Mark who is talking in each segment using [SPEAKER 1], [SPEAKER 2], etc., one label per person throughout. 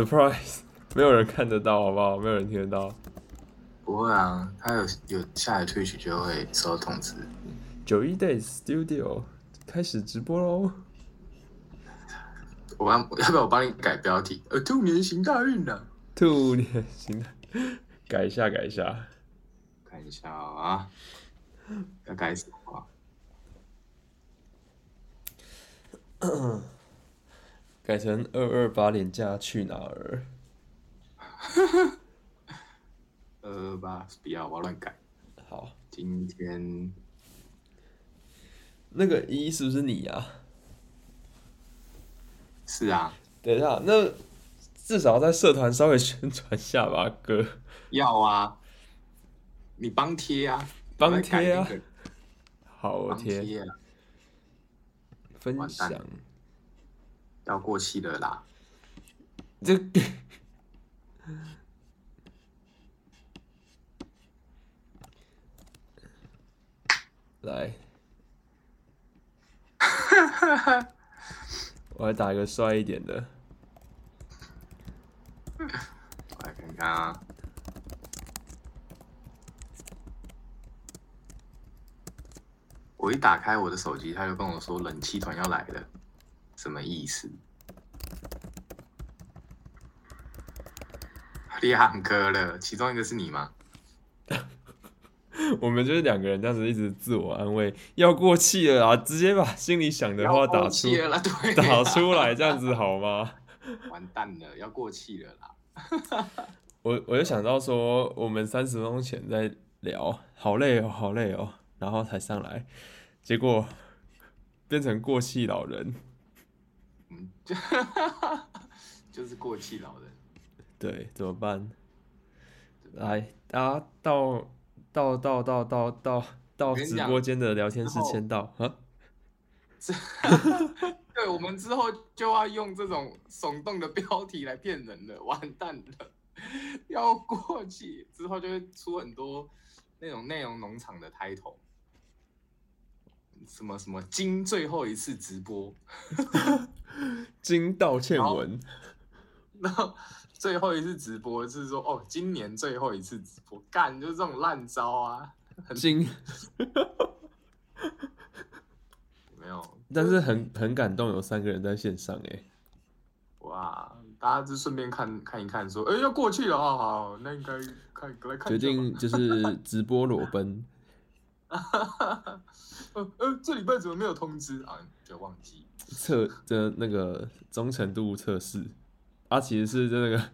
[SPEAKER 1] surprise，没有人看得到，好不好？没有人听得到。
[SPEAKER 2] 不会啊，他有有下来 Twitch 就会收到通知。
[SPEAKER 1] 九一 days studio 开始直播喽！
[SPEAKER 2] 我帮 要不要我帮你改标题？呃，兔年行大运啊了。
[SPEAKER 1] 兔年行，改一下，改一下。
[SPEAKER 2] 看一下啊，要改什么啊？
[SPEAKER 1] 改成二二八廉价去哪儿？
[SPEAKER 2] 呃吧，不要，我要乱改。
[SPEAKER 1] 好，
[SPEAKER 2] 今天
[SPEAKER 1] 那个一是不是你啊？
[SPEAKER 2] 是啊，
[SPEAKER 1] 等一下，那至少在社团稍微宣传下吧，哥。
[SPEAKER 2] 要啊，你帮贴啊，
[SPEAKER 1] 帮
[SPEAKER 2] 我来改
[SPEAKER 1] 贴啊
[SPEAKER 2] 那个
[SPEAKER 1] 好，我
[SPEAKER 2] 帮
[SPEAKER 1] 贴
[SPEAKER 2] 贴啊，
[SPEAKER 1] 分
[SPEAKER 2] 完蛋
[SPEAKER 1] 享。
[SPEAKER 2] 要过期了啦。
[SPEAKER 1] 这 来，我来打个帅一点的。
[SPEAKER 2] 我来看看啊，我一打开我的手机，他就跟我说冷气团要来了，什么意思？两个了，其中一个是你吗？
[SPEAKER 1] 我们就是两个人这样子一直自我安慰，要过气了啊！直接把心里想的话打
[SPEAKER 2] 要过
[SPEAKER 1] 出
[SPEAKER 2] 期了啦，对、
[SPEAKER 1] 打出来，这样子好吗？
[SPEAKER 2] 完蛋了，要过气了啦。
[SPEAKER 1] 我我就想到说，我们三十分钟前在聊，好累哦，好累哦，然后才上来，结果变成过气老人。
[SPEAKER 2] 嗯， 就是过气老人。
[SPEAKER 1] 对，怎么办？来，大家到到到到到到到
[SPEAKER 2] 跟你
[SPEAKER 1] 直
[SPEAKER 2] 讲
[SPEAKER 1] 播间的聊天室
[SPEAKER 2] 之后
[SPEAKER 1] 签到啊！
[SPEAKER 2] 对，我们之后就要用这种耸动的标题来骗人了，完蛋了，要过气之后就会出很多那种内容农场的 title，什么什么今最后一次直播，
[SPEAKER 1] 经道歉文，
[SPEAKER 2] 然后最后一次直播是说哦，今年最后一次直播，干就是这种烂招啊，
[SPEAKER 1] 经，
[SPEAKER 2] 有没有？
[SPEAKER 1] 但是很很感动，有三个人在线上哎、
[SPEAKER 2] 哇，大家就顺便看看一看，说，哎、要过去了啊，好，那应该看
[SPEAKER 1] 决
[SPEAKER 2] 来看一下吧
[SPEAKER 1] 定就是直播裸奔。
[SPEAKER 2] 呃呃，这礼拜怎么没有通知啊？就忘记。
[SPEAKER 1] 测的那个忠诚度测试，啊，其实是那个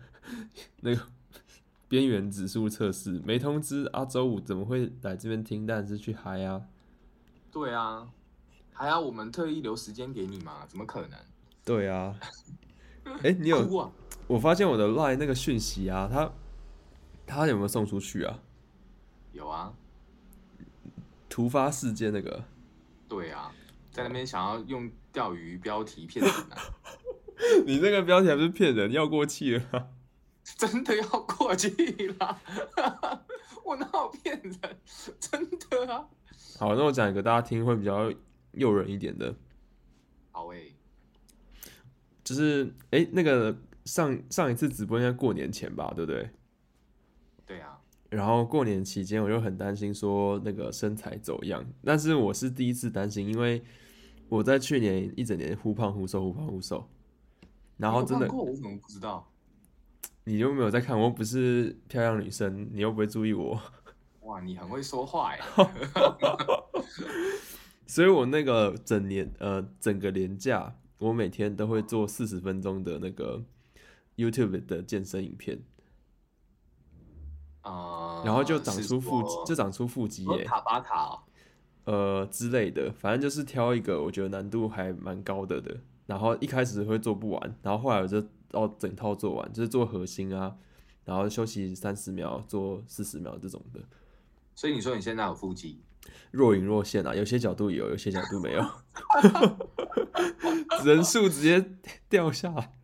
[SPEAKER 1] 那个边缘指数测试，没通知啊，周五怎么会来这边听？但是去嗨啊，
[SPEAKER 2] 对啊，还要我们特意留时间给你吗？怎么可能？
[SPEAKER 1] 对啊，哎、你有
[SPEAKER 2] 哭啊！
[SPEAKER 1] 我发现我的 line 那个讯息啊，他他有没有送出去啊？
[SPEAKER 2] 有啊，
[SPEAKER 1] 突发事件那个，
[SPEAKER 2] 对啊，在那边想要用钓鱼标题骗人 啊，
[SPEAKER 1] 你那个标题还不是骗人，要过气了吗？
[SPEAKER 2] 真的要过去啦！ 我哪有骗人？真的啊！
[SPEAKER 1] 好，那我讲一个大家听会比较诱人一点的，
[SPEAKER 2] 好欸诶、
[SPEAKER 1] 就是哎、诶那个上上一次直播应该过年前吧，对不对？
[SPEAKER 2] 对啊，
[SPEAKER 1] 然后过年期间，我就很担心说那个身材走样，但是我是第一次担心，因为我在去年一整年忽胖忽瘦，忽胖忽瘦，然后
[SPEAKER 2] 你有
[SPEAKER 1] 真的
[SPEAKER 2] 看过我怎么不知道？
[SPEAKER 1] 你又没有在看，我又不是漂亮女生，你又不会注意我，
[SPEAKER 2] 哇，你很会说话哎、
[SPEAKER 1] 所以我那个整年呃整个年假，我每天都会做四十分钟的那个 YouTube 的健身影片，
[SPEAKER 2] 啊、
[SPEAKER 1] 然后就长
[SPEAKER 2] 是
[SPEAKER 1] 出腹肌
[SPEAKER 2] 说，
[SPEAKER 1] 就长出腹肌
[SPEAKER 2] 说
[SPEAKER 1] 耶、
[SPEAKER 2] 塔巴塔哦、
[SPEAKER 1] 呃之类的，反正就是挑一个我觉得难度还蛮高的的。然后一开始会做不完，然后后来我就哦整套做完，就是做核心啊，然后休息三十秒，做四十秒这种的，
[SPEAKER 2] 所以你说你现在有腹肌，
[SPEAKER 1] 若隐若现啊，有些角度有，有些角度没有， 人数直接掉下来。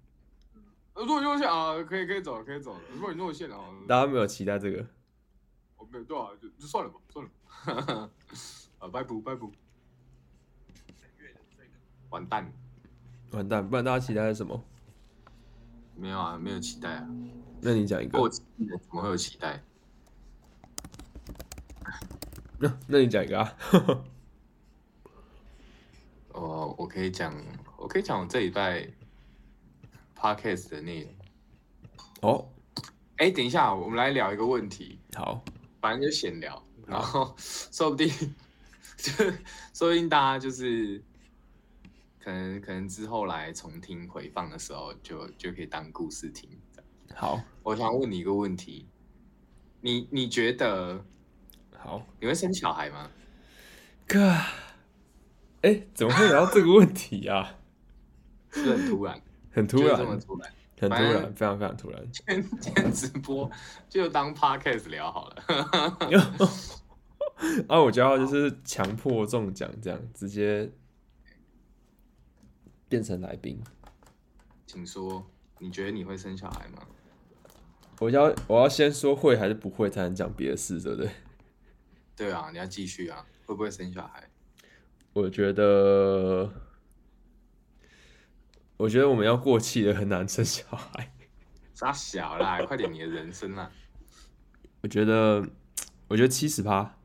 [SPEAKER 2] 呃若隐若现啊，可以可以走了，可以走了。若隐若现啊，
[SPEAKER 1] 大家没有期待这个，
[SPEAKER 2] 我没有多少，就就算了吧， 算了。啊，拜不拜不，完蛋，
[SPEAKER 1] 完蛋，不然大家期待是什么？
[SPEAKER 2] 没有啊，没有期待啊。
[SPEAKER 1] 那你讲一个，
[SPEAKER 2] 过期的怎么会有期待？
[SPEAKER 1] 那 那你讲一个啊。
[SPEAKER 2] 哦，我可以讲，我可以讲我这礼拜 podcast 的内容。
[SPEAKER 1] 哦，
[SPEAKER 2] 哎，等一下，我们来聊一个问题，
[SPEAKER 1] 好，
[SPEAKER 2] 反正就闲聊，
[SPEAKER 1] 嗯
[SPEAKER 2] 然后说不定就说不定大家就是可能可能之后来重听回放的时候就，就可以当故事听。
[SPEAKER 1] 好，
[SPEAKER 2] 我想问你一个问题，你你觉得
[SPEAKER 1] 好，
[SPEAKER 2] 你会生小孩吗？
[SPEAKER 1] 哥，哎，怎么会聊到这个问题啊？
[SPEAKER 2] 是不是很突然，
[SPEAKER 1] 很 突
[SPEAKER 2] 就这么
[SPEAKER 1] 然，
[SPEAKER 2] 突然。
[SPEAKER 1] 很突
[SPEAKER 2] 反
[SPEAKER 1] 然，
[SPEAKER 2] 正
[SPEAKER 1] 非常非常突然。
[SPEAKER 2] 今天今天直播就当 podcast 聊好了。
[SPEAKER 1] 啊，我觉得就是强迫中奖这样，直接变成来宾。
[SPEAKER 2] 请说，你觉得你会生小孩吗？
[SPEAKER 1] 我要我要先说会还是不会，才能讲别的事，对不对？
[SPEAKER 2] 对啊，你要继续啊，会不会生小孩？
[SPEAKER 1] 我觉得，我觉得我们要过气了，很难生小孩。
[SPEAKER 2] 傻小啦，快点你的人生啦！
[SPEAKER 1] 我觉得，我觉得七十趴，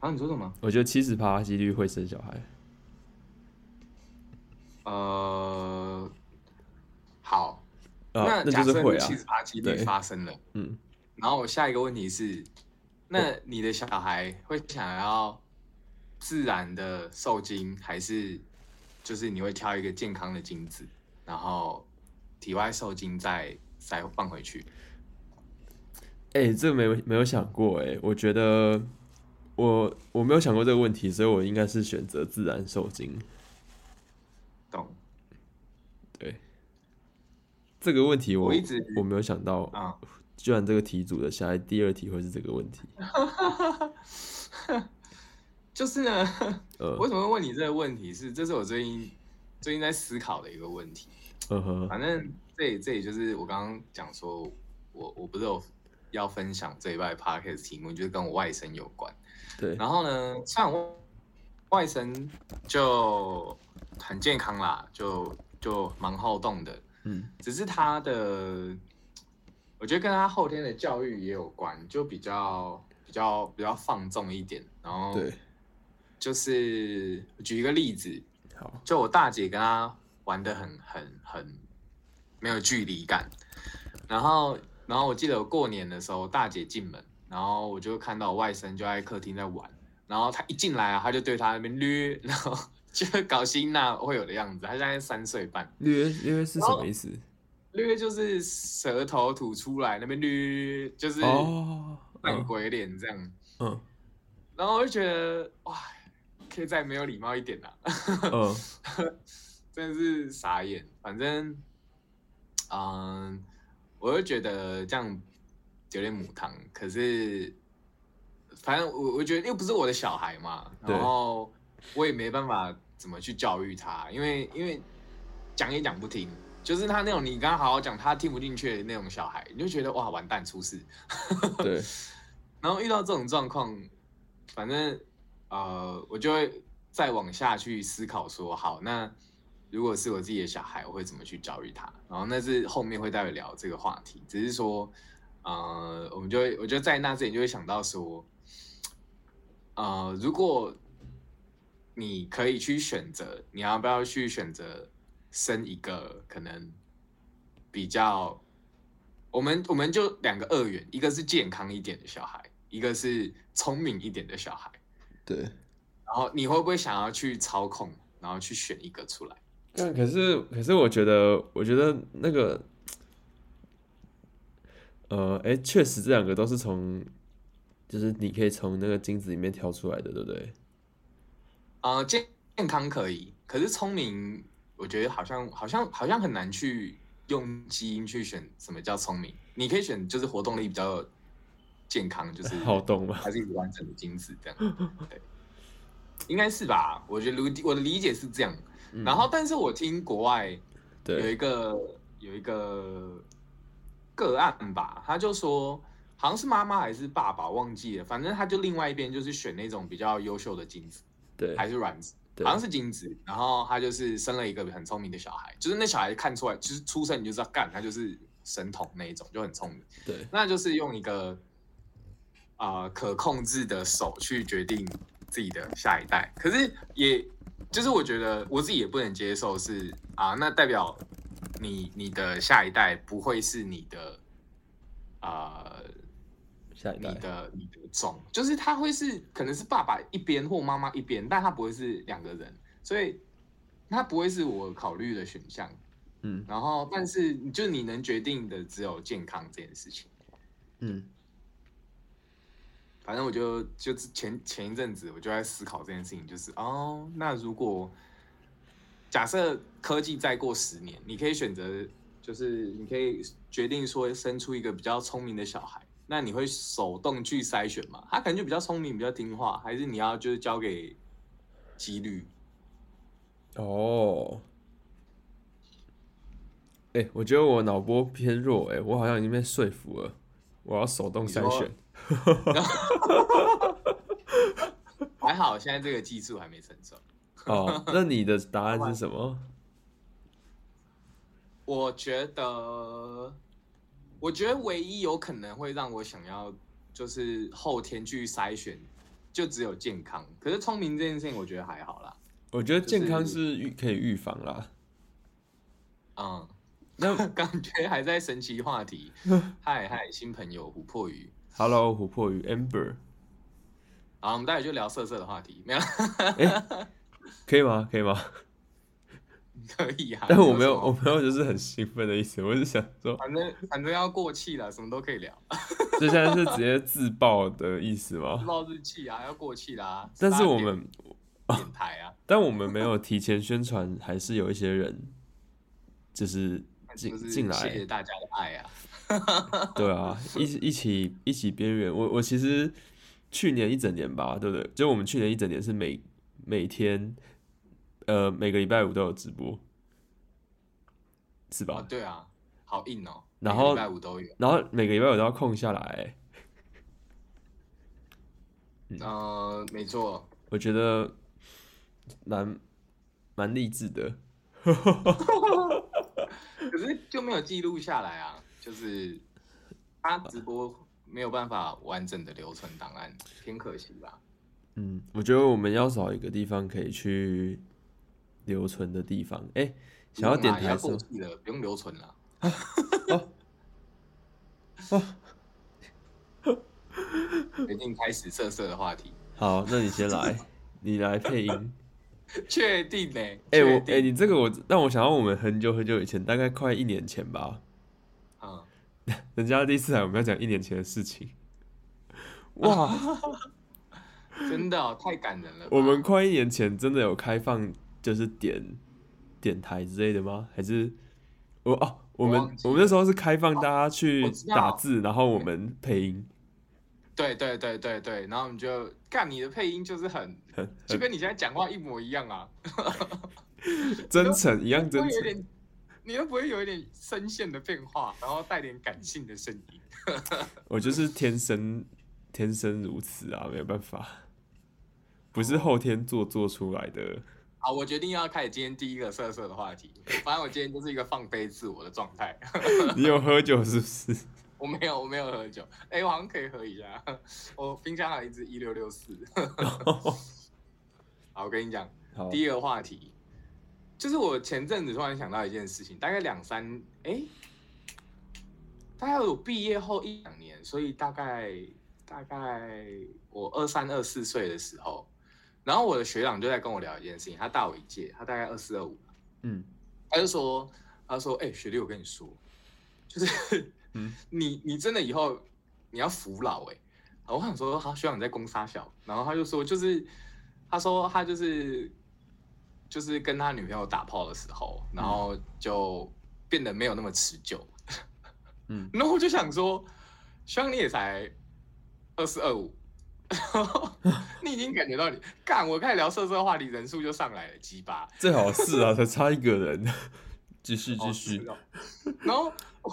[SPEAKER 2] 啊，你说什么？
[SPEAKER 1] 我觉得七十趴几率会生小孩。
[SPEAKER 2] 呃，好，
[SPEAKER 1] 啊，那
[SPEAKER 2] 假
[SPEAKER 1] 就
[SPEAKER 2] 设
[SPEAKER 1] 是会啊
[SPEAKER 2] 七，十八几率
[SPEAKER 1] 对
[SPEAKER 2] 发生了，
[SPEAKER 1] 嗯，
[SPEAKER 2] 然后我下一个问题是，那你的小孩会想要自然的受精，还是就是你会挑一个健康的精子，然后体外受精再再放回去？
[SPEAKER 1] 哎、这个没有没有想过哎、我觉得我我没有想过这个问题，所以我应该是选择自然受精。
[SPEAKER 2] 懂？
[SPEAKER 1] 对，这个问题我
[SPEAKER 2] 我一直
[SPEAKER 1] 我没有想到，
[SPEAKER 2] 啊、
[SPEAKER 1] 居然这个题组的下来第二题会是这个问题。
[SPEAKER 2] 就是 呢，
[SPEAKER 1] 呃
[SPEAKER 2] 为，什么会问你这个问题是？这是我最近最近在思考的一个问题。
[SPEAKER 1] 嗯哼，
[SPEAKER 2] 反正这里这里就是我刚刚讲说，我我不是有要分享这一拜 podcast 题目，就是跟我外甥有关。
[SPEAKER 1] 对，
[SPEAKER 2] 然后呢，虽然我外甥就很健康啦，就就蛮好动的，
[SPEAKER 1] 嗯
[SPEAKER 2] 只是他的，我觉得跟他后天的教育也有关，就比较比较比较放纵一点，然后
[SPEAKER 1] 对，
[SPEAKER 2] 就是举一个例子，
[SPEAKER 1] 好，
[SPEAKER 2] 就我大姐跟她玩的很很很没有距离感，然后然后我记得我过年的时候，大姐进门，然后我就看到我外甥就在客厅在玩，然后她一进来啊，她就对她那边捋， 然后就是搞辛娜会有的样子，她现在三岁半，
[SPEAKER 1] 略略是什么意思？
[SPEAKER 2] 捋就是舌头吐出来那边捋，就是
[SPEAKER 1] 哦，
[SPEAKER 2] 扮
[SPEAKER 1] 嗯
[SPEAKER 2] 鬼脸这样，
[SPEAKER 1] 嗯
[SPEAKER 2] 然后我就觉得哇，可以再没有礼貌一点啊啦、
[SPEAKER 1] 嗯，
[SPEAKER 2] 真的是傻眼。反正，嗯，我就觉得这样有点母汤，可是反正我我觉得又不是我的小孩嘛，
[SPEAKER 1] 对
[SPEAKER 2] 然后我也没办法怎么去教育他，因为因为讲也讲不听。就是他那种，你刚刚好好讲，他听不进去的那种小孩，你就觉得哇，完蛋，出事。
[SPEAKER 1] 对，
[SPEAKER 2] 然后遇到这种状况，反正呃，我就会再往下去思考说，好，那如果是我自己的小孩，我会怎么去教育他？然后那是后面会待会聊这个话题，只是说，呃，我们就会，我就在那之前就会想到说，呃，如果你可以去选择，你要不要去选择生一个可能比较，我们我们就两个二元，一个是健康一点的小孩，一个是聪明一点的小孩。
[SPEAKER 1] 对。
[SPEAKER 2] 然后你会不会想要去操控，然后去选一个出来？
[SPEAKER 1] 但可是，可是我觉得，我觉得那个，呃，哎，确实这两个都是从，就是你可以从那个精子里面挑出来的，对不对？
[SPEAKER 2] 啊、健健康可以，可是聪明，我觉得好像好像好像很难去用基因去选什么叫聪明。你可以选就是活动力比较健康，就是
[SPEAKER 1] 好动吗？
[SPEAKER 2] 还是一个完整的精子这样。对，应该是吧？我觉得如我的理解是这样。
[SPEAKER 1] 嗯
[SPEAKER 2] 然后，但是我听国外有
[SPEAKER 1] 对，
[SPEAKER 2] 一个有一个个案吧，他就说好像是妈妈还是爸爸忘记了，反正他就另外一边就是选那种比较优秀的精子
[SPEAKER 1] 对，
[SPEAKER 2] 还是卵子，
[SPEAKER 1] 对
[SPEAKER 2] 好像是精子，然后他就是生了一个很聪明的小孩，就是那小孩看出来，就是出生你就知道干，他就是神童那一种，就很聪明。
[SPEAKER 1] 对
[SPEAKER 2] 那就是用一个啊、呃可控制的手去决定自己的下一代。可是也，就是我觉得我自己也不能接受是啊，那代表你你的下一代不会是你的啊、
[SPEAKER 1] 下一
[SPEAKER 2] 你
[SPEAKER 1] 代，
[SPEAKER 2] 的你的种，就是他会是可能是爸爸一边或妈妈一边，但他不会是两个人，所以他不会是我考虑的选项。
[SPEAKER 1] 嗯
[SPEAKER 2] 然后，但是就你能决定的只有健康这件事情。
[SPEAKER 1] 嗯，
[SPEAKER 2] 反正我就就前前一阵子我就在思考这件事情，就是哦，那如果假设科技再过十年，你可以选择，就是你可以决定说生出一个比较聪明的小孩，那你会手动去筛选吗？他可能就比较聪明，比较听话，还是你要就是交给几率？
[SPEAKER 1] 哦，哎、我觉得我脑波偏弱、哎，我好像已经被说服了，我要手动
[SPEAKER 2] 你
[SPEAKER 1] 筛
[SPEAKER 2] 说
[SPEAKER 1] 选。
[SPEAKER 2] 还好现在这个技术还没成熟。
[SPEAKER 1] 哦，那你的答案是什 么？
[SPEAKER 2] 我觉得，我觉得唯一有可能会让我想要就是后天去筛选，就只有健康。可是聪明这件事情，我觉得还好啦。
[SPEAKER 1] 我觉得健康
[SPEAKER 2] 就是
[SPEAKER 1] 预可以预防啦。
[SPEAKER 2] 嗯，
[SPEAKER 1] 那
[SPEAKER 2] 感觉还在神奇话 题。嗨嗨，新朋友琥珀鱼。
[SPEAKER 1] Hello，琥珀鱼 Amber，
[SPEAKER 2] 好，我们待会就聊色色的话题，没有啦
[SPEAKER 1] 可以吗？可以吗？
[SPEAKER 2] 可以啊。
[SPEAKER 1] 但我没有，
[SPEAKER 2] 什
[SPEAKER 1] 我
[SPEAKER 2] 么，
[SPEAKER 1] 没有，就是很兴奋的意思。我是想说，
[SPEAKER 2] 反正反正要过气了，什么都可以聊。
[SPEAKER 1] 这现在是直接自爆的意思 吗？
[SPEAKER 2] 闹日气啊，要过气啦。
[SPEAKER 1] 但是
[SPEAKER 2] 18
[SPEAKER 1] 我
[SPEAKER 2] 点
[SPEAKER 1] 们，哦
[SPEAKER 2] 点台啊，
[SPEAKER 1] 但我们没有提前宣传，还是有一些人就是进
[SPEAKER 2] 就是
[SPEAKER 1] 进
[SPEAKER 2] 谢
[SPEAKER 1] 来
[SPEAKER 2] 谢，大家的爱啊。
[SPEAKER 1] 对啊，一起一起一起边缘。我我其实去年一整年吧，对不对？就我们去年一整年是每每天，呃，每个礼拜五都有直播，是吧？
[SPEAKER 2] 哦，对啊，好硬哦。
[SPEAKER 1] 然
[SPEAKER 2] 每个
[SPEAKER 1] 后
[SPEAKER 2] 礼拜五都有。
[SPEAKER 1] 然后每个礼拜我都要空下来，
[SPEAKER 2] 呃，没错，
[SPEAKER 1] 我觉得蛮蛮励志的。
[SPEAKER 2] 可是就没有记录下来啊，就是他直播没有办法完整的留存档案，挺可惜吧。
[SPEAKER 1] 嗯，我觉得我们要找一个地方可以去留存的地方。哎、想要
[SPEAKER 2] 不
[SPEAKER 1] 点
[SPEAKER 2] 用啦也
[SPEAKER 1] 台
[SPEAKER 2] 要啊
[SPEAKER 1] 是哦吗
[SPEAKER 2] 过？气了，不用留存了。决定开始色色的话题，
[SPEAKER 1] 好，那你先来，你来配 音。
[SPEAKER 2] 确定呢、
[SPEAKER 1] 哎、我
[SPEAKER 2] 确
[SPEAKER 1] 哎、
[SPEAKER 2] 定
[SPEAKER 1] 你这个我让我想到我们很久很久以前，大概快一年前吧。哎
[SPEAKER 2] 嗯，
[SPEAKER 1] 人家第一次来，我们要讲一年前的事情。哇，
[SPEAKER 2] 真的哦、太感人了吧。
[SPEAKER 1] 我们快一年前真的有开放，就是点点台之类的吗？还是我哦，我们
[SPEAKER 2] 我忘记
[SPEAKER 1] 我们那时候是开放大家去
[SPEAKER 2] 我知道
[SPEAKER 1] 打字，然后我们配音，
[SPEAKER 2] 对对对对对，然后我们就干你的配音就是很，
[SPEAKER 1] 很
[SPEAKER 2] 就跟你现在讲话一模一样啊，
[SPEAKER 1] 真诚一样
[SPEAKER 2] 会
[SPEAKER 1] 真
[SPEAKER 2] 有
[SPEAKER 1] 诚。
[SPEAKER 2] 点，你又不会有一点声线的变化，然后带点感性的声音。
[SPEAKER 1] 我就是天生天生如此啊，没有办法，不是后天做做出来的。
[SPEAKER 2] 好，我决定要开始今天第一个色色的话题。反正我今天就是一个放飞自我的状态，
[SPEAKER 1] 你有喝酒是不是？
[SPEAKER 2] 我没有，我没有喝酒。哎、我好像可以喝一下，我冰箱还有一支一六六四。好，我跟你讲，
[SPEAKER 1] 好，
[SPEAKER 2] 第一个话题就是我前阵子突然想到一件事情，大概两三哎、大概我毕业后一两年，所以大概大概我二三二四岁的时候，然后我的学长就在跟我聊一件事情，他大我一届，他大概二四二五。
[SPEAKER 1] 嗯
[SPEAKER 2] 他就说，他说，哎、学弟，我跟你说，就是，
[SPEAKER 1] 嗯
[SPEAKER 2] 你你真的以后你要服老哎、啊我想说，他学长你在攻杀小，然后他就说，就是，他说他就是，就是跟他女朋友打炮的时候，然后就变得没有那么持久，
[SPEAKER 1] 嗯，
[SPEAKER 2] 然后我就想说，学长你也才二四二五。 你已经感觉到你干，我开始聊色色话题，人数就上来了，鸡巴。
[SPEAKER 1] 最好是啊，才差一个人。 继续
[SPEAKER 2] 哦
[SPEAKER 1] 继续
[SPEAKER 2] 是，哦 然后我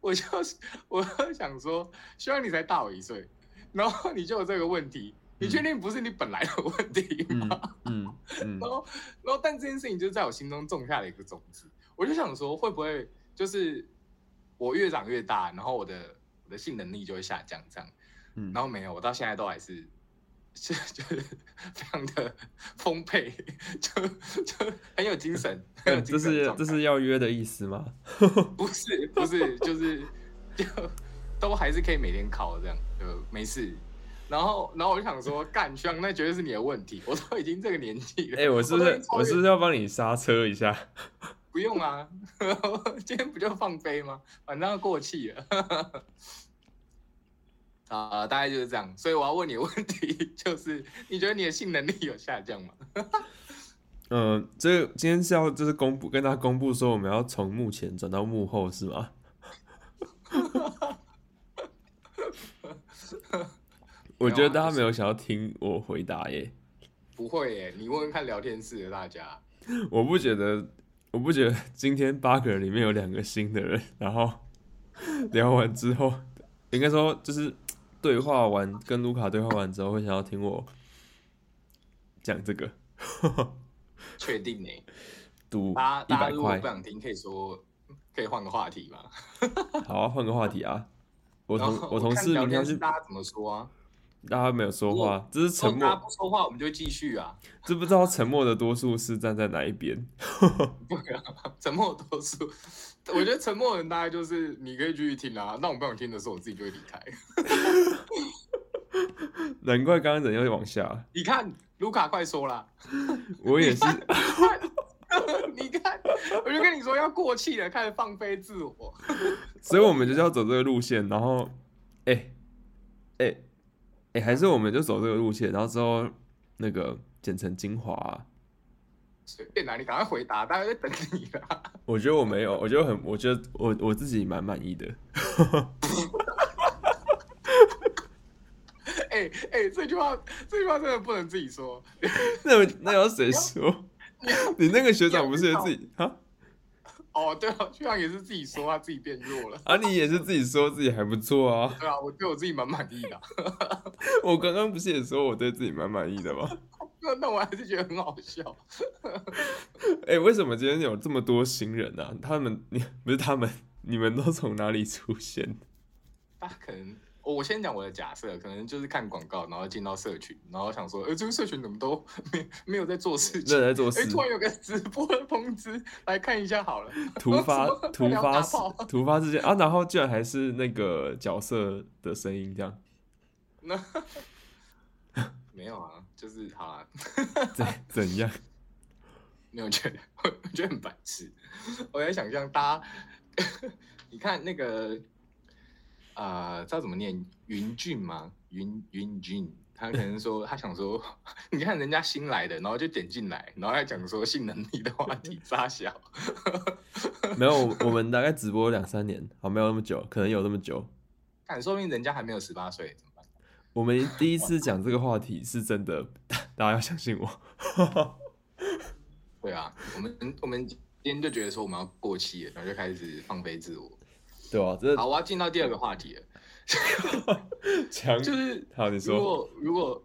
[SPEAKER 2] 我就是我就想说，希望你才大我一岁，然后你就有这个问题，你确定不是你本来的问题吗？
[SPEAKER 1] 嗯嗯嗯
[SPEAKER 2] 然后，然后，但这件事情就在我心中种下了一个种子。我就想说，会不会就是我越长越大，然后我的我的性能力就会下降这样？
[SPEAKER 1] 嗯，
[SPEAKER 2] 然后没有，我到现在都还是是就是非常的丰沛， 就就很有精神，很有
[SPEAKER 1] 嗯这
[SPEAKER 2] 精神
[SPEAKER 1] 是
[SPEAKER 2] 状态。
[SPEAKER 1] 这是要约的意思吗？
[SPEAKER 2] 不是不是就是 就都还是可以每天考这样，就没事。然后，然后我就想说，干香，那绝对是你的问题。我都已经这个年纪了，
[SPEAKER 1] 哎、我是不
[SPEAKER 2] 都已
[SPEAKER 1] 是
[SPEAKER 2] 经超
[SPEAKER 1] 我
[SPEAKER 2] 越
[SPEAKER 1] 是不是要帮你刹车一下？
[SPEAKER 2] 不用啊， 今天不就放飞吗？反正要过气了。 啊、大概就是这样。所以我要问你的问题， 就是你觉得你的性能力有下降吗？
[SPEAKER 1] 嗯，这今天是要就是公布跟大家公布说我们要从幕前转到幕后是吗？
[SPEAKER 2] 啊
[SPEAKER 1] 我觉得大家没有想要听我回答耶，
[SPEAKER 2] 不会耶，你问问看聊天室的大家。
[SPEAKER 1] 我不觉得，我不觉得今天八个人里面有两个新的人，然后 聊完之后，应该说就是对话完跟卢卡对话完之后，会想要听我讲这个
[SPEAKER 2] 确定呢？
[SPEAKER 1] 赌一
[SPEAKER 2] 大家大家
[SPEAKER 1] 百
[SPEAKER 2] 如果
[SPEAKER 1] 块
[SPEAKER 2] 不，想听，可以说可以换个话题嘛。
[SPEAKER 1] 好啊，换个话题啊。我
[SPEAKER 2] 然
[SPEAKER 1] 同
[SPEAKER 2] 后
[SPEAKER 1] 我同
[SPEAKER 2] 看
[SPEAKER 1] 事
[SPEAKER 2] 聊
[SPEAKER 1] 明天
[SPEAKER 2] 天室
[SPEAKER 1] 去
[SPEAKER 2] 大家怎么说啊？
[SPEAKER 1] 大家没有说话，这是
[SPEAKER 2] 如
[SPEAKER 1] 沉
[SPEAKER 2] 果大哦家
[SPEAKER 1] 默，
[SPEAKER 2] 不说话，我们就继续啊。
[SPEAKER 1] 这不知道沉默的多数是站在哪一边。
[SPEAKER 2] 不啊，沉默多数。我觉得沉默的人大概就是你可以继续听啊，那我不想听的时候，我自己就会离开。
[SPEAKER 1] 难怪刚刚人又往下，
[SPEAKER 2] 你看，卢卡快说啦！
[SPEAKER 1] 我也是，
[SPEAKER 2] 你看，我就跟你说要过气了，开始放飞自我。
[SPEAKER 1] 所以我们就是要走这个路线，然后，哎、哎、哎、还是我们就走这个路线，然后之后那个剪成精华啊、
[SPEAKER 2] 随便啦，你赶快回答，大家在等你啦。
[SPEAKER 1] 我觉得我没有，我觉得很，我觉得我我自己蛮满意的。
[SPEAKER 2] 哎、哎、这句话，这句话真的不能自己说。
[SPEAKER 1] 那那要谁说？你那个学长不是也自己啊
[SPEAKER 2] 哦，对啊，居然也是自己说，他自己变弱了。
[SPEAKER 1] 啊？你也是自己说自己还不错啊？
[SPEAKER 2] 对啊，我对我自己蛮满意的啊、
[SPEAKER 1] 我刚刚不是也说我对自己蛮满意的吗？
[SPEAKER 2] 那那我还是觉得很好笑。
[SPEAKER 1] 哎、为什么今天有这么多新人啊？他们，你不是他们，你们都从哪里出现？
[SPEAKER 2] 大家可能，哦我先讲我的假设，可能就是看广告，然后进到社群，然后想说，哎、这个社群怎么都没没有在做事
[SPEAKER 1] 那
[SPEAKER 2] 情？
[SPEAKER 1] 人在做
[SPEAKER 2] 哎、
[SPEAKER 1] 事，
[SPEAKER 2] 突然有个直播的通知，来看一下好了。
[SPEAKER 1] 突发突
[SPEAKER 2] 聊
[SPEAKER 1] 发
[SPEAKER 2] 打
[SPEAKER 1] 事
[SPEAKER 2] 炮
[SPEAKER 1] 突发事件啊！然后居然还是那个角色的声音，这样
[SPEAKER 2] 那没有啊，就是好啊，
[SPEAKER 1] 怎怎样？
[SPEAKER 2] 没有觉得， 我我觉得很白痴。我在想象大家， 你看那个，呃，知道怎么念云俊吗？云云俊，他可能说他想说， 你看人家新来的，然后就点进来，然后还讲说性能力的话题，傻小。
[SPEAKER 1] 没有，我我们大概直播两三年，好，没有那么久，可能有那么久。
[SPEAKER 2] 敢说明人家还没有十八岁，怎么办？
[SPEAKER 1] 我们第一次讲这个话题是真的，大大家要相信我。
[SPEAKER 2] 对啊，我们我们今天就觉得说我们要过期了，然后就开始放飞自我。
[SPEAKER 1] 对吧、这
[SPEAKER 2] 好，我要进到第二个话题了，
[SPEAKER 1] 强
[SPEAKER 2] 就是
[SPEAKER 1] 好， 你
[SPEAKER 2] 如
[SPEAKER 1] 说
[SPEAKER 2] 果如果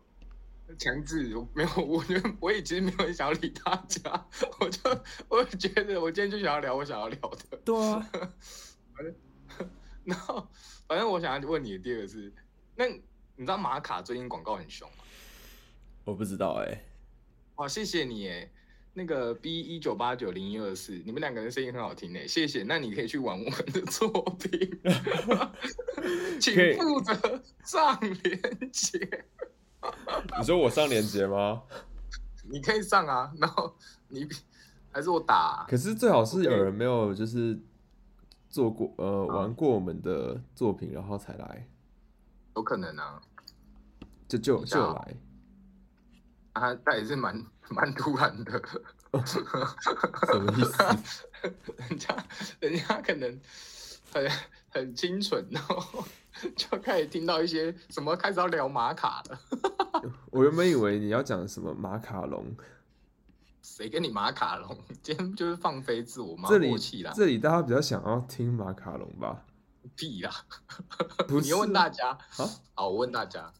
[SPEAKER 2] 强制我没有，我觉得我也其实没有很想要理大家，我就我就觉得我今天就想要聊我想要聊的，
[SPEAKER 1] 对 啊，
[SPEAKER 2] 然后反正我想要问你的第二个是，那你知道玛卡最近广告很凶吗？
[SPEAKER 1] 我不知道哎、
[SPEAKER 2] 哇，哦谢谢你诶。那个 B 一九八九零一二四，你们两个人声音很好听诶，谢谢。那你可以去玩我们的作品， 请
[SPEAKER 1] 可以
[SPEAKER 2] 负责上链接。
[SPEAKER 1] 你说我上链接吗？
[SPEAKER 2] 你可以上啊，然后你还是我打啊、
[SPEAKER 1] 可是最好是有
[SPEAKER 2] OK
[SPEAKER 1] 人没有就是做过呃玩过我们的作品，然后才来，
[SPEAKER 2] 有可能啊，
[SPEAKER 1] 就就
[SPEAKER 2] 等一下
[SPEAKER 1] 就
[SPEAKER 2] 哦
[SPEAKER 1] 来。
[SPEAKER 2] 啊，但也是蛮蛮突然的，
[SPEAKER 1] 哦什么意思？
[SPEAKER 2] 人家人家可能很很清纯，然后 就开始听到一些什么开始要聊玛卡了，
[SPEAKER 1] 我原本以为你要讲什么马卡龙，
[SPEAKER 2] 谁跟你玛卡龙？ 今天就是放飞自我，妈
[SPEAKER 1] 这里
[SPEAKER 2] 过气啦，
[SPEAKER 1] 这里大家比较想要听马卡龙吧？
[SPEAKER 2] 屁啦！
[SPEAKER 1] 不
[SPEAKER 2] 你
[SPEAKER 1] 是
[SPEAKER 2] 又问大家，
[SPEAKER 1] 啊？
[SPEAKER 2] 好，我问大家，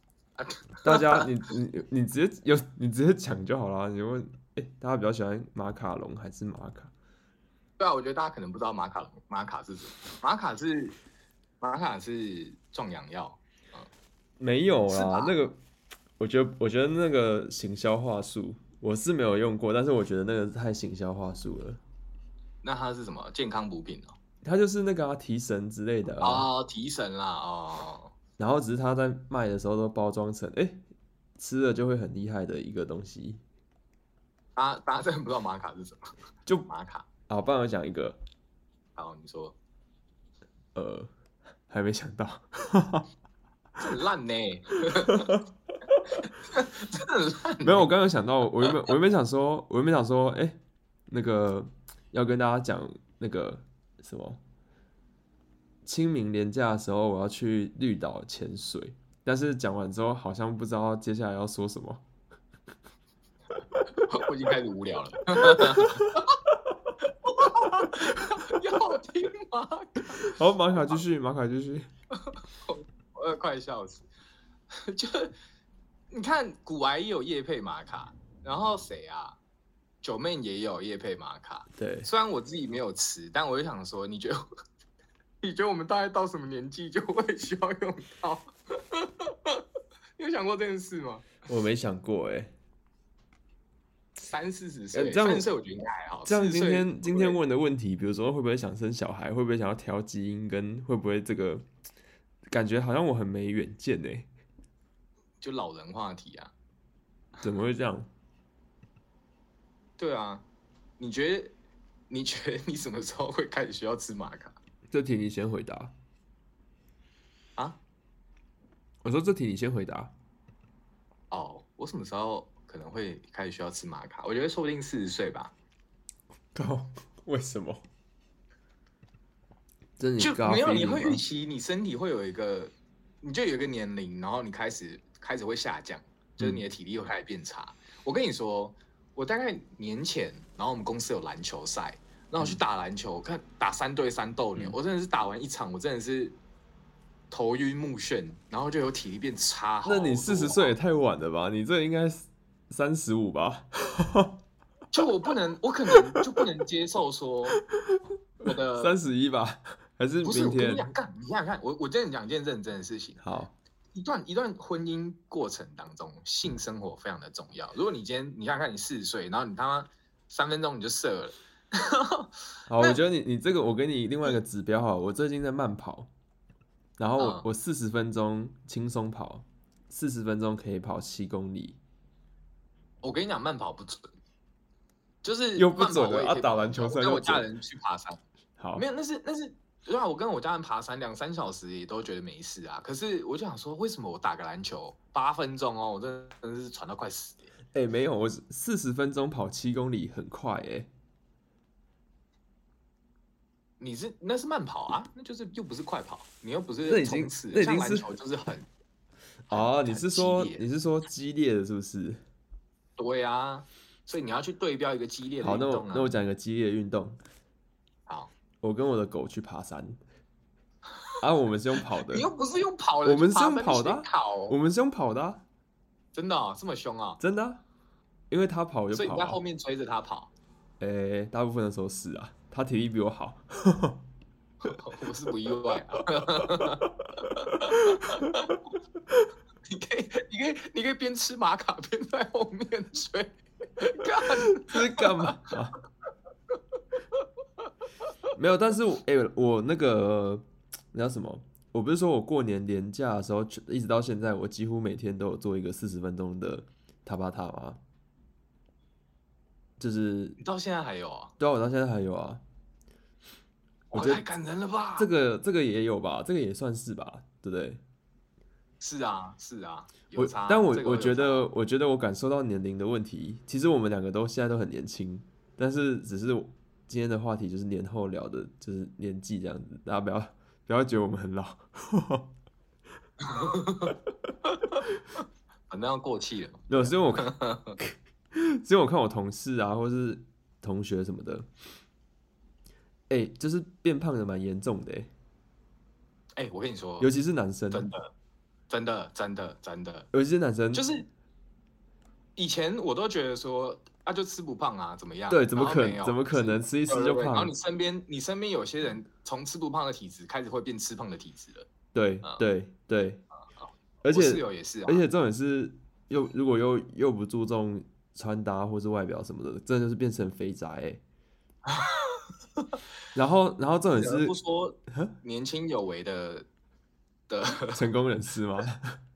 [SPEAKER 1] 大 家你你你直接有你直接讲就好啦。你问，哎、大家比较喜欢马卡龙还是玛卡？
[SPEAKER 2] 对啊，我觉得大家可能不知道马卡龙马卡是什么，马卡是马卡是壮阳药，
[SPEAKER 1] 没有
[SPEAKER 2] 是吧
[SPEAKER 1] 啦，那个我觉得我觉得那个行销话术我是没有用过，但是我觉得那个太行销话术了。
[SPEAKER 2] 那它是什么健康补品哦？
[SPEAKER 1] 它就是那个、啊、提神之类的啊，
[SPEAKER 2] 哦，提神啦，哦，
[SPEAKER 1] 然后只是它在卖的时候都包装成哎、诶吃了就会很厉害的一个东西。
[SPEAKER 2] 大家大家真的不知道马卡是什么？
[SPEAKER 1] 就
[SPEAKER 2] 马卡，
[SPEAKER 1] 啊，帮我讲一个，
[SPEAKER 2] 好，你说
[SPEAKER 1] 呃，还没想到，
[SPEAKER 2] 很烂呢， 真的很烂，
[SPEAKER 1] 没有，我刚刚想到，我原本我原本想说，我原本想说，哎、那个要跟大家讲那个什么，清明连假的时候我要去绿岛潜水，但是讲完之后好像不知道接下来要说什么。
[SPEAKER 2] 我已经开始无聊了。 要听马卡，
[SPEAKER 1] 好，马卡继续，马卡继续。
[SPEAKER 2] 我要快笑死！ 就你看，古癌也有叶配马卡，然后谁啊？九妹也有叶配马卡。
[SPEAKER 1] 对，
[SPEAKER 2] 虽然我自己没有吃，但我就 想说，你觉得你觉得我们大概到什么年纪就会需要用到？ 你有想过这件事吗？
[SPEAKER 1] 我没想过、哎，
[SPEAKER 2] 三四十岁，
[SPEAKER 1] 呃这样
[SPEAKER 2] 三十岁我觉得应该还好。
[SPEAKER 1] 这样
[SPEAKER 2] 40岁
[SPEAKER 1] 今
[SPEAKER 2] 哦会不
[SPEAKER 1] 天
[SPEAKER 2] 会
[SPEAKER 1] 今天问的问题，比如说会不会想生小孩，会不会想要调基因，跟会不会这个，感觉好像我很没远见哎、
[SPEAKER 2] 就老人话题啊，
[SPEAKER 1] 怎么会这样？
[SPEAKER 2] 对啊，你觉得你觉得你什么时候会开始需要吃玛卡
[SPEAKER 1] 这题你先回答。
[SPEAKER 2] 啊？
[SPEAKER 1] 我说这题你先回答。
[SPEAKER 2] 哦，我什么时候可能会开始需要吃玛卡？我觉得说不定四十岁吧，
[SPEAKER 1] 高？为什么？这你
[SPEAKER 2] 就
[SPEAKER 1] 高
[SPEAKER 2] 没有你
[SPEAKER 1] 吗
[SPEAKER 2] 会预期你身体会有一个，你就有一个年龄，然后你开始开始会下降，
[SPEAKER 1] 嗯
[SPEAKER 2] 就是你的体力会开始变差。我跟你说，我大概年前，然后我们公司有篮球赛，然后我去打篮球，看打三对三斗牛，
[SPEAKER 1] 嗯
[SPEAKER 2] 我真的是打完一场，我真的是头晕目眩，然后就有体力变差好多。哦
[SPEAKER 1] 那你四十岁也太晚了吧？你这应该三十五吧？
[SPEAKER 2] 就我不能，我可能就不能接受说我 的
[SPEAKER 1] 三十一吧？还是
[SPEAKER 2] 呃不是，
[SPEAKER 1] 明
[SPEAKER 2] 我跟
[SPEAKER 1] 天
[SPEAKER 2] 你？讲，干，你想想看，我我真的讲一件认真的事情。啊
[SPEAKER 1] 好，
[SPEAKER 2] 一段一段婚姻过程当中，
[SPEAKER 1] 嗯
[SPEAKER 2] 性生活非常的重要。如果你今天你想想看，你四十岁，然后你他妈三分钟你就射了，
[SPEAKER 1] 好，我觉得你你这个，我给你另外一个指标哈。我最近在慢跑，然后我
[SPEAKER 2] 嗯
[SPEAKER 1] 我四十分钟轻松跑，四十分钟可以跑七公里，
[SPEAKER 2] 我跟你讲，慢跑不准，就是
[SPEAKER 1] 又不准了
[SPEAKER 2] 慢跑我也可以
[SPEAKER 1] 啊打篮球赛
[SPEAKER 2] 我跟
[SPEAKER 1] 又
[SPEAKER 2] 我
[SPEAKER 1] 准
[SPEAKER 2] 家人去爬山，
[SPEAKER 1] 好
[SPEAKER 2] 没，有，那是那是。对啊，我跟我家人爬山两三小时也都觉得没事啊。可是我就想说，为什么我打个篮球八分钟哦，我真的真的是喘到快死、欸。
[SPEAKER 1] 哎、没有，我四十分钟跑七公里很快哎、
[SPEAKER 2] 你是那是慢跑啊，那就是又不是快跑，你又不是
[SPEAKER 1] 那已经
[SPEAKER 2] 冲刺，
[SPEAKER 1] 那已
[SPEAKER 2] 像
[SPEAKER 1] 经
[SPEAKER 2] 篮
[SPEAKER 1] 是
[SPEAKER 2] 球就是很
[SPEAKER 1] 哦，
[SPEAKER 2] 很
[SPEAKER 1] 你是
[SPEAKER 2] 激
[SPEAKER 1] 说
[SPEAKER 2] 烈
[SPEAKER 1] 你是说激烈的，是不是？
[SPEAKER 2] 对啊，所以你要去对标一个激烈的
[SPEAKER 1] 好，
[SPEAKER 2] 运
[SPEAKER 1] 那我
[SPEAKER 2] 动啊。
[SPEAKER 1] 那我讲一个激烈的运动，
[SPEAKER 2] 好，
[SPEAKER 1] 我跟我的狗去爬山，啊，我们是用跑的
[SPEAKER 2] 你，又不是用跑的，
[SPEAKER 1] 我们
[SPEAKER 2] 你爬山
[SPEAKER 1] 是用跑的啊
[SPEAKER 2] 你先跑
[SPEAKER 1] 我们是用跑的啊、
[SPEAKER 2] 真的哦这么凶啊？
[SPEAKER 1] 真的啊、因为它跑我
[SPEAKER 2] 所
[SPEAKER 1] 就
[SPEAKER 2] 以
[SPEAKER 1] 跑
[SPEAKER 2] 你在后
[SPEAKER 1] 啊，
[SPEAKER 2] 面追着他跑，
[SPEAKER 1] 哎、大部分的时候是啊，它体力比我好，
[SPEAKER 2] 我是不意外啊。 你可以，你可以，你可以边吃玛卡边在后面追， 干
[SPEAKER 1] 这是干嘛、没有，但是我哎、我那个那叫什么？我不是说我过年年假的时候，一直到现在，我几乎每天都有做一个四十分钟的塔巴塔吗？就是
[SPEAKER 2] 你到现在还有啊？
[SPEAKER 1] 对啊，我到现在还有啊。我
[SPEAKER 2] 哇，
[SPEAKER 1] 觉得
[SPEAKER 2] 太感人了吧？
[SPEAKER 1] 这个这个也有吧，这个也算是吧，对不对？
[SPEAKER 2] 是啊，是啊，有
[SPEAKER 1] 我
[SPEAKER 2] 差。
[SPEAKER 1] 但我
[SPEAKER 2] 这个
[SPEAKER 1] 我
[SPEAKER 2] 有
[SPEAKER 1] 觉
[SPEAKER 2] 差
[SPEAKER 1] 得，我觉得我感受到年龄的问题。其实我们两个都现在都很年轻，但是只是今天的话题就是年后聊的，就是年纪这样子，大家不要不要觉得我们很老。
[SPEAKER 2] 反正要过气了。
[SPEAKER 1] 没有，是因为 我看，是因为我看我同事啊，或是同学什么的，哎、就是变胖的蛮严重的、欸，
[SPEAKER 2] 哎，我跟你说，
[SPEAKER 1] 尤其是男生，
[SPEAKER 2] 真的，真的真的真的，
[SPEAKER 1] 有一些男生
[SPEAKER 2] 就是以前我都觉得说啊，就吃不胖啊，怎么样？
[SPEAKER 1] 对，怎么
[SPEAKER 2] 然后
[SPEAKER 1] 可
[SPEAKER 2] 没有
[SPEAKER 1] 怎么可？能吃一
[SPEAKER 2] 就是
[SPEAKER 1] 吃
[SPEAKER 2] 对
[SPEAKER 1] 就
[SPEAKER 2] 对对然后
[SPEAKER 1] 胖
[SPEAKER 2] 你？身边，你身边有些人从吃不胖的体质开始会变吃胖的体质了，
[SPEAKER 1] 对
[SPEAKER 2] 嗯哦
[SPEAKER 1] 对对，
[SPEAKER 2] 我
[SPEAKER 1] 而且
[SPEAKER 2] 室友也是、啊，
[SPEAKER 1] 而且重点是又如果又又不注重穿搭或是外表什么的，真的就是变成肥宅欸然后然后重点
[SPEAKER 2] 不得
[SPEAKER 1] 是
[SPEAKER 2] 不说年轻有为的的
[SPEAKER 1] 成功人士吗？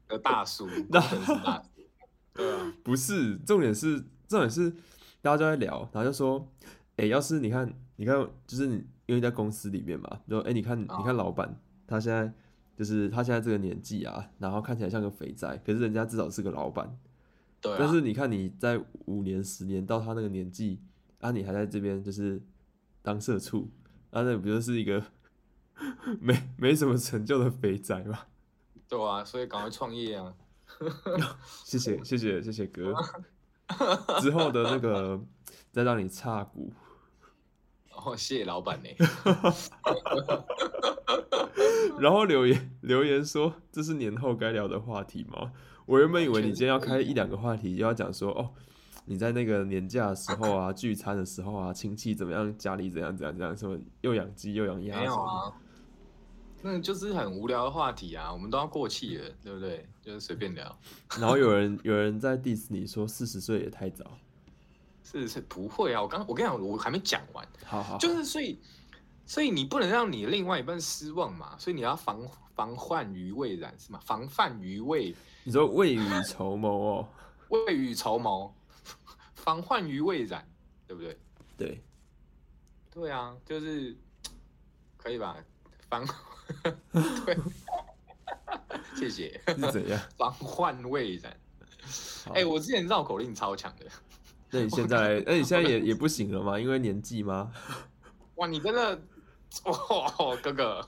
[SPEAKER 2] 的大叔，
[SPEAKER 1] 那
[SPEAKER 2] 真的是大叔，对啊，
[SPEAKER 1] 不是，重点是重点是大家都在聊，然后就说，哎、要是你看你看，就是你因为在公司里面嘛，就说哎、诶你看你看老板他现在就是他现在这个年纪啊，然后看起来像个肥宅，可是人家至少是个老板，
[SPEAKER 2] 对啊，
[SPEAKER 1] 但是你看你在五年、十年到他那个年纪，啊，你还在这边就是当社畜，啊，那不就是一个 没没什么成就的肥宅吗？
[SPEAKER 2] 对啊，所以赶快创业啊，
[SPEAKER 1] 谢谢谢谢谢谢 哥，之后的那个再让你插股，
[SPEAKER 2] 然后谢谢老板呢、
[SPEAKER 1] 然后留言留言说这是年后该聊的话题吗？我原本以为你今天要开一两个话题，就要讲说哦，你在那个年假的时候啊，聚餐的时候啊，亲戚怎么样，家里怎样怎样怎样，什么又养鸡又养鸭，
[SPEAKER 2] 没有，啊，那就是很无聊的话题啊，我们都要过气了，对不对？就是随便聊，
[SPEAKER 1] 然后有人有人在 diss 你说四十岁也太早，
[SPEAKER 2] 是是不会啊，我刚我跟你讲，我还没讲完，
[SPEAKER 1] 好好，
[SPEAKER 2] 就是所以所以你不能让你另外一半失望嘛，所以你要防防患于未然是吗？防范于未
[SPEAKER 1] 你说未雨绸缪哦，
[SPEAKER 2] 未雨绸缪， 防患于未然，对不对？
[SPEAKER 1] 对，
[SPEAKER 2] 对啊，就是可以吧？防 对， 谢谢
[SPEAKER 1] 是怎 样？
[SPEAKER 2] 防患未然。
[SPEAKER 1] 好
[SPEAKER 2] 哎、我之前绕口令超强的，
[SPEAKER 1] 那你现在，那你现在也也不行了吗？因为年纪吗？
[SPEAKER 2] 哇，你真的，哦，哥哥，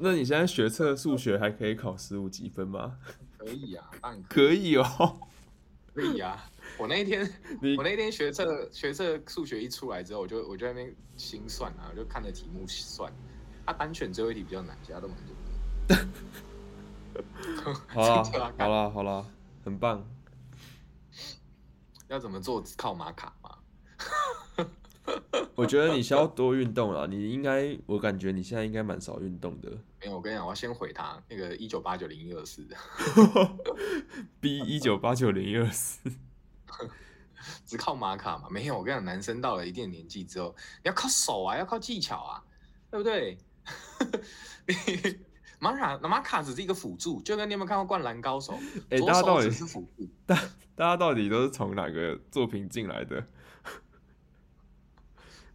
[SPEAKER 1] 那你现在学测数学还可以考十五几分吗？
[SPEAKER 2] 可以啊，当然
[SPEAKER 1] 可以哦，
[SPEAKER 2] 可以啊。我那一天，
[SPEAKER 1] 你
[SPEAKER 2] 我那一天学测学测数学一出来之后，我就我就在那边心算啊，我就看着题目算。啊，单选最后一题比较难，其他都蛮简
[SPEAKER 1] 好啦，
[SPEAKER 2] 真的啊
[SPEAKER 1] 好啦，好啦，很棒。
[SPEAKER 2] 单。要怎么做靠马卡嘛？
[SPEAKER 1] 我觉得你需要多运动啦，你应该，我感觉你现在应该蛮少运动的，
[SPEAKER 2] 没有，我跟你讲，我要先回他那个一九八九零一二四，
[SPEAKER 1] b 一九八九零二四，
[SPEAKER 2] 只靠马卡嘛？没有，我跟你讲，男生到了一定的年纪之后，你要靠手啊，要靠技巧啊，对不对？ 你马卡马卡只是一个辅助，就跟你有没有看过《灌篮高手》
[SPEAKER 1] 哎
[SPEAKER 2] 左
[SPEAKER 1] 大家到
[SPEAKER 2] 手
[SPEAKER 1] 底
[SPEAKER 2] 只是辅助，
[SPEAKER 1] 大家到底都是从哪个作品进来的？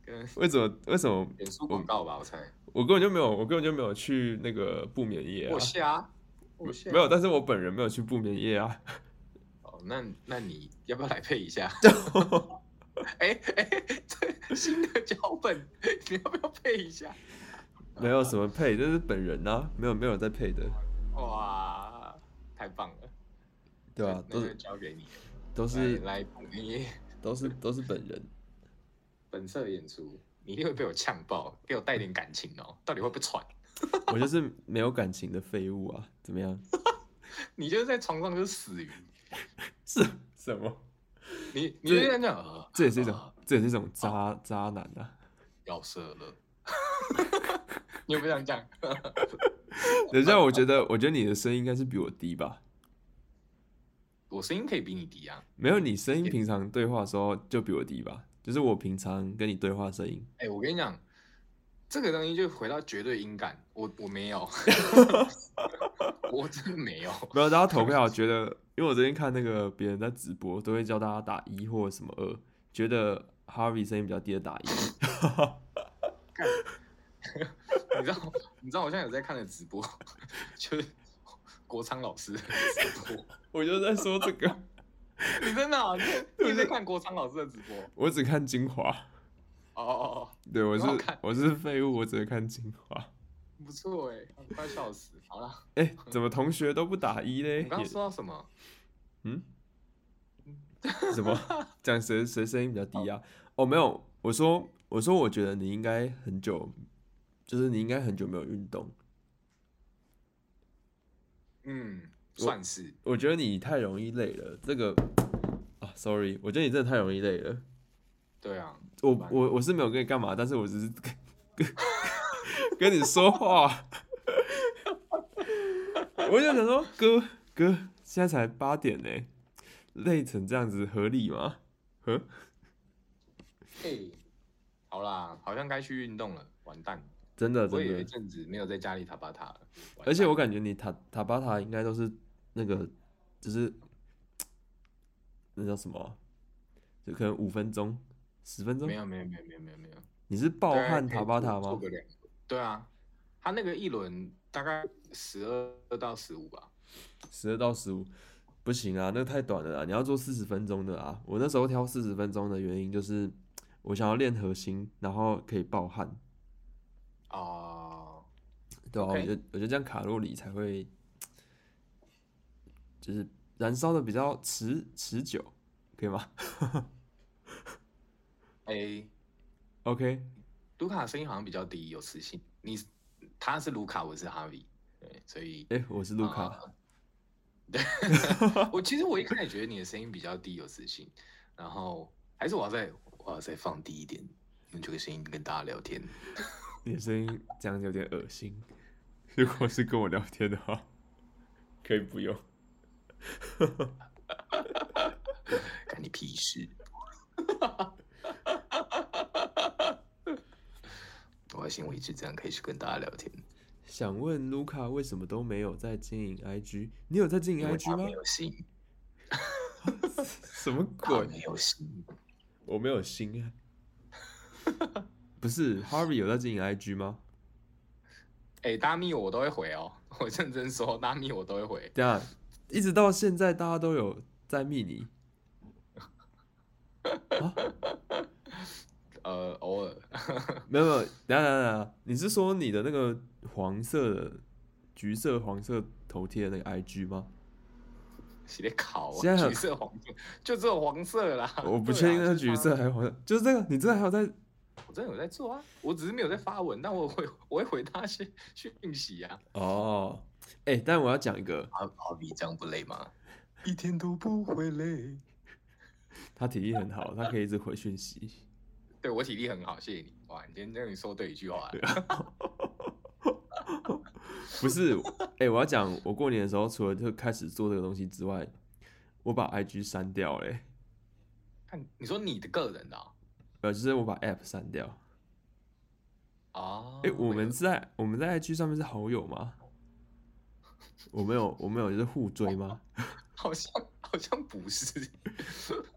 [SPEAKER 2] 跟
[SPEAKER 1] 为什么？为什么？
[SPEAKER 2] 脸书广告吧，我猜。
[SPEAKER 1] 我根本就没有，我根本就没有去那个不眠夜啊
[SPEAKER 2] 我，啊下，我下，
[SPEAKER 1] 没有，但是我本人没有去不眠夜啊。
[SPEAKER 2] 哦，那那你要不要来配一下？ 哎哎，这新的脚本，你要不要配一下？
[SPEAKER 1] 没有什么配，这是本人啊，没有没有在配的，
[SPEAKER 2] 哇，太棒了！
[SPEAKER 1] 对吧、
[SPEAKER 2] 那
[SPEAKER 1] 都
[SPEAKER 2] 就是交给你，
[SPEAKER 1] 都是
[SPEAKER 2] 来来你
[SPEAKER 1] 都是都是本人，
[SPEAKER 2] 本色演出，你一定会被我呛爆，给我带点感情哦，到底会不会喘？
[SPEAKER 1] 我就是没有感情的废物啊，怎么样？
[SPEAKER 2] 你就是在床上就是死鱼，
[SPEAKER 1] 是什么？
[SPEAKER 2] 你你就
[SPEAKER 1] 这
[SPEAKER 2] 是在那样呃
[SPEAKER 1] 这也是一种
[SPEAKER 2] 呃，
[SPEAKER 1] 这也是一种渣
[SPEAKER 2] 哦
[SPEAKER 1] 渣男啊！
[SPEAKER 2] 要射了， 你有没有想讲？
[SPEAKER 1] 等一下，我觉得我觉得你的声音应该是比我低吧？
[SPEAKER 2] 我声音可以比你低啊。
[SPEAKER 1] 没有，你声音平常对话的时候就比我低吧？就是我平常跟你对话声音，
[SPEAKER 2] 哎、我跟你讲，这个东西就回到绝对音感，我我没有， 我真的没有。
[SPEAKER 1] 没有大家投票觉得，因为我最近看那个别人在直播，都会教大家打一或什么二，觉得 Harvey 声音比较低的打一。
[SPEAKER 2] 你知道，你知道我现在有在看的直播，就是国昌老师的直播。
[SPEAKER 1] 我就在说这个。
[SPEAKER 2] 你真的、啊，你你有在看国昌老师的直播？
[SPEAKER 1] 我只看精华。
[SPEAKER 2] 哦哦
[SPEAKER 1] 对，我是
[SPEAKER 2] 很好看
[SPEAKER 1] 我是废物，我只会看精华。
[SPEAKER 2] 哦，不错哎、快笑死。好了，
[SPEAKER 1] 哎、怎么同学都不打一嘞？
[SPEAKER 2] 我刚刚
[SPEAKER 1] 哎也
[SPEAKER 2] 说到什么？
[SPEAKER 1] 嗯，什 么讲谁谁声音比较低啊？哦，没有，我说我说我觉得你应该很久，就是你应该很久没有运动。
[SPEAKER 2] 嗯，算是
[SPEAKER 1] 我觉得你太容易累了，这个 啊，sorry，我觉得你真的太容易累了。
[SPEAKER 2] 对啊，
[SPEAKER 1] 我我我是没有跟你干嘛，但是我只是跟跟跟你说话。 我就想说，哥哥，现在才八点呢，累成这样子合理吗？呵，
[SPEAKER 2] 哎、好啦，好像该去运动了，完蛋！
[SPEAKER 1] 真的
[SPEAKER 2] 我也
[SPEAKER 1] 啊真
[SPEAKER 2] 有
[SPEAKER 1] 的，
[SPEAKER 2] 一阵子没有在家里塔巴塔了，完蛋
[SPEAKER 1] 而且我感觉你塔塔巴塔应该都是那个，就是那叫什么啊、就可能五分钟、十分钟
[SPEAKER 2] 没，有没有没有没有没有没有
[SPEAKER 1] 你是暴
[SPEAKER 2] 大概
[SPEAKER 1] 汗
[SPEAKER 2] 可以
[SPEAKER 1] 塔巴
[SPEAKER 2] 做
[SPEAKER 1] 塔
[SPEAKER 2] 做
[SPEAKER 1] 吗？
[SPEAKER 2] 个两个，对啊，他那个一轮大概十二到十五吧。
[SPEAKER 1] 十二到十五，不行啊，那太短了啦，你要做四十分钟的啊。我那时候挑四十分钟的原因就是，我想要练核心，然后可以暴汗，
[SPEAKER 2] 哦、
[SPEAKER 1] 对啊
[SPEAKER 2] OK
[SPEAKER 1] 我觉得我觉得这样卡路里才会，就是燃烧的比较持持久，可以吗
[SPEAKER 2] 哎、
[SPEAKER 1] ？OK，
[SPEAKER 2] 卢卡声音好像比较低，有磁性。你他是卢卡，我是哈维，对，所以
[SPEAKER 1] 哎、我是卢卡，
[SPEAKER 2] 我其实我一开始觉得你的声音比较低，有磁性，然后还是我要再我要再放低一点，用这个声音跟大家聊天。
[SPEAKER 1] 你的声音这样有点恶心。 如果是跟我聊天的话，可以不用。
[SPEAKER 2] 干你屁事！我还信我一直这样可以去跟大家聊天，
[SPEAKER 1] 想问卢卡为什么都没有在经营 IG？你有在经营
[SPEAKER 2] 因为
[SPEAKER 1] IG
[SPEAKER 2] 他
[SPEAKER 1] 吗
[SPEAKER 2] 没？有心，
[SPEAKER 1] 什么
[SPEAKER 2] 他
[SPEAKER 1] 鬼？
[SPEAKER 2] 没有心。
[SPEAKER 1] 我没有心 啊。不是，Harvey 有在经营 IG 吗？
[SPEAKER 2] 哎、大咪我都会回哦，我认真说，大咪我都会回。
[SPEAKER 1] 对啊，一直到现在大家都有在密你。啊，
[SPEAKER 2] 呃，偶尔，
[SPEAKER 1] 没有没有，等一下等一下等一下，你是说你的那个黄色的、橘色黄色头贴的那个 IG 吗？
[SPEAKER 2] 系列考
[SPEAKER 1] 现
[SPEAKER 2] 啊，
[SPEAKER 1] 在很
[SPEAKER 2] 橘色、黄色，就只有黄色啦。
[SPEAKER 1] 我不
[SPEAKER 2] 对啊
[SPEAKER 1] 确定那个
[SPEAKER 2] 就是
[SPEAKER 1] 橘
[SPEAKER 2] 它
[SPEAKER 1] 色还是黄色，就是这个，你真的还有在？
[SPEAKER 2] 我真的有在做啊，我只是没有在发文，但我会我会回他讯讯息啊。
[SPEAKER 1] 哦，哎、但我要讲一个，
[SPEAKER 2] 好好比这样不累吗？一天都不会累。
[SPEAKER 1] 他体力很好，他可以一直回讯息。
[SPEAKER 2] 对我体力很好，谢谢你。哇，你今天终于说对一句话了。
[SPEAKER 1] 啊 不是，哎、我要讲，我过年的时候除了就开始做这个东西之外，我把 IG 删掉欸嘞、
[SPEAKER 2] 看，你说你的个人的啊、
[SPEAKER 1] 呃，就是我把 App 删掉。
[SPEAKER 2] 哦？
[SPEAKER 1] 哎、我们是在我们在 IG 上面是好友吗？我没有，我没有，就是互追吗？
[SPEAKER 2] 好像好像不是。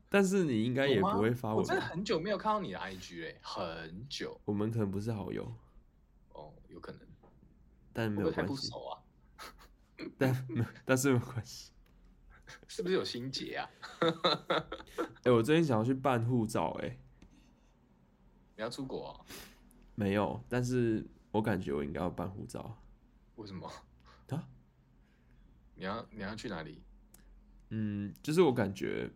[SPEAKER 1] 但是你应该也
[SPEAKER 2] 有吗
[SPEAKER 1] 不会发
[SPEAKER 2] 我
[SPEAKER 1] 文
[SPEAKER 2] 真的
[SPEAKER 1] 吧？
[SPEAKER 2] 很久没有看到你的 IG 嘞、欸很久
[SPEAKER 1] 我们可能不是好友，
[SPEAKER 2] 哦，有可能
[SPEAKER 1] 但没有
[SPEAKER 2] 我们还
[SPEAKER 1] 关
[SPEAKER 2] 不
[SPEAKER 1] 系，
[SPEAKER 2] 熟啊，
[SPEAKER 1] 但没有 但是没有关系。
[SPEAKER 2] 是不是有心结啊？
[SPEAKER 1] 哎、我最近想要去办护照、哎，
[SPEAKER 2] 你要出国、哦？
[SPEAKER 1] 没有，但是我感觉我应该要办护照。
[SPEAKER 2] 为什么？
[SPEAKER 1] 啊？
[SPEAKER 2] 你要你要去哪里？
[SPEAKER 1] 嗯，就是我感觉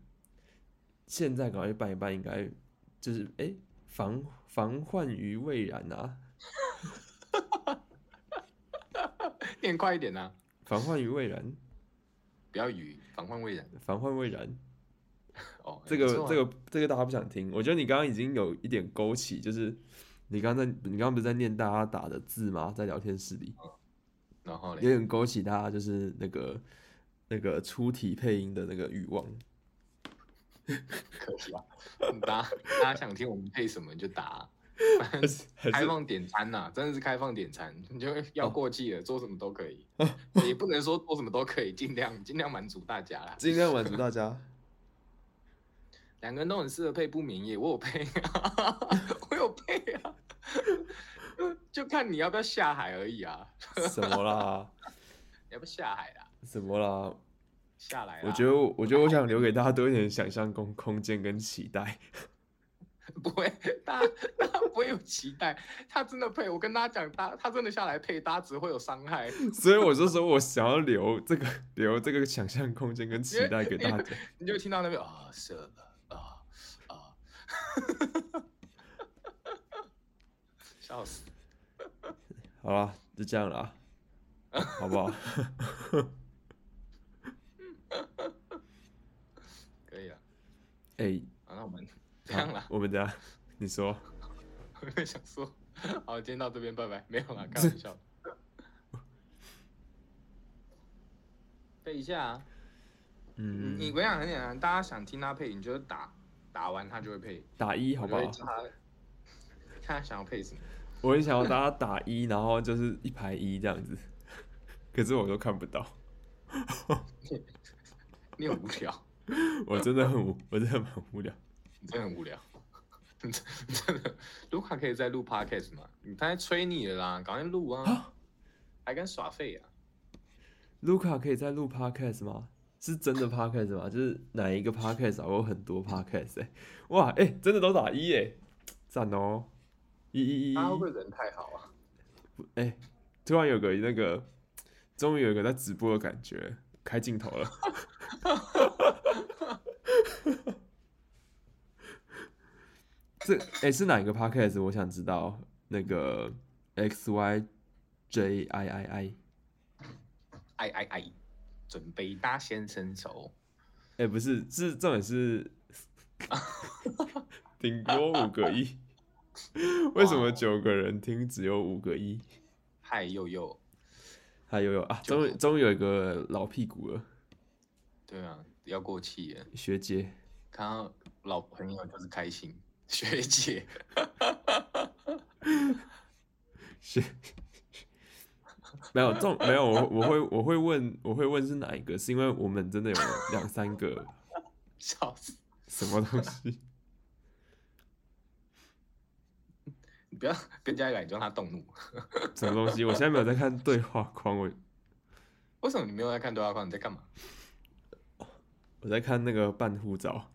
[SPEAKER 1] 现在搞一办一办，应该就是哎、诶防防患于未然啊，
[SPEAKER 2] 念快一点呐、
[SPEAKER 1] 防患于未然，
[SPEAKER 2] 不要语防患未然
[SPEAKER 1] 防患未然。
[SPEAKER 2] 哦。
[SPEAKER 1] 这个
[SPEAKER 2] 不错啊
[SPEAKER 1] 这个这个大家不想听，我觉得你刚刚已经有一点勾起，就是你刚才你刚刚不是在念大家打的字吗？在聊天室里
[SPEAKER 2] 然后
[SPEAKER 1] 有
[SPEAKER 2] 嘞，
[SPEAKER 1] 点勾起大家就是那个那个出题配音的那个欲望。
[SPEAKER 2] 可 以啊，大家大家想听我们配什么你就打啊、
[SPEAKER 1] 还是 还
[SPEAKER 2] 开
[SPEAKER 1] 是哦
[SPEAKER 2] 放点餐呐、真的是开放点餐，你就要过季了，做什么都 可以，也不能说做什么都可以，尽量尽量满足大家啦。
[SPEAKER 1] 尽量满足大家。
[SPEAKER 2] 两个人都很适合配不眠夜，我有配啊， 我有配啊，就看你要不要下海而已啊，
[SPEAKER 1] 什么啦？
[SPEAKER 2] 你要不要下海啦？
[SPEAKER 1] 什么啦？
[SPEAKER 2] 下来啦，
[SPEAKER 1] 我觉得我，我觉得我想留给大家多一点想象空空间跟期待。
[SPEAKER 2] 不会，大家大家不会有期待，他真的配，我跟大家讲，大他真的下来配，大家只会有伤害。
[SPEAKER 1] 所以我就说我想要留这个留这个想象空间跟期待给大家。
[SPEAKER 2] 你就听到那边啊，是了啊啊，笑死！
[SPEAKER 1] 好啦，就这样啦，好不好？哎、
[SPEAKER 2] 啊好，那我们这样啦
[SPEAKER 1] 好。我们等一下你说，
[SPEAKER 2] 我也想说，好，今天到这边，拜拜。没有啦，开玩笑的。背一下、啊，你
[SPEAKER 1] 嗯，
[SPEAKER 2] 你我想很简单，大家想听他配，你就打打完他就会配，
[SPEAKER 1] 打一好
[SPEAKER 2] 我
[SPEAKER 1] 不
[SPEAKER 2] 就
[SPEAKER 1] 好
[SPEAKER 2] 会？叫他看他想要配什么。
[SPEAKER 1] 我很想要大家打一，然后就是一排一这样子， 可是我都看不到，
[SPEAKER 2] 你很无聊，
[SPEAKER 1] 我真的很无，我真的很无聊。
[SPEAKER 2] 你真的很无聊。你真你真的，卢卡可以再录 podcast 吗？你他在催你了啦，赶快录啊！还敢耍废啊？
[SPEAKER 1] 卢卡可以再录 podcast 吗？是真的 podcast 吗？就是哪一个 podcast 啊？我有很多 podcast 哎、哇哎、真的都打一哎、赞哦，一一一一
[SPEAKER 2] 他会不会人太好啊？
[SPEAKER 1] 哎、突然有个那个，终于有一个在直播的感觉，开镜头了。 这哎、是哪一个 podcast？我想知道那个 X Y J I I I。
[SPEAKER 2] 哎哎哎，准备搭先伸手。
[SPEAKER 1] 哎、不是，是重点是顶多五个亿，为什么九个人听只有五个亿？
[SPEAKER 2] 嗨佑佑，
[SPEAKER 1] 还有有啊，
[SPEAKER 2] 就
[SPEAKER 1] 终于终于有一个老屁股了，
[SPEAKER 2] 对啊，要过气了。
[SPEAKER 1] 学姐。
[SPEAKER 2] 看到老朋友就是开心，学姐，
[SPEAKER 1] 是， 没有重没有我我会我会问我会问是哪一个，是因为我们真的有两三个
[SPEAKER 2] 笑死！
[SPEAKER 1] 什么东西，
[SPEAKER 2] 你不要跟嘉改，你就让他动怒。
[SPEAKER 1] 什么东西，我现在没有在看对话框，我
[SPEAKER 2] 为什么你没有在看对话框？你在干嘛？
[SPEAKER 1] 我在看那个办护照。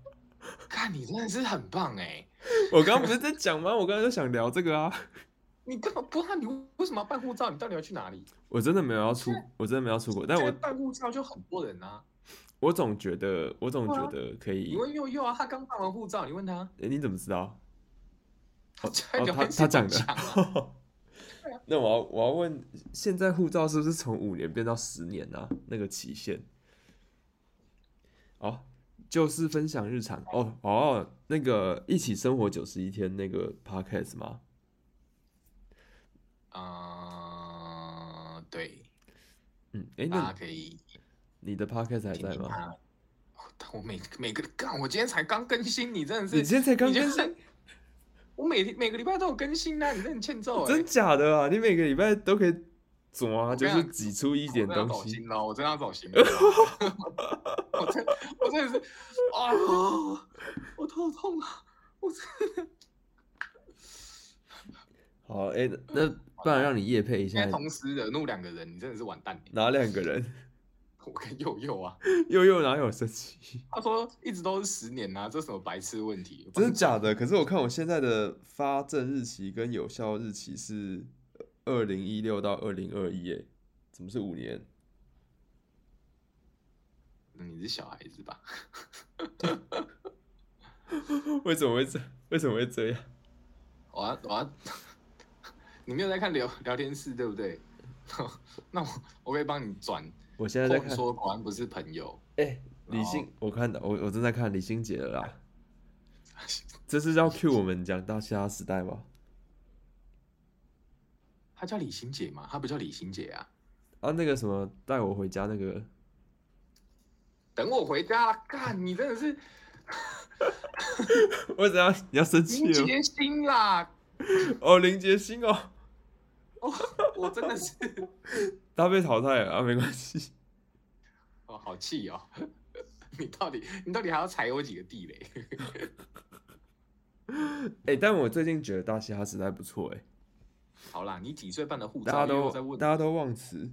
[SPEAKER 2] 看你真的是很棒哎、
[SPEAKER 1] 我刚刚不是在讲吗？我刚刚就想聊这个啊，
[SPEAKER 2] 你根本不知道你为什么要办护照，你到底要去哪里？
[SPEAKER 1] 我真的没有要出，我真的没有要出国，但
[SPEAKER 2] 现在
[SPEAKER 1] 我
[SPEAKER 2] 办护照就很多人啊。
[SPEAKER 1] 我总觉得我总觉得可以
[SPEAKER 2] 你。问佑佑啊，他刚办完护照，你问他，
[SPEAKER 1] 诶你怎么知道？
[SPEAKER 2] 他
[SPEAKER 1] 哦，他他讲 的。那我要我要问，现在护照是不是从五年变到十年啊？那个期限？哦，就是分享日常哦哦，那个一起生活九十一天那个 podcast 吗？
[SPEAKER 2] 啊、呃，对，
[SPEAKER 1] 嗯，诶，
[SPEAKER 2] 大家
[SPEAKER 1] 那
[SPEAKER 2] 可以
[SPEAKER 1] 你的 podcast 还
[SPEAKER 2] 听
[SPEAKER 1] 在
[SPEAKER 2] 听
[SPEAKER 1] 吗？
[SPEAKER 2] 他。哦我每每个干，我今天才刚更新，你真的是
[SPEAKER 1] 你今天才刚
[SPEAKER 2] 你就
[SPEAKER 1] 更
[SPEAKER 2] 是
[SPEAKER 1] 新，
[SPEAKER 2] 我每天每个礼拜都有更新呐、你真的很欠揍哎、
[SPEAKER 1] 真假的啊？你每个礼拜都可以抓，
[SPEAKER 2] 我
[SPEAKER 1] 就
[SPEAKER 2] 跟你
[SPEAKER 1] 是
[SPEAKER 2] 讲
[SPEAKER 1] 挤出一
[SPEAKER 2] 我
[SPEAKER 1] 点
[SPEAKER 2] 真的要
[SPEAKER 1] 东
[SPEAKER 2] 走
[SPEAKER 1] 西。
[SPEAKER 2] 心了，我真的要走心了， 我真我真的是啊，我头痛啊，我真的
[SPEAKER 1] 好，诶，那那不然让你夜配一
[SPEAKER 2] 现
[SPEAKER 1] 下
[SPEAKER 2] 在，嗯同时惹怒两个人，你真的是完蛋、欸。
[SPEAKER 1] 哪两个人？
[SPEAKER 2] 我跟佑佑啊，
[SPEAKER 1] 又又哪有生气？
[SPEAKER 2] 他说一直都是十年呐、啊，这什么白痴问题？
[SPEAKER 1] 真的假的？可是我看我现在的发证日期跟有效日期是二零一六到二零二一，哎，怎么是五年？
[SPEAKER 2] 你是小孩子吧？
[SPEAKER 1] 为什么会这？为什么会这样？
[SPEAKER 2] 我要我要， 你没有在看聊聊天室对不对？ 那我我可以帮你转。
[SPEAKER 1] 我现在在看，
[SPEAKER 2] 说果然不是朋友，
[SPEAKER 1] 哎、李欣，我看到我我正在看李欣姐的啦，这是要 cue 我们讲大虾时代吗？
[SPEAKER 2] 她叫李欣姐吗？她不叫李欣姐啊。
[SPEAKER 1] 啊，那个什么带我回家那个，
[SPEAKER 2] 等我回家了，干你真的是
[SPEAKER 1] 为什么你要生 气哦
[SPEAKER 2] 林
[SPEAKER 1] 了？
[SPEAKER 2] 杰星啦！
[SPEAKER 1] 哦，林杰星哦，
[SPEAKER 2] 哦，我真的是，
[SPEAKER 1] 他被淘汰了啊，没关系。
[SPEAKER 2] 哦，好气哦！ 你到底你到底还要踩我几个地雷？
[SPEAKER 1] 哎、但我最近觉得大虾时代不错哎、
[SPEAKER 2] 好啦，你几岁办的护
[SPEAKER 1] 大家
[SPEAKER 2] 照？因为
[SPEAKER 1] 都
[SPEAKER 2] 我在问
[SPEAKER 1] 大家都忘词。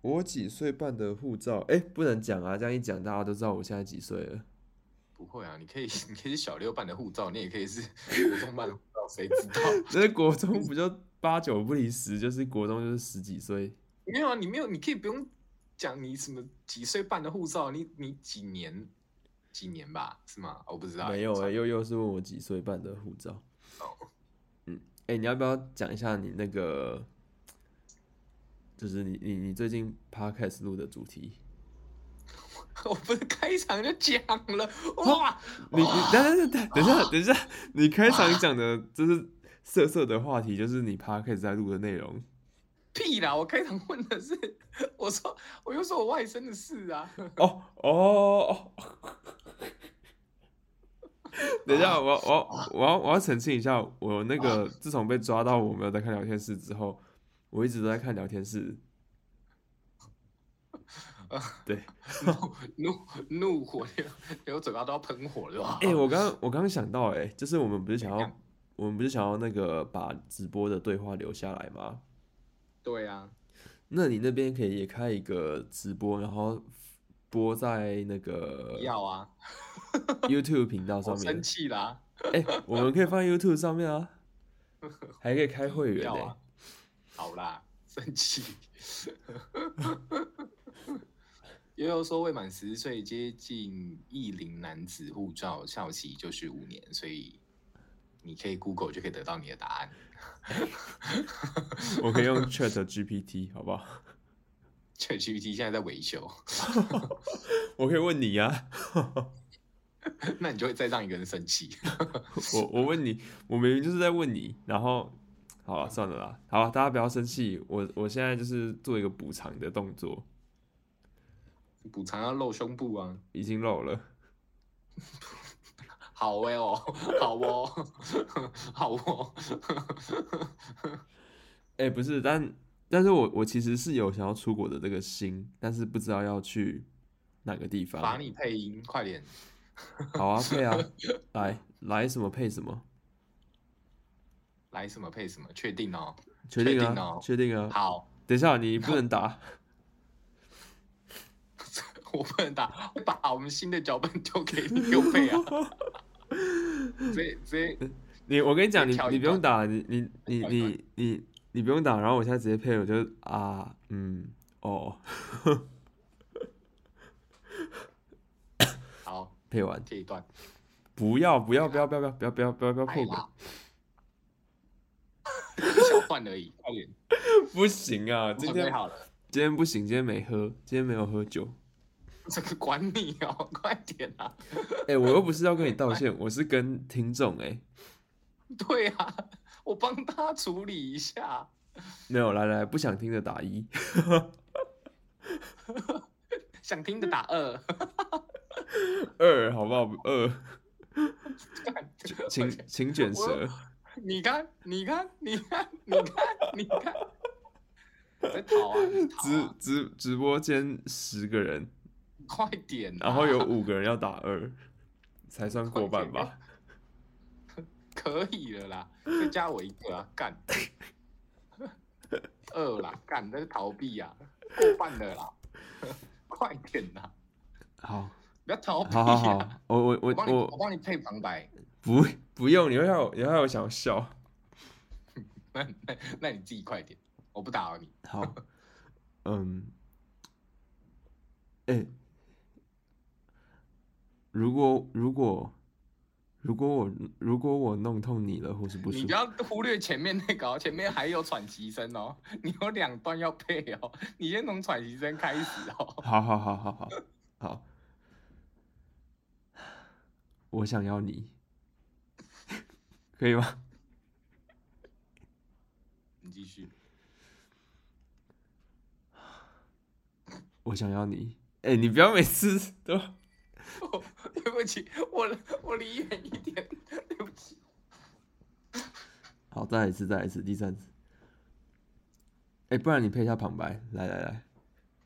[SPEAKER 1] 我几岁办的护照？哎、不能讲啊！这样一讲，大家都知道我现在几岁了。
[SPEAKER 2] 不会啊，你可以 你可以是小六办的护照，你也可以是 国中办的护照，谁知 道？
[SPEAKER 1] 那国中不就八九不离十，就是国中就是十几岁。
[SPEAKER 2] 没有啊，你没有，你可以不用讲你什么几岁办的护照，你你几年几年吧，是吗？哦我不知道，
[SPEAKER 1] 没有哎、又又是问我几岁办的护照。
[SPEAKER 2] 哦
[SPEAKER 1] 嗯，哎、你要不要讲一下你那个，就是你你你最近 podcast 录的主题？
[SPEAKER 2] 我不是开场就讲了哇，
[SPEAKER 1] 哦你你等等等等一下等一下，你开场讲的就是色色的话题，就是你 p 开始在录的内容。
[SPEAKER 2] 屁啦！我开场问的是， 我说我又说我外甥的事啊，
[SPEAKER 1] 哦哦 哦！等一下，我要我要我要我要澄清一下，我那
[SPEAKER 2] 啊
[SPEAKER 1] 个自从被抓到我没有在看聊天室之后，我一直都在看聊天室。对，
[SPEAKER 2] 怒怒火流，连我嘴巴都要喷火了吧？
[SPEAKER 1] 哎、我刚我刚想到、哎，就是我们不是想
[SPEAKER 2] 怎
[SPEAKER 1] 要
[SPEAKER 2] 样
[SPEAKER 1] 我们不是想要那个把直播的对话留下来吗？
[SPEAKER 2] 对啊，
[SPEAKER 1] 那你那边可以也开一个直播，然后播在那个
[SPEAKER 2] 要啊，
[SPEAKER 1] YouTube 频道上
[SPEAKER 2] 我
[SPEAKER 1] 面
[SPEAKER 2] 生。气啦，
[SPEAKER 1] 哎、我们可以放 YouTube 上面 啊，还可以开会员
[SPEAKER 2] 要
[SPEAKER 1] 呢、
[SPEAKER 2] 啊，好啦，生气。悠悠说，未满十岁接近一龄男子护照效期就是五年，所以你可以 Google 就可以得到你的答案。
[SPEAKER 1] 我可以用 Chat GPT 好不好？
[SPEAKER 2] ChatGPT 现在在维修，
[SPEAKER 1] 我可以问你啊，
[SPEAKER 2] 那你就会再让一个人生气。
[SPEAKER 1] 我我问你，我明明就是在问你，然后好了，算了啦，好了，大家不要生气，我我现在就是做一个补偿的动作，
[SPEAKER 2] 补偿要露胸部啊，
[SPEAKER 1] 已经漏了，
[SPEAKER 2] 好哎、哦，好哦， 好哦，
[SPEAKER 1] 哎、不是，但但是我我其实是有想要出国的这个心，但是不知道要去哪个地方，
[SPEAKER 2] 罚你配音，快点，
[SPEAKER 1] 好 啊，配啊，来来什么配什么，
[SPEAKER 2] 来什么配什么，确定哦。
[SPEAKER 1] 确
[SPEAKER 2] 确
[SPEAKER 1] 定
[SPEAKER 2] 定
[SPEAKER 1] 啊
[SPEAKER 2] 哦，
[SPEAKER 1] 确定啊，
[SPEAKER 2] 好，
[SPEAKER 1] 等一下你不能打。
[SPEAKER 2] 我不能打，我把我们新的脚本丢给你，给我 配啊。直接直
[SPEAKER 1] 嗯
[SPEAKER 2] 接
[SPEAKER 1] 你我跟你讲，
[SPEAKER 2] 再
[SPEAKER 1] 你
[SPEAKER 2] 跳一
[SPEAKER 1] 你不用打，你你你
[SPEAKER 2] 跳一段
[SPEAKER 1] 你你你不用打，然后我现在直接配，我就啊嗯哦
[SPEAKER 2] 好，
[SPEAKER 1] 配完，
[SPEAKER 2] 这一段，
[SPEAKER 1] 不要不要不要不要不要不要不要不要
[SPEAKER 2] 哎
[SPEAKER 1] 破
[SPEAKER 2] 呀
[SPEAKER 1] 梗，，
[SPEAKER 2] 小段 而已，快点，
[SPEAKER 1] 不行啊！
[SPEAKER 2] 我准
[SPEAKER 1] 今
[SPEAKER 2] 备
[SPEAKER 1] 天
[SPEAKER 2] 好了，
[SPEAKER 1] 今天不行，今天没喝，今天没有喝酒。
[SPEAKER 2] 这个管你哦，快点啊。
[SPEAKER 1] 哎、我又不是要跟你道歉，我是跟听众哎、
[SPEAKER 2] 对啊，我帮他处理一下。
[SPEAKER 1] 没有来来不想听的打一，
[SPEAKER 2] 想听的打二，
[SPEAKER 1] 二好不好？二，
[SPEAKER 2] 干
[SPEAKER 1] 请请卷舌。
[SPEAKER 2] 啊你看，你看，你看，你看，你 看，在逃啊！你逃
[SPEAKER 1] 直
[SPEAKER 2] 啊
[SPEAKER 1] 直直播间十个人，
[SPEAKER 2] 快点、啊！
[SPEAKER 1] 然后有五个人要打二，才算过半吧。
[SPEAKER 2] 可以了啦，再加我一个啊，干二啦，干在逃避啊，过半了啦，快点啦，
[SPEAKER 1] 好，
[SPEAKER 2] 不要逃避
[SPEAKER 1] 好好
[SPEAKER 2] 啊！
[SPEAKER 1] 好，我我我
[SPEAKER 2] 我帮你，我
[SPEAKER 1] 我
[SPEAKER 2] 帮你配旁白，
[SPEAKER 1] 不不用，你会让我，你会让我想笑。
[SPEAKER 2] 那那那你自己快点，我不打扰你。
[SPEAKER 1] 好，嗯，哎、如果如果如果我如果我弄痛你了，或是不
[SPEAKER 2] 你
[SPEAKER 1] 舒
[SPEAKER 2] 不
[SPEAKER 1] 服，
[SPEAKER 2] 要忽略前面那个、哦，前面还有喘息声哦，你有两段要配哦，你先从喘息声开始哦。
[SPEAKER 1] 好好好好好好，我想要你， 可以吗？
[SPEAKER 2] 你继续，
[SPEAKER 1] 我想要你，哎、你不要每次都。
[SPEAKER 2] 我对不起，我我离远一点，对不起。
[SPEAKER 1] 好，再来一次，再来一次，第三次。哎、不然你配一下旁白，来来来，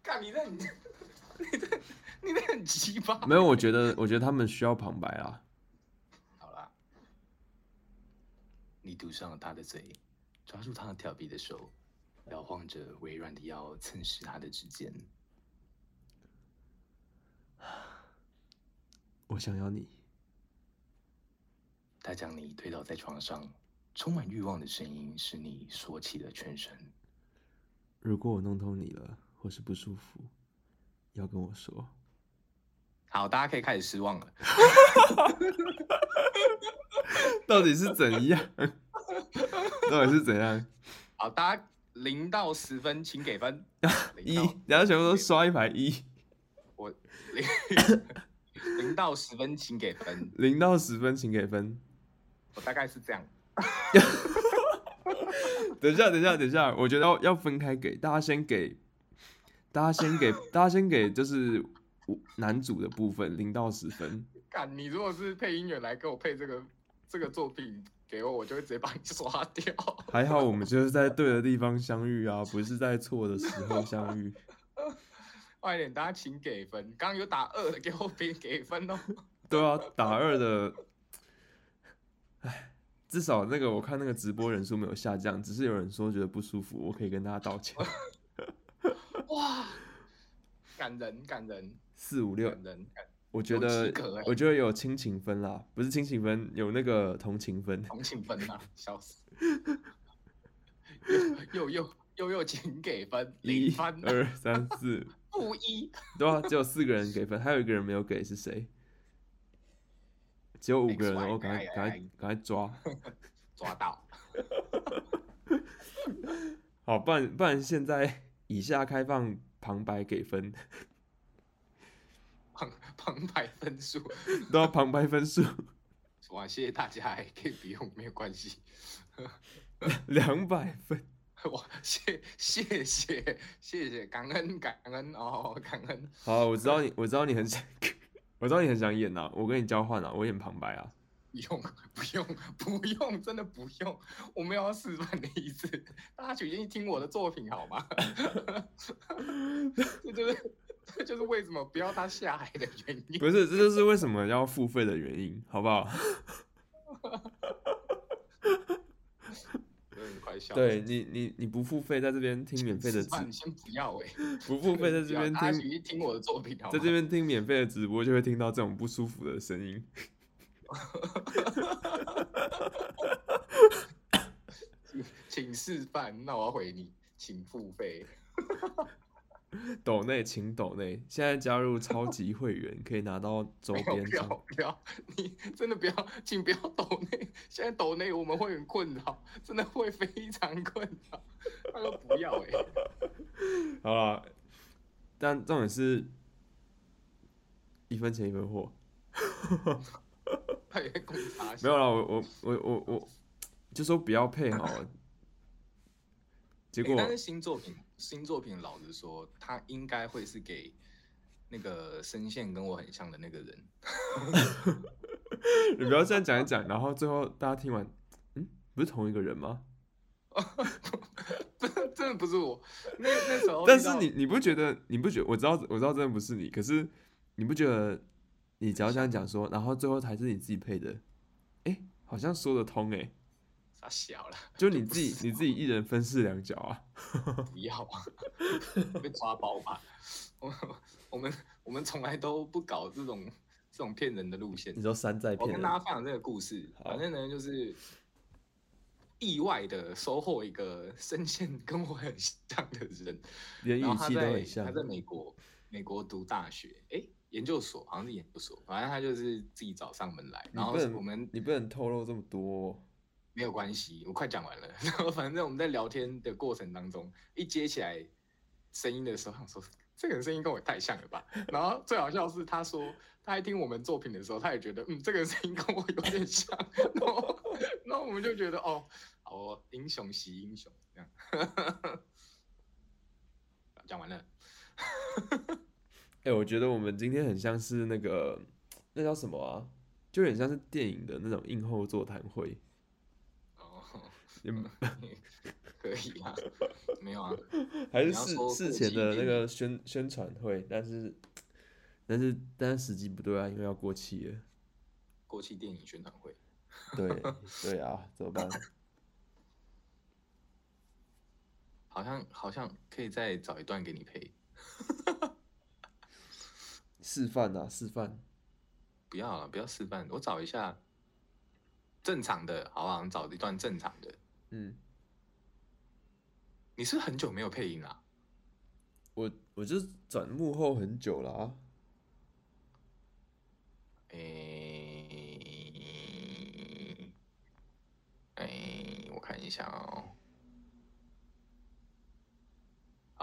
[SPEAKER 2] 看你这你这你这你这很奇葩。
[SPEAKER 1] 没有，我觉得，我觉得他们需要旁白啊。
[SPEAKER 2] 好啦，你堵上了他的嘴，抓住他调皮的手，摇晃着微软的腰，蹭湿他的指尖。
[SPEAKER 1] 我想要你，
[SPEAKER 2] 他将你推倒在床上，充满欲望的声音使你缩起了全身。
[SPEAKER 1] 如果我弄痛你了，或是不舒服，要跟我说。
[SPEAKER 2] 好，大家可以开始失望了。
[SPEAKER 1] 到底是怎样？到底是怎样？
[SPEAKER 2] 好，大家零到十分请给分。
[SPEAKER 1] 一
[SPEAKER 2] 零到，
[SPEAKER 1] 然后全部都刷一排一。
[SPEAKER 2] 我零零到十分请给分，
[SPEAKER 1] 零到十分请给分。
[SPEAKER 2] 我大概是这样。
[SPEAKER 1] 等一下，等一下，等一下，我觉得要要分开给，大家先给，大家先给，大家先给，就是我男主的部分零到十分。
[SPEAKER 2] 干，你如果是配音员来给我配这个这个作品给我，我就会直接把你 刷掉。
[SPEAKER 1] 还好我们就是在对的地方相遇啊， 不是在错的时候相遇。
[SPEAKER 2] 快点，大家请给分。刚刚有打二的，给我别给分哦。
[SPEAKER 1] 对啊，打二的，唉，至少那个我看那个直播人数没有下降，只是有人说觉得不舒服，我可以跟大家道歉。
[SPEAKER 2] 哇，感人感人
[SPEAKER 1] 四五六
[SPEAKER 2] 感，人感
[SPEAKER 1] 我觉
[SPEAKER 2] 有
[SPEAKER 1] 得
[SPEAKER 2] 及格欸
[SPEAKER 1] 我觉得有亲情分啦，不是亲情分，有那个同情分。
[SPEAKER 2] 同情分啊，笑死！又又又又请给分，
[SPEAKER 1] 一
[SPEAKER 2] 零分、啊，
[SPEAKER 1] 二三四，
[SPEAKER 2] 负一。
[SPEAKER 1] 对啊，只有四个人给分，还有一个人没有给是谁？只有五个人，
[SPEAKER 2] X Y，
[SPEAKER 1] 哦，赶快
[SPEAKER 2] 哎哎
[SPEAKER 1] 赶快
[SPEAKER 2] 哎
[SPEAKER 1] 赶快抓！
[SPEAKER 2] 抓到。
[SPEAKER 1] 好，不然不然现在以下开放旁白给分，
[SPEAKER 2] 旁旁白分数，
[SPEAKER 1] 都要旁白分数
[SPEAKER 2] 哇！谢谢大家，也可以不用，没有关系。
[SPEAKER 1] 两百分。
[SPEAKER 2] 哇，谢谢谢谢谢，感恩感恩哦，感恩。
[SPEAKER 1] 好，我知道你，我知道你很想， 我知道你很想演呐、我跟你交换啊，我演旁白啊。
[SPEAKER 2] 不用不用不用，真的不用，我没有要示范的意思。大家请愿意听我的作品好吗？ 这就是这就是为什么不要他下海的原因。
[SPEAKER 1] 不是，这就是为什么要付费的原因，好不好？
[SPEAKER 2] 有点快笑死。
[SPEAKER 1] 对你，你你不付费，在这边听免费的
[SPEAKER 2] 示
[SPEAKER 1] 直，
[SPEAKER 2] 范你先不要哎、欸，
[SPEAKER 1] 不付费在这边
[SPEAKER 2] 不要大家
[SPEAKER 1] 听
[SPEAKER 2] 请愿意听我的作品好
[SPEAKER 1] 在
[SPEAKER 2] 吗？
[SPEAKER 1] 这边听免费的直播，就会听到这种不舒服的声音。
[SPEAKER 2] 请示范，那我要回你，请付费。
[SPEAKER 1] 抖内，请抖内，现在加入超级会员可以拿到周
[SPEAKER 2] 没有，
[SPEAKER 1] 边
[SPEAKER 2] 不要
[SPEAKER 1] 商。
[SPEAKER 2] 不要，你真的不要，请不要抖内。现在抖内我们会很困扰，真的会非常困扰。他说不要哎、欸，
[SPEAKER 1] 好了，但重点是，一分钱一分货。
[SPEAKER 2] 他也攻查
[SPEAKER 1] 没有啦，我我我我我就说不要配好了。结果
[SPEAKER 2] 欸但是新作品，新作品老实说，他应该会是给那个声线跟我很像的那个人。
[SPEAKER 1] 你不要这样讲一讲，然后最后大家听完，嗯，不是同一个人吗？
[SPEAKER 2] 真真的不是我，那那时哦候遇到，
[SPEAKER 1] 但是你你不觉得你不觉我知道我知道真的不是你，可是你不觉得你只要这样讲说，然后最后还是你自己配的，哎、好像说得通哎、
[SPEAKER 2] 傻小了，
[SPEAKER 1] 就你自己你自己一人分饰两角啊。
[SPEAKER 2] 不要啊，被抓包吧。 我我们我们从来都不搞这种这种骗人的路线
[SPEAKER 1] 你。说山寨
[SPEAKER 2] 我
[SPEAKER 1] 骗
[SPEAKER 2] 跟
[SPEAKER 1] 人
[SPEAKER 2] 大，家分享这个故事，
[SPEAKER 1] 好
[SPEAKER 2] 反正呢就是意外的收获一个声线跟我很像的人，
[SPEAKER 1] 连
[SPEAKER 2] 然
[SPEAKER 1] 语
[SPEAKER 2] 后他
[SPEAKER 1] 气都
[SPEAKER 2] 在
[SPEAKER 1] 很像
[SPEAKER 2] 他。在美国美国读大学，诶，研究所好像是研究所，反正他就是自己找上门来，
[SPEAKER 1] 你
[SPEAKER 2] 然后
[SPEAKER 1] 不能
[SPEAKER 2] 我们
[SPEAKER 1] 你不能透露这么多哦、
[SPEAKER 2] 没有关系，我快讲完了。 然后反正我们在聊天的过程当中，一接起来声音的时候，想说这个人声音跟我也太像了吧。然后最好笑的是，他说他在听我们作品的时候，他也觉得嗯，这个人声音跟我有点像。 然后然后我们就觉得哦，好哦，英雄惜英雄这样。讲完了，
[SPEAKER 1] 哎、我觉得我们今天很像是那个那叫什么啊，就有点像是电影的那种映后座谈会。
[SPEAKER 2] 哦，
[SPEAKER 1] 也
[SPEAKER 2] 可以啊，没有啊，
[SPEAKER 1] 还是
[SPEAKER 2] 你要
[SPEAKER 1] 事
[SPEAKER 2] 说
[SPEAKER 1] 事
[SPEAKER 2] 过
[SPEAKER 1] 前
[SPEAKER 2] 期
[SPEAKER 1] 的
[SPEAKER 2] 一
[SPEAKER 1] 那
[SPEAKER 2] 点
[SPEAKER 1] 个宣宣传会，但是但是但是时机不对啊，因为要过期了。
[SPEAKER 2] 过期电影宣传会。
[SPEAKER 1] 对对啊，怎么办？
[SPEAKER 2] 好像好像可以再找一段给你配，
[SPEAKER 1] 示范啊，示范。
[SPEAKER 2] 不要了，不要示范，我找一下正常的，好不好？你找一段正常的。
[SPEAKER 1] 嗯，
[SPEAKER 2] 你是不是很久没有配音了、
[SPEAKER 1] 我我就转幕后很久了啊。
[SPEAKER 2] 诶、诶、我看一下哦。啊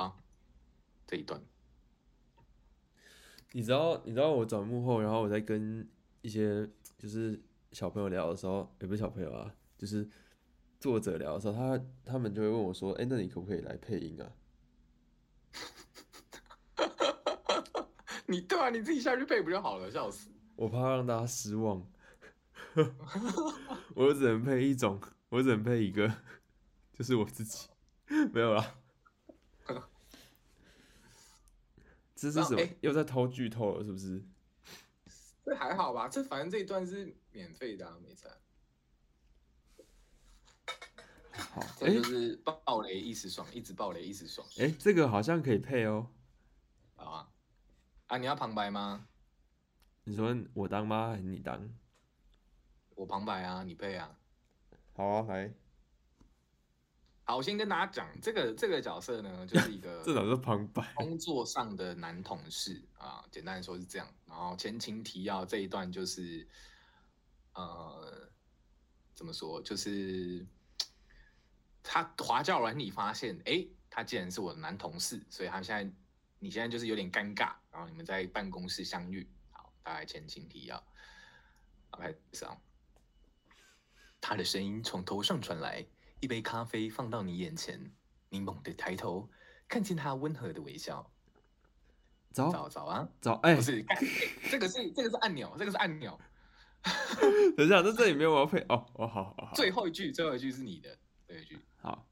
[SPEAKER 2] 好，这一段
[SPEAKER 1] 你知道，你知道我转幕后，然后我在跟一些就是小朋友聊的时候，也不是小朋友啊，就是作者聊的时候，他他们就会问我说：“哎、那你可不可以来配音啊
[SPEAKER 2] 你对啊，你自己下去配不就好了？笑死！？”
[SPEAKER 1] 我怕让大家失望， 我只能配一种，我只能配一个，就是我自己，没有啦。这是什么？
[SPEAKER 2] 那哎
[SPEAKER 1] 又在偷剧透了，是不是？
[SPEAKER 2] 这还好吧？这反正这一段是免费的、啊，没差。
[SPEAKER 1] 好，哎、
[SPEAKER 2] 这就是暴雷一时爽，一直暴雷一时爽，
[SPEAKER 1] 哎、这个好像可以配哦。
[SPEAKER 2] 好啊！啊，你要旁白吗？
[SPEAKER 1] 你说我当妈还是你当？
[SPEAKER 2] 我旁白啊，你配啊。
[SPEAKER 1] 好啊，来，
[SPEAKER 2] 好，我先跟大家讲，这个这个角色呢，就是一 个
[SPEAKER 1] 这种是旁白。
[SPEAKER 2] 工作上的男同事啊，简单说是这样。然后前情提要这一段就是，呃，怎么说？就是他滑教软体发现，诶，他既然是我的男同事，所以他现在你现在就是有点尴尬，然后你们在办公室相遇。好，大概前情提要，好开始啊。他的声音从头上传来，一杯咖啡放到你眼前，你猛地抬头，看见他温和的微笑。
[SPEAKER 1] 早
[SPEAKER 2] 早早啊，
[SPEAKER 1] 早，哦哎、
[SPEAKER 2] 不是，干这个是这个是按钮，这个是按钮。
[SPEAKER 1] 等一下，在这里面我要配哦，哦，好好好，
[SPEAKER 2] 最后一句，最后一句是你的，最后一句。
[SPEAKER 1] 好，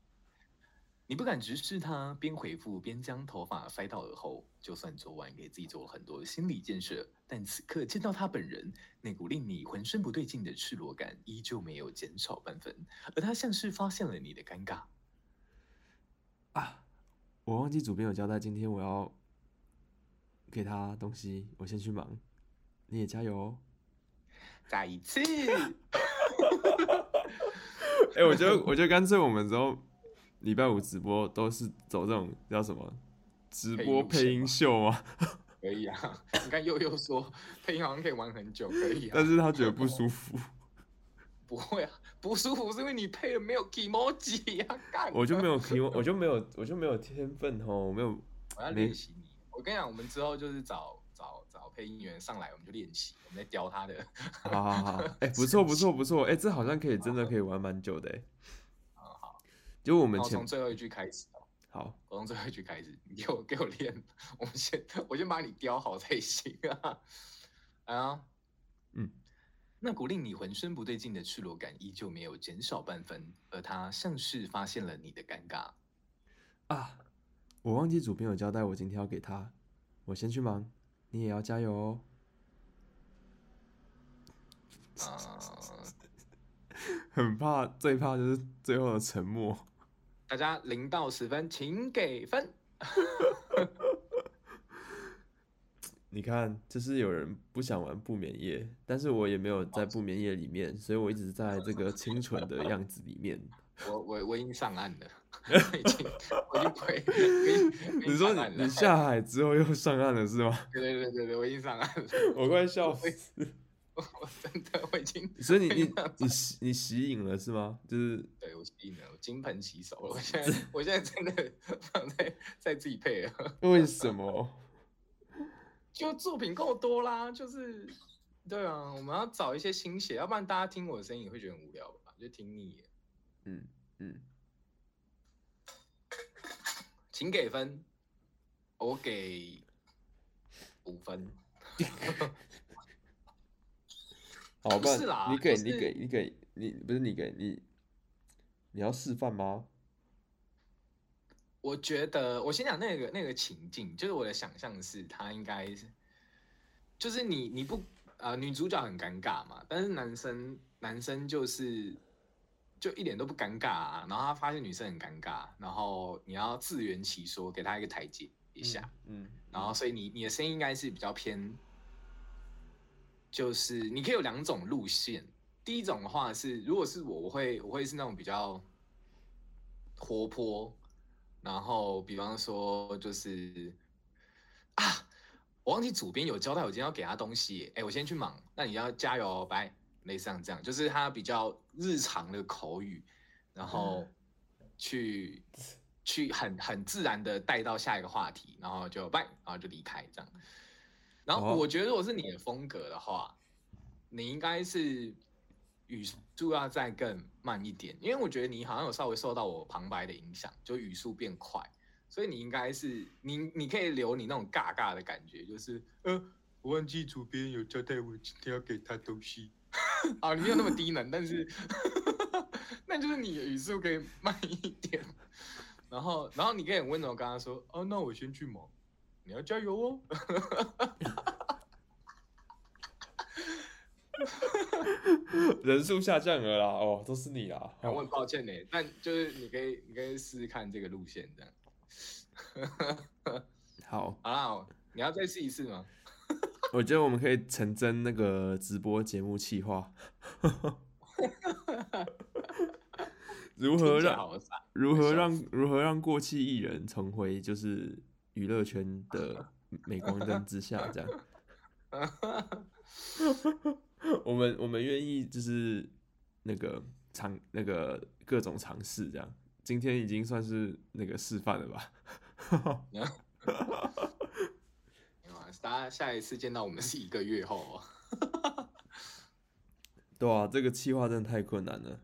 [SPEAKER 2] 你不敢直视他，边回复边将头发塞到耳后。就算昨晚给自己做了很多心理建设，但此刻见到他本人，那股令你浑身不对劲的赤裸感依旧没有减少半分，而他像是发现了你的尴尬。
[SPEAKER 1] 啊，我忘记主编有交代，今天我要给他东西，我先去忙，你也加油哦。
[SPEAKER 2] 再 一次，
[SPEAKER 1] 哎、我觉得，我觉得干脆我们之后礼拜五直播都是走这种叫什么直
[SPEAKER 2] 配音
[SPEAKER 1] 播
[SPEAKER 2] 路
[SPEAKER 1] 配
[SPEAKER 2] 线
[SPEAKER 1] 音
[SPEAKER 2] 吗
[SPEAKER 1] 秀吗？
[SPEAKER 2] 可以啊。 你看悠悠说配音好像可以玩很久，可以啊
[SPEAKER 1] 但。是他觉得不舒服，
[SPEAKER 2] 哦不会啊， 不舒服是因为你配了没有 emoji 呀、啊干，
[SPEAKER 1] 我就没有提，我就没有，我就没有天分哦，我没 有
[SPEAKER 2] 我要
[SPEAKER 1] 没
[SPEAKER 2] 练习你。我跟你讲，我们之后就是找找找配音员上来，我们就练习，我们在雕他的。
[SPEAKER 1] 好好好，哎、不错不错不错，哎、这好像可以真的可以玩蛮久的、哎。
[SPEAKER 2] 好好，
[SPEAKER 1] 就我们
[SPEAKER 2] 然后
[SPEAKER 1] 前
[SPEAKER 2] 从最后一句开始哦，
[SPEAKER 1] 好，
[SPEAKER 2] 我从最后一句开始，你给我给我练，我们先我先把你雕好才行啊。 啊，
[SPEAKER 1] 嗯，
[SPEAKER 2] 那股令你浑身不对劲的赤裸感依旧没有减少半分，而他像是发现了你的尴尬。
[SPEAKER 1] 啊，我忘记主编有交代我今天要给他，我先去忙，你也要加油哦。
[SPEAKER 2] 啊、
[SPEAKER 1] 很怕，最怕就是最后的沉默。
[SPEAKER 2] 大家零到十分，请给分。
[SPEAKER 1] 你看，就是有人不想玩不眠夜，但是我也没有在不眠夜里面，所以我一直在这个清纯的样子里 面。
[SPEAKER 2] 我我我已经上岸了， 已经我已经回，我已经我已
[SPEAKER 1] 你
[SPEAKER 2] 经
[SPEAKER 1] 说
[SPEAKER 2] 上岸
[SPEAKER 1] 你
[SPEAKER 2] 了
[SPEAKER 1] 你，下海之后又上岸了是吗？
[SPEAKER 2] 对对对对对，我已经上岸了，
[SPEAKER 1] 我快笑死。
[SPEAKER 2] 我我真的我已经
[SPEAKER 1] 所以你你你吸你吸引了是吗？就是
[SPEAKER 2] 对我赢了，我金盆洗手了，我现在我现在真的 不想再再自己配了，
[SPEAKER 1] 为什么？
[SPEAKER 2] 就作品够多啦，就是对啊，我们要找一些新血，要不然大家听我的声音也会觉得很无聊吧，就听腻了，
[SPEAKER 1] 嗯嗯，
[SPEAKER 2] 请给分，我给五分。
[SPEAKER 1] 好，
[SPEAKER 2] 不
[SPEAKER 1] 哦然
[SPEAKER 2] 是啦
[SPEAKER 1] 你给
[SPEAKER 2] 就
[SPEAKER 1] 你
[SPEAKER 2] 是
[SPEAKER 1] 给你给你不是你给你，你要示范吗？
[SPEAKER 2] 我觉得，我先讲那个那个情境，就是我的想象是，他应该是，就是你你不呃，女主角很尴尬嘛，但是男生男生就是就一点都不尴尬啊，然后他发现女生很尴尬，然后你要自圆其说，给他一个台阶一下，
[SPEAKER 1] 嗯，
[SPEAKER 2] 然后所以你你的声音应该是比较偏，就是你可以有两种路线。第一种的话是，如果是我，我会我会是那种比较活泼，然后比方说就是啊，我忘记主编有交代，我今天要给他东西耶，哎，我先去忙，那你要加油哦，拜，类似像这样，就是他比较日常的口语，然后去去很很自然的带到下一个话题，然后就拜，然后就离开这样。然后
[SPEAKER 1] 哦
[SPEAKER 2] 我觉得，如果是你的风格的话，你应该是语速要再更慢一点，因为我觉得你好像有稍微受到我旁白的影响，就语速变快，所以你应该是你你可以留你那种尬尬的感觉，就是呃，我忘记主编有交代我今天要给他东西。 啊，你没有那么低能，但是 那就是你的语速可以慢一点， 然后然后你可以很温柔地跟他说，哦，那我先去忙，你要加油哦。
[SPEAKER 1] 人数下降了啦，哦，都是你啦，
[SPEAKER 2] 我很
[SPEAKER 1] 哦、
[SPEAKER 2] 抱歉呢，但就是你可以，你可以试试看这个路线这样。
[SPEAKER 1] 好，
[SPEAKER 2] 好啦，我你要再试一次吗？
[SPEAKER 1] 我觉得我们可以成真那个直播节目企 划， 如何
[SPEAKER 2] 听起来
[SPEAKER 1] 让
[SPEAKER 2] 好傻？
[SPEAKER 1] 如何让 如何让过气艺人重回就是娱乐圈的镁光灯之下，这样。 我们我们愿意就是那个尝那个各种尝试，这样。今天已经算是那个示范了吧？
[SPEAKER 2] 没有啊大家下一次见到我们是一个月后哦。
[SPEAKER 1] 对啊，这个企划真的太困难了。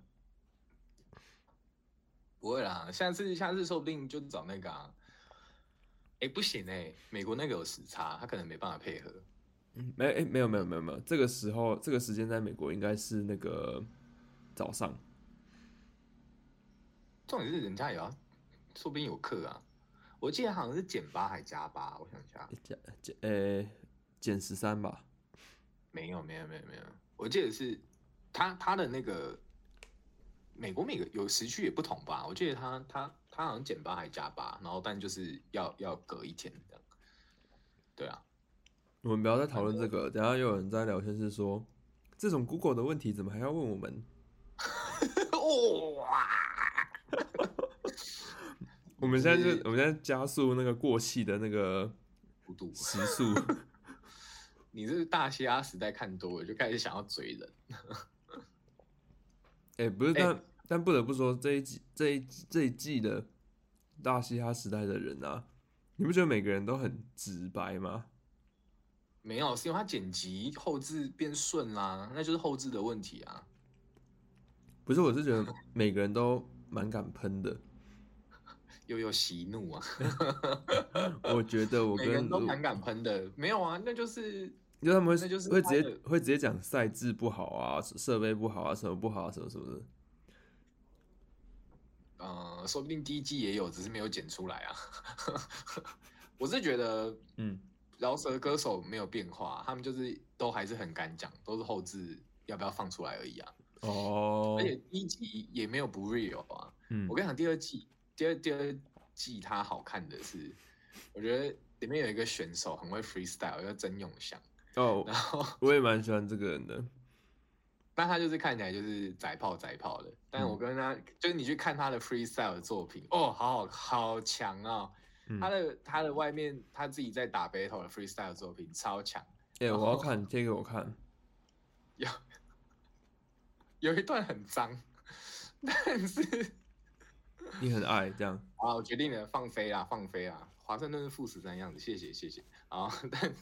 [SPEAKER 2] 不会啦，下次下次说不定就找那个啊。哎，不行哎，美国那个有时差，他可能没办法配合。
[SPEAKER 1] 嗯没、诶没有没有没有没有，这个时候这个时间在美国应该是那个早上。
[SPEAKER 2] 重点是人家也要，说不定有课啊。我记得好像是减八还加八，我想一下，
[SPEAKER 1] 减减呃减十三吧，
[SPEAKER 2] 没有没有没有没有，我记得是他他的那个美国每个有时区也不同吧？我记得他他他好像减八还加八，然后但就是要要隔一天这样。对啊，
[SPEAKER 1] 我们不要再讨论这个了。等一下又有人在聊天室说，这种 Google 的问题怎么还要问我们？
[SPEAKER 2] 哇，
[SPEAKER 1] 我们现在
[SPEAKER 2] 就是
[SPEAKER 1] 就我们现在加速那个过气的那个
[SPEAKER 2] 孤独，
[SPEAKER 1] 时 速。
[SPEAKER 2] 你这是大西亚时代看多了，就开始想要追人。
[SPEAKER 1] 哎、不是，但、
[SPEAKER 2] 哎
[SPEAKER 1] 但不得不说，这一季这一这一季的大嘻哈时代的人啊，你不觉得每个人都很直白吗？
[SPEAKER 2] 没有，是因为他剪辑后置变顺啦，那就是后置的问题啊。
[SPEAKER 1] 不是，我是觉得每个人都蛮敢喷的。
[SPEAKER 2] 又有喜怒啊，
[SPEAKER 1] 我觉得我
[SPEAKER 2] 每个
[SPEAKER 1] 跟
[SPEAKER 2] 人都
[SPEAKER 1] 陆
[SPEAKER 2] 蛮敢喷的。没有啊，那就是
[SPEAKER 1] 就他们会
[SPEAKER 2] 那就是
[SPEAKER 1] 会直
[SPEAKER 2] 他
[SPEAKER 1] 接
[SPEAKER 2] 的
[SPEAKER 1] 会直接讲赛制不好啊，设备不好啊，什么不好啊，什么什么的。
[SPEAKER 2] 呃，说不定第一季也有，只是没有剪出来啊。 我是觉得
[SPEAKER 1] 嗯，
[SPEAKER 2] 饶舌歌手没有变化，他们就是都还是很敢讲，都是后置要不要放出来而已啊。
[SPEAKER 1] 哦
[SPEAKER 2] 而，且第一季也没有不 real 啊。
[SPEAKER 1] 嗯
[SPEAKER 2] 我，跟你讲，第二季，第二第二季它好看的是，我觉得里面有一个选手很会 freestyle，叫曾永祥，
[SPEAKER 1] 哦，
[SPEAKER 2] 然后
[SPEAKER 1] 我也蛮喜欢这个人的。
[SPEAKER 2] 但他就是看起来就是宅炮宅炮的，但我跟他、就是你去看他的 freestyle 的作品，哦，好好好强哦！
[SPEAKER 1] 嗯
[SPEAKER 2] 他的他的外面他自己在打 battle 的 freestyle 作品超强，
[SPEAKER 1] 哎、我要看，贴给我看。
[SPEAKER 2] 有有一段很脏， 但是
[SPEAKER 1] 你很爱这 样，
[SPEAKER 2] 啊，我决定了，放飞啦，放飞啦！华盛顿是负十三样子，谢谢谢谢啊！ 但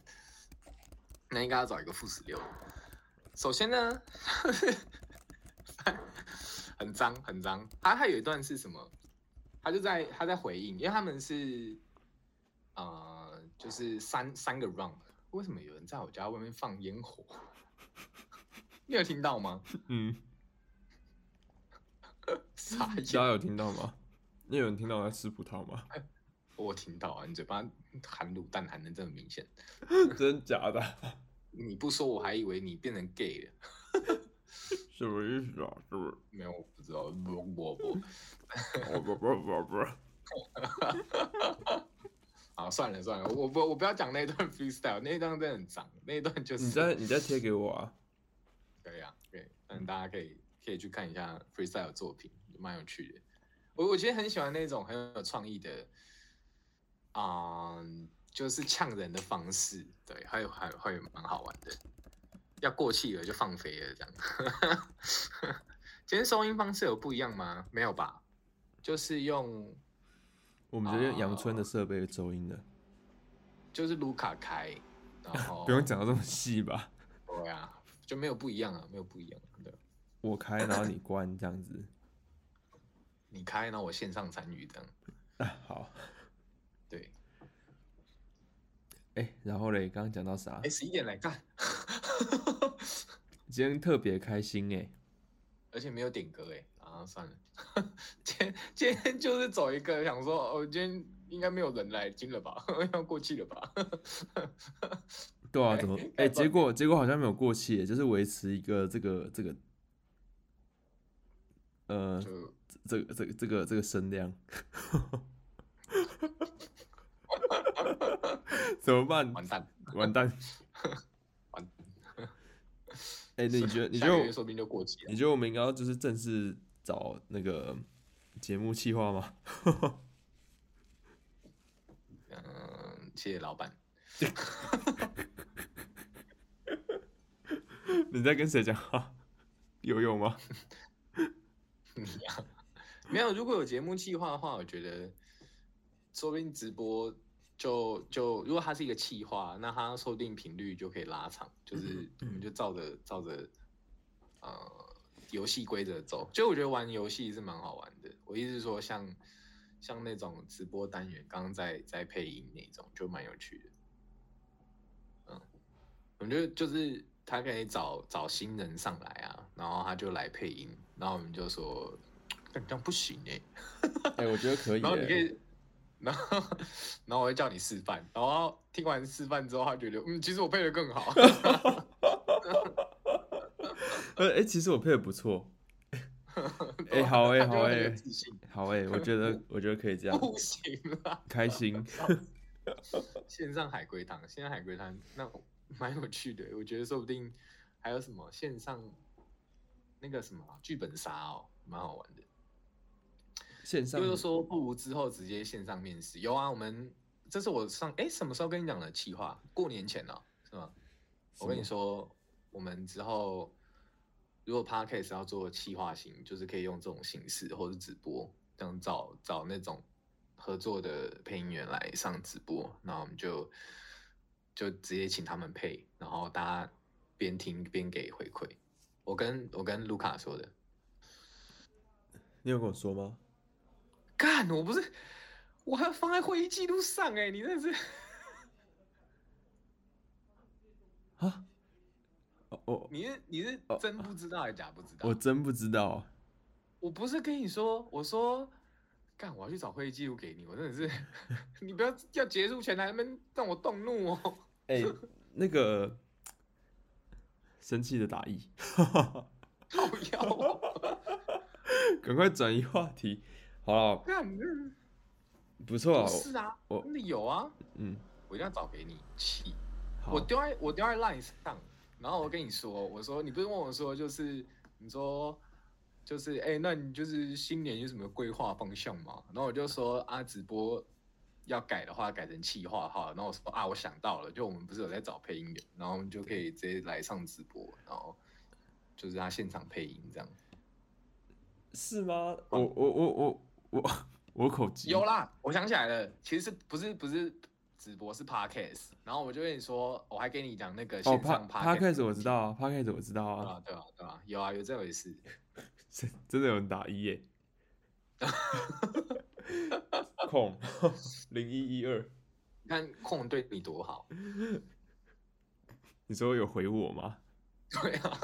[SPEAKER 2] 那应该要找一个负十六。首先呢， 很脏很脏。他他有一段是什么？他就在他在回应，因为他们是呃，就是三三个 round。为什么有人在我家外面放烟火？ 你有听到吗？
[SPEAKER 1] 嗯，
[SPEAKER 2] 傻眼
[SPEAKER 1] 大。家有听到吗？你有人听到我在吃葡萄吗？
[SPEAKER 2] 我听到啊，你嘴巴含卤蛋含的这么明显。
[SPEAKER 1] 真假的？
[SPEAKER 2] 你不说我还以为你变成 gay 了，
[SPEAKER 1] 什么意思啊？是不是？
[SPEAKER 2] 没有，我不知道，不不不，
[SPEAKER 1] 哦不不 不不，
[SPEAKER 2] 好，算了算了，我不我不要讲那一段 freestyle，那一段真的很脏，那一段就是
[SPEAKER 1] 你再你再贴给我啊！
[SPEAKER 2] 对啊，对，但大家可以可以去看一下 freestyle 的作品，蛮有趣的。我我其实很喜欢那种很有创意的，嗯，就是呛人的方式，对，还有还有会蛮好玩的。要过气了就放飞了，这样。 今天收音方式有不一样吗？没有吧，就是用
[SPEAKER 1] 我们觉得阳春的设备收音的，
[SPEAKER 2] 就是卢卡开，然后
[SPEAKER 1] 不用讲的这么细吧？
[SPEAKER 2] 对啊，就没有不一样啊，没有不一样、啊。对，
[SPEAKER 1] 我开，然后你关，这样子。
[SPEAKER 2] 你开，然后我线上参与这样。
[SPEAKER 1] 啊，好。
[SPEAKER 2] 对，
[SPEAKER 1] 哎、然后嘞，刚刚讲到啥
[SPEAKER 2] 哎，？十一点来干，
[SPEAKER 1] 今天特别开心哎、
[SPEAKER 2] 而且没有点歌哎，啊，算了， 今天今天就是走一个想说，哦，今天应该没有人来听了吧， 要过去了吧？
[SPEAKER 1] 对啊，怎么？哎、
[SPEAKER 2] 开放
[SPEAKER 1] 结果结果好像没有过气耶，就是维持一个这个这个，呃，
[SPEAKER 2] 就
[SPEAKER 1] 这个这个这个这个声量， 怎么办？
[SPEAKER 2] 完蛋，
[SPEAKER 1] 完蛋！
[SPEAKER 2] 完。啊
[SPEAKER 1] 哎、 那你 觉得？你觉
[SPEAKER 2] 下
[SPEAKER 1] 得
[SPEAKER 2] 个
[SPEAKER 1] 我
[SPEAKER 2] 月？说不定就过期了。
[SPEAKER 1] 你觉得我们应该要就是正式找那个节目企划吗？
[SPEAKER 2] 嗯，谢谢老板。
[SPEAKER 1] 你在跟谁讲话？ 有用吗？
[SPEAKER 2] 没有，如果有节目计划的话，我觉得说不定直播就就如果它是一个企划，那它说不定频率就可以拉长，就是我们就照着照着呃游戏规则走。就我觉得玩游戏是蛮好玩的。我意思是说像，像那种直播单元，刚刚在在配音那种，就蛮有趣的。嗯，我觉得就是他可以找找新人上来啊，然后他就来配音，然后我们就说。干这样不行哎、
[SPEAKER 1] 哎、我觉得可以耶。
[SPEAKER 2] 然后你可以， 然后然后我会叫你示范，然后听完示范之后，他觉得嗯，其实我配的更 好。
[SPEAKER 1] 呃，哎、其实我配的不错。哎、好哎、
[SPEAKER 2] 他就
[SPEAKER 1] 好哎、
[SPEAKER 2] 会很有自信
[SPEAKER 1] 好哎、我觉 得我觉得可以这样，
[SPEAKER 2] 不行啦，
[SPEAKER 1] 开心。
[SPEAKER 2] 线上海龟汤，线上海龟汤那蛮有趣的，我觉得说不定还有什么线上那个什么剧本杀哦，蛮好玩的。
[SPEAKER 1] 线上
[SPEAKER 2] 就是说不如之后直接线上面试，有啊，我们这是我上哎什么时候跟你讲的企划？过年前哦，是吗？
[SPEAKER 1] 什
[SPEAKER 2] 我跟
[SPEAKER 1] 么
[SPEAKER 2] 你说，我们之后如果 podcast 要做企划型，就是可以用这种形式，或是直播，这样找找那种合作的配音员来上直播，然后我们就就直接请他们配，然后大家边听边给回馈。我跟我跟卢卡说的，
[SPEAKER 1] 你有跟我说吗？
[SPEAKER 2] 干，我不是，我还要放在会议记录上哎、你真的是，
[SPEAKER 1] 啊？哦哦，
[SPEAKER 2] 你是你是
[SPEAKER 1] 哦
[SPEAKER 2] 真不知道还是假不知道？
[SPEAKER 1] 我真不知道。啊
[SPEAKER 2] 我不是跟你说，我说，干，我要去找会议记录给你，我真 的是，你不要要结束前来那边让我动怒哦。
[SPEAKER 1] 哎、 那个生气的打一，
[SPEAKER 2] 好要哦，
[SPEAKER 1] 赶快转移话题。好了，
[SPEAKER 2] 干，你真
[SPEAKER 1] 不错
[SPEAKER 2] 的
[SPEAKER 1] 啊，
[SPEAKER 2] 是不是啊，
[SPEAKER 1] 我
[SPEAKER 2] 真的有啊，
[SPEAKER 1] 嗯，
[SPEAKER 2] 我一定要找给你。气，
[SPEAKER 1] 好
[SPEAKER 2] 我，丢在我丢在 line 上，然后我跟你说，我说你不是问我说，就是你说就是哎、那你就是新年有什么规划方向吗？然后我就说啊，直播要改的话，改成气化哈。然后我说啊，我想到了，就我们不是有在找配音员，然后我们就可以直接来上直播，然后就是他现场配音这样。
[SPEAKER 1] 是吗？我我我我我我口急，
[SPEAKER 2] 有啦，嗯我想起来了，其实是不是不是直播是 podcast，然后我就跟你说，我还跟你讲那个
[SPEAKER 1] 哦
[SPEAKER 2] 线
[SPEAKER 1] 帕
[SPEAKER 2] 上
[SPEAKER 1] 帕
[SPEAKER 2] podcast，、
[SPEAKER 1] 克斯我知道啊，帕克斯我知道啊，
[SPEAKER 2] 对啊对啊对啊，有啊有这回事。
[SPEAKER 1] 真真的有人打一 耶， 控零一一二，
[SPEAKER 2] 你看控对你多好，
[SPEAKER 1] 你说有回我吗？
[SPEAKER 2] 对啊，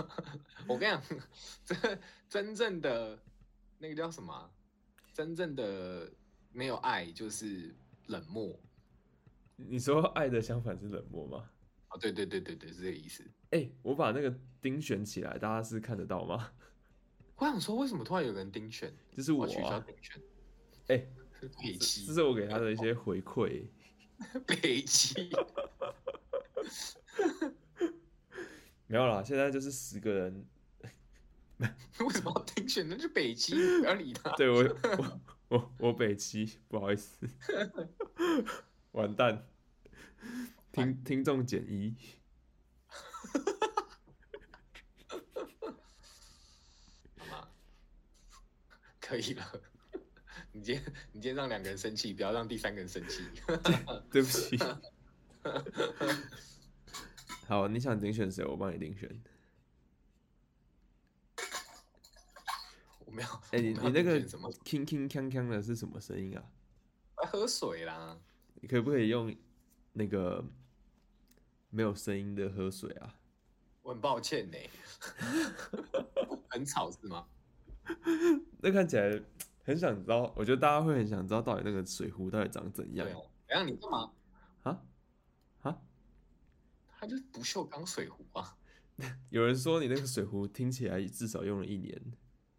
[SPEAKER 2] 我跟你讲，这真正的那个叫什么啊、真正的没有爱就是冷漠
[SPEAKER 1] 你说爱的相反是冷漠吗？
[SPEAKER 2] 啊！对对对对对，是这个意思。
[SPEAKER 1] 哎、我把那个钉选起来，大家是看得到吗？
[SPEAKER 2] 我想说，为什么突然有个人盯选？
[SPEAKER 1] 就是我
[SPEAKER 2] 我取消
[SPEAKER 1] 啊，
[SPEAKER 2] 盯选，
[SPEAKER 1] 哎、
[SPEAKER 2] 北
[SPEAKER 1] 这
[SPEAKER 2] 齐，
[SPEAKER 1] 是我给他的一些回馈。
[SPEAKER 2] 北齐，
[SPEAKER 1] 没有啦，现在就是十个人，
[SPEAKER 2] 为什么要盯选？那是北齐，不要理他。
[SPEAKER 1] 对我我我我北齐，不好意思，完蛋，听听众减一，
[SPEAKER 2] 好吗？可以了。 你今天你今天让两个人 生气，不要让第三个人生气。
[SPEAKER 1] 对不起，好，你想遴选谁？我帮你遴选。
[SPEAKER 2] 我没有。
[SPEAKER 1] 哎、你
[SPEAKER 2] 我
[SPEAKER 1] 你
[SPEAKER 2] 没有
[SPEAKER 1] 那个
[SPEAKER 2] 选什么？
[SPEAKER 1] 铿铿锵锵的是什么声音啊？
[SPEAKER 2] 我在喝水啦。
[SPEAKER 1] 你可不可以用那个没有声音的喝水啊？
[SPEAKER 2] 我很抱歉呢、很吵 是吗？
[SPEAKER 1] 那看起来很想知道，我觉得大家会很想知道到底那个水壶到底长怎样
[SPEAKER 2] 对哦。然后你干嘛？
[SPEAKER 1] 啊啊！
[SPEAKER 2] 它就是不锈钢水壶啊，
[SPEAKER 1] 有人说你那个水壶听起来至少用了一年，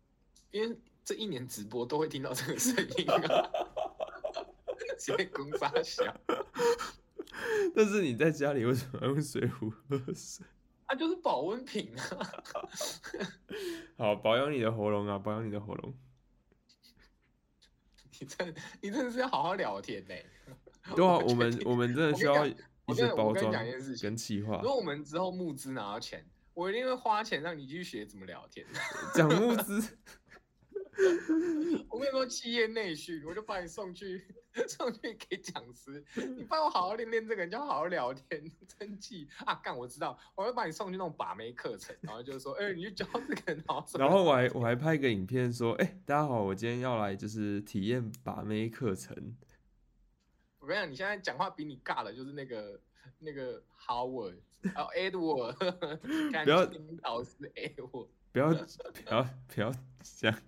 [SPEAKER 2] 因为这一年直播都会听到这个声音啊。 直接公发小，
[SPEAKER 1] 但是你在家里为什么要用水壶喝水？
[SPEAKER 2] 它啊就是保温瓶啊。
[SPEAKER 1] 好，保养你的喉咙啊，保养你的喉咙。
[SPEAKER 2] 你真你真的是要好好聊天呢、
[SPEAKER 1] 对啊，
[SPEAKER 2] 我
[SPEAKER 1] 我们
[SPEAKER 2] 觉得
[SPEAKER 1] 我们真的需要一
[SPEAKER 2] 我
[SPEAKER 1] 些
[SPEAKER 2] 跟你
[SPEAKER 1] 包
[SPEAKER 2] 我跟你
[SPEAKER 1] 装
[SPEAKER 2] 讲一件事情
[SPEAKER 1] 跟企划
[SPEAKER 2] 如。果我们之后募资拿到钱，我一定会花钱让你去学怎么聊天。
[SPEAKER 1] 讲募资，
[SPEAKER 2] 我跟你说，企业内训，我就把你送去送去给讲师，你帮我好好练练这个，你就好好聊天， 真记啊！干，我知道，我会把你送去那种把妹课程，然后就是说，哎、你去教这个，然后什么
[SPEAKER 1] 然后我还我还拍个影片说，哎、大家好，我今天要来就是体验把妹课程。
[SPEAKER 2] 我跟你讲，你现在讲话比你尬的，就是那个那个 Howard，然后 Edward，感
[SPEAKER 1] 不要
[SPEAKER 2] 情导师 Edward，
[SPEAKER 1] 不要不要不要讲，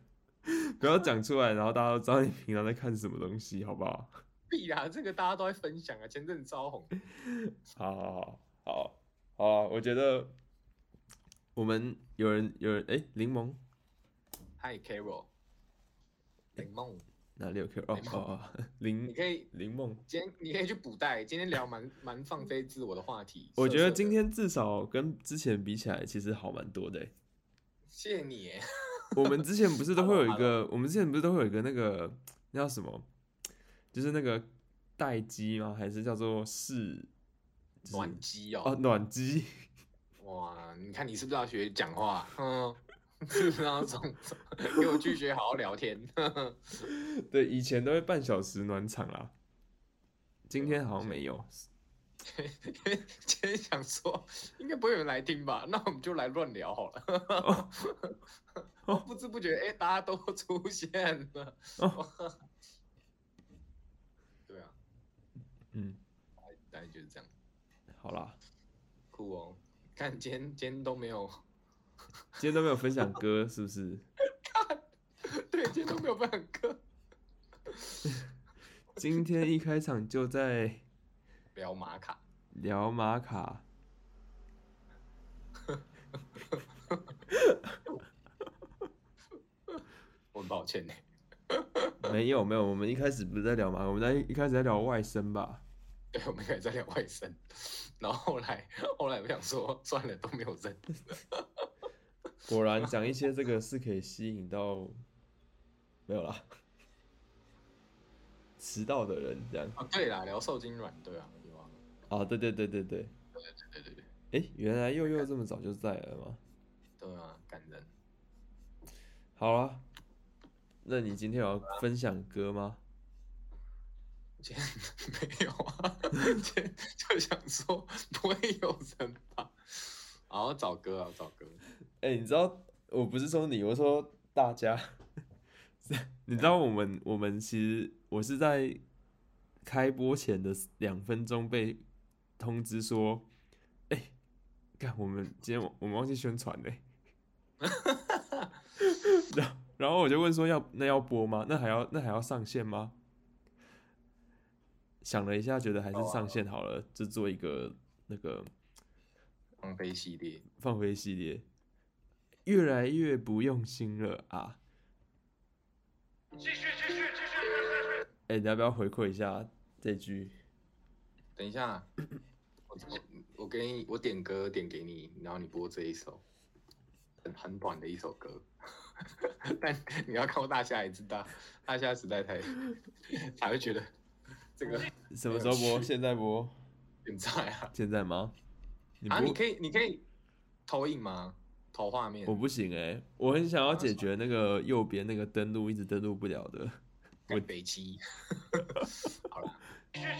[SPEAKER 1] 不要讲出来，然后大家都知道你平常在看什么东西，好不好？
[SPEAKER 2] 必啊，这个大家都在分享啊，前阵子超红。
[SPEAKER 1] 好好好好好啊，我觉得我们有人有人哎，柠、檬
[SPEAKER 2] 嗨 Carol，林梦，
[SPEAKER 1] 哪里有 Q 哦
[SPEAKER 2] 柠檬
[SPEAKER 1] 哦哦，
[SPEAKER 2] 你
[SPEAKER 1] 柠
[SPEAKER 2] 可以
[SPEAKER 1] 柠檬，
[SPEAKER 2] 今天你可以去补带，今天聊蛮 蛮放飞自我的话题。
[SPEAKER 1] 我
[SPEAKER 2] 色
[SPEAKER 1] 觉得
[SPEAKER 2] 色的
[SPEAKER 1] 今天至少跟之前比起来，其实好蛮多的欸。
[SPEAKER 2] 谢谢你耶，
[SPEAKER 1] 我们之前不是都会有一
[SPEAKER 2] 好了
[SPEAKER 1] 个，我们之前不是都会有一个那个那叫什么，就是那个待机吗？还是叫做试？就是
[SPEAKER 2] 暖机
[SPEAKER 1] 哦，
[SPEAKER 2] 哦，
[SPEAKER 1] 暖机。
[SPEAKER 2] 哇，你看你是不是要学讲话？嗯， 是不是要从 给我去学好好聊天？
[SPEAKER 1] 对，以前都会半小时暖场啦，今
[SPEAKER 2] 对啊
[SPEAKER 1] 天好像没有。
[SPEAKER 2] 今天想说应该不会有人来听吧，那我们就来乱聊好了。 不知不觉，哎、大家都出现了。
[SPEAKER 1] 哦
[SPEAKER 2] 对啊，
[SPEAKER 1] 嗯，
[SPEAKER 2] 大概就是这样，
[SPEAKER 1] 好啦，
[SPEAKER 2] 酷哦。看今天今天都没有，
[SPEAKER 1] 今天都没有分享歌，是不是？
[SPEAKER 2] 对，今天都没有办课
[SPEAKER 1] 今天一开场就在
[SPEAKER 2] 聊玛卡。
[SPEAKER 1] 聊玛卡，
[SPEAKER 2] 我很抱歉呢。
[SPEAKER 1] 没有没有，我们一开始不是在聊玛卡，我们在一开始在聊外甥吧。
[SPEAKER 2] 对，我们也在聊外甥，然后后来后来我想说， 算了，都没有认。
[SPEAKER 1] 果然讲一些这个是可以吸引到，没有啦，迟到的人这样
[SPEAKER 2] 啊，对啦，聊受精卵，对啊，有啊，
[SPEAKER 1] 啊，对对对对对，
[SPEAKER 2] 对对对，
[SPEAKER 1] 诶，原来佑佑这么早就在了吗？
[SPEAKER 2] 对啊，感人。
[SPEAKER 1] 好啊，那你今天有要分享歌吗？
[SPEAKER 2] 今天 没有啊，今天就想说不会有人吧？ 然后找歌啊，找歌。
[SPEAKER 1] 哎、你知道我不是说你，我说大家， 是你知道我们我们其实我是在开播前的两分钟被通知说，哎、看我们今天我我们忘记宣传嘞、 然后然后我就问说要那要播吗？那还要那还要上线吗？想了一下，觉得还是
[SPEAKER 2] 好啊
[SPEAKER 1] 上线好了，就做一个那个
[SPEAKER 2] 放飞系列，
[SPEAKER 1] 放飞系列，越来越不用心了啊！继续继续继续！哎、你要不要回馈一下这句？
[SPEAKER 2] 等一下，我我我给你，我点歌点给你，然后你播这一首，很很短的一首歌。但你要看过大虾也知道，大虾实在太才会觉得这个
[SPEAKER 1] 什么时候播？
[SPEAKER 2] 去
[SPEAKER 1] 现在播？
[SPEAKER 2] 很在啊。
[SPEAKER 1] 现在吗？ 你不，
[SPEAKER 2] 啊，你可以，你可以投影吗？投画面
[SPEAKER 1] 我。不行哎、我很想要解决那个右边那个登录一直登录不了的。
[SPEAKER 2] 我北七。好了。对啊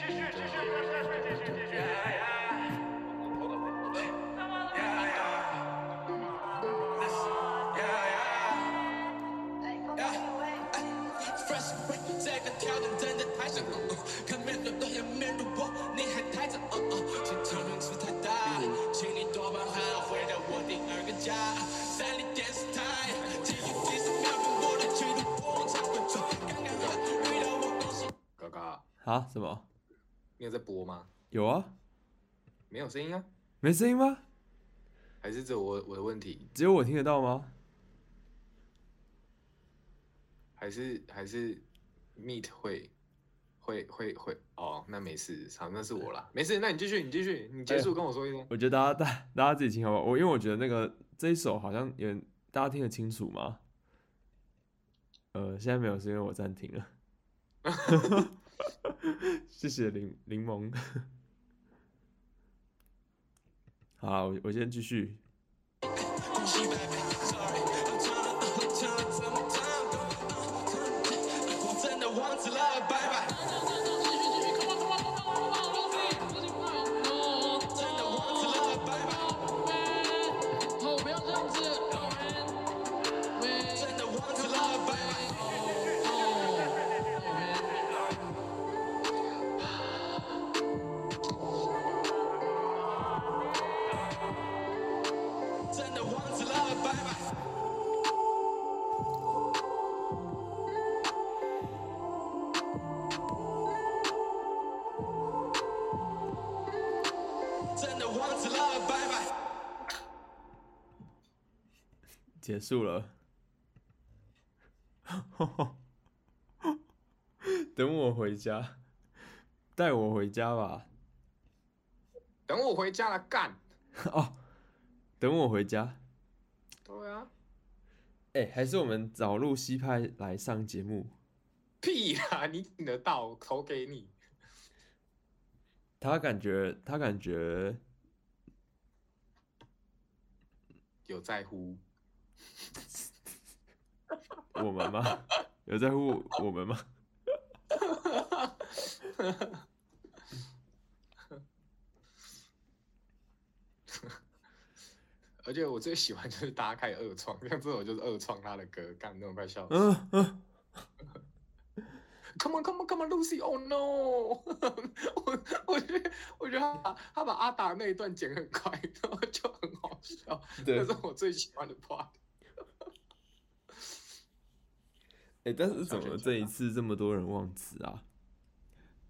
[SPEAKER 1] 啊？什么？
[SPEAKER 2] 你有在播吗？
[SPEAKER 1] 有啊？
[SPEAKER 2] 没有声音啊？
[SPEAKER 1] 没声音吗？
[SPEAKER 2] 还是只有我我的问题？
[SPEAKER 1] 只有我听得到吗？
[SPEAKER 2] 还是还是 Meet 会会会会哦？那没事，好，那是我啦，没事，那你继续，你继续，你结
[SPEAKER 1] 啊
[SPEAKER 2] 束跟我说一声。
[SPEAKER 1] 我觉得大家大大家自己听好不好？我因为我觉得那个这一首好像有点大家听得清楚吗？呃，现在没有，是因为我暂停了。 谢谢柠柠檬。好啊，我我先继续。结束了。 等我回家，带我回家吧。
[SPEAKER 2] 等我回家了，干。
[SPEAKER 1] 哦，等我回家。
[SPEAKER 2] 对啊，
[SPEAKER 1] 哎、还是我们找露西派来上节目，
[SPEAKER 2] 屁啦，你顶得到，我投给你。
[SPEAKER 1] 他感觉他感觉
[SPEAKER 2] 有在乎？
[SPEAKER 1] 我们吗？ 有在乎我们吗？
[SPEAKER 2] 而且我最喜欢就是大家开始恶创，像这种就是恶创他的歌，干那种快笑死。
[SPEAKER 1] 嗯嗯，
[SPEAKER 2] Come on, come on, come on, Lucy! Oh no！我我觉得我觉得他把他把阿达那一段剪很快， 然后就很好笑。那
[SPEAKER 1] 对
[SPEAKER 2] 是。我最喜欢的 part。
[SPEAKER 1] 哎、但是怎
[SPEAKER 2] 小
[SPEAKER 1] 么
[SPEAKER 2] 圈圈
[SPEAKER 1] 这一次这么多人忘词啊？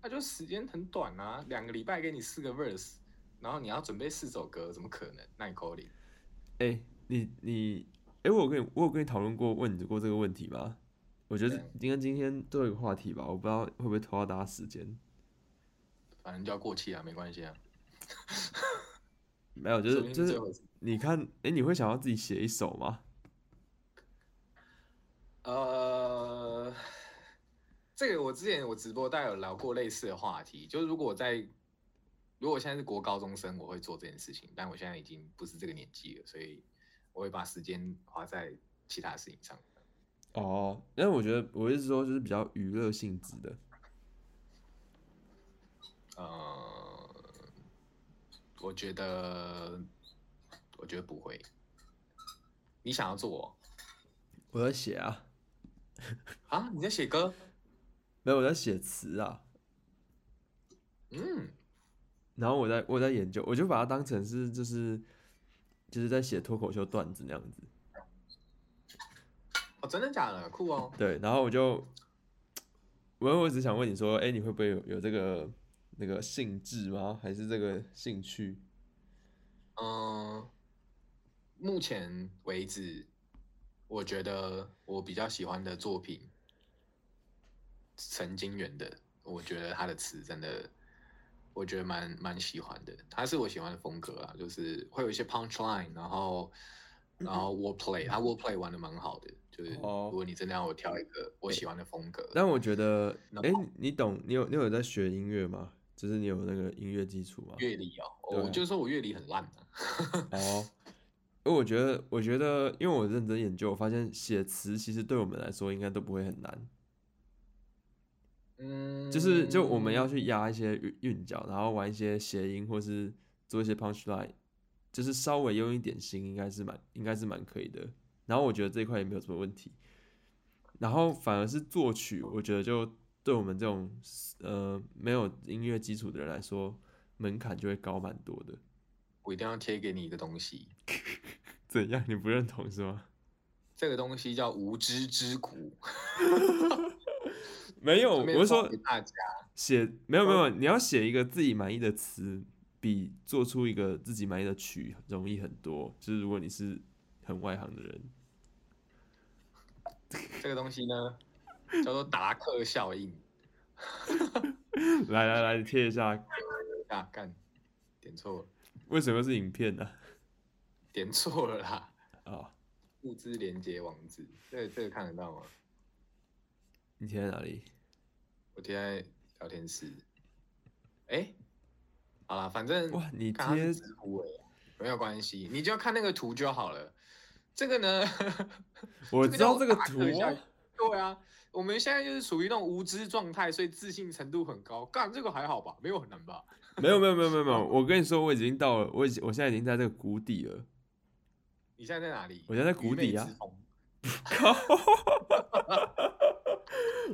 [SPEAKER 2] 那啊就时间很短啊，两个礼拜给你四个 verse，然后你要准备四首歌，怎么可能？那你扣零。
[SPEAKER 1] 哎、你你，哎、我有跟你我有跟你讨论过问你过这个问题吗？我觉得
[SPEAKER 2] 对
[SPEAKER 1] 应该今天最后一个话题吧，我不知道会不会拖到大家时间。
[SPEAKER 2] 反正就要过期啊，没关系啊。
[SPEAKER 1] 没有，就是就是
[SPEAKER 2] 说不定最后一次
[SPEAKER 1] 你看，哎、你会想要自己写一首吗？
[SPEAKER 2] 呃，这个我之前我直播大家有聊过类似的话题，就是如果我在，如果我现在是国高中生，我会做这件事情，但我现在已经不是这个年纪了，所以我会把时间花在其他事情上。
[SPEAKER 1] 哦，但是我觉得我是说，就是比较娱乐性质的。
[SPEAKER 2] 呃，我觉得，我觉得不会。你想要做哦、
[SPEAKER 1] 我在写啊，
[SPEAKER 2] 啊？你在写歌？
[SPEAKER 1] 没有我在写词啊，
[SPEAKER 2] 嗯，
[SPEAKER 1] 然后我在我在研究，我就把它当成是就是就是在写脱口秀段子那样子。
[SPEAKER 2] 哦，真的假的？酷哦。
[SPEAKER 1] 对，然后我就，我我只想问你说，哎、你会不会有有这个那个兴致吗？还是这个兴趣？
[SPEAKER 2] 嗯、目前为止，我觉得我比较喜欢的作品，神经元的，我觉得他的词真的，我觉得蛮蛮喜欢的，他是我喜欢的风格啊，就是会有一些 punch line，然后然后 word play，他 word play 玩的蛮好的，就是
[SPEAKER 1] 哦
[SPEAKER 2] 如果你真的让我挑一个我喜欢的风格，
[SPEAKER 1] 但我觉得，
[SPEAKER 2] 那
[SPEAKER 1] 哎、你懂，你有你有在学音乐吗？就是你有那个音乐基础吗？
[SPEAKER 2] 乐理哦，
[SPEAKER 1] 对啊
[SPEAKER 2] 我就说我乐理很烂啊的、
[SPEAKER 1] 哦，因为我觉得，我觉得，因为我认真研究，我发现写词其实对我们来说应该都不会很难，
[SPEAKER 2] 嗯，
[SPEAKER 1] 就是就我们要去压一些韵韵脚，然后玩一些谐音，或是做一些 punch line，就是稍微用一点心，应该是蛮应该是蛮可以的。然后我觉得这一块也没有什么问题。然后反而是作曲，我觉得就对我们这种呃没有音乐基础的人来说，门槛就会高蛮多的。
[SPEAKER 2] 我一定要贴给你一个东西，
[SPEAKER 1] 怎样？你不认同是吗？
[SPEAKER 2] 这个东西叫无知之苦。
[SPEAKER 1] 没有，
[SPEAKER 2] 顺便
[SPEAKER 1] 哦我是
[SPEAKER 2] 报
[SPEAKER 1] 说
[SPEAKER 2] 给大家，
[SPEAKER 1] 写没有没有，
[SPEAKER 2] 哦
[SPEAKER 1] 你要写一个自己满意的词，比做出一个自己满意的曲容易很多。就是如果你是很外行的人，
[SPEAKER 2] 这个东西呢，叫做达克效应。
[SPEAKER 1] 来来来，你贴一下，
[SPEAKER 2] 啊，干，点错了，
[SPEAKER 1] 为什么是影片呢、
[SPEAKER 2] 点错了啦！
[SPEAKER 1] 啊？哦，
[SPEAKER 2] 物资连接网址，这个这个看得到吗？
[SPEAKER 1] 你贴在哪里？
[SPEAKER 2] 我贴在聊天室。哎、好啦，反正
[SPEAKER 1] 哇，你
[SPEAKER 2] 看它
[SPEAKER 1] 贴
[SPEAKER 2] 是直呼哎，没有关系，你就看那个图就好了。这个呢，
[SPEAKER 1] 我知道这
[SPEAKER 2] 这
[SPEAKER 1] 个
[SPEAKER 2] 个叫
[SPEAKER 1] 图哦
[SPEAKER 2] 打特效对啊，我们现在就是属于那种无知状态，所以自信程度很高。干这个还好吧，没有很难吧？
[SPEAKER 1] 没有没有没有没有没有，我跟你说，我已经到了，我已经我现在已经在这个谷底了。
[SPEAKER 2] 你现在在哪里？
[SPEAKER 1] 我现在在谷
[SPEAKER 2] 愚昧
[SPEAKER 1] 底啊
[SPEAKER 2] 之风
[SPEAKER 1] 靠！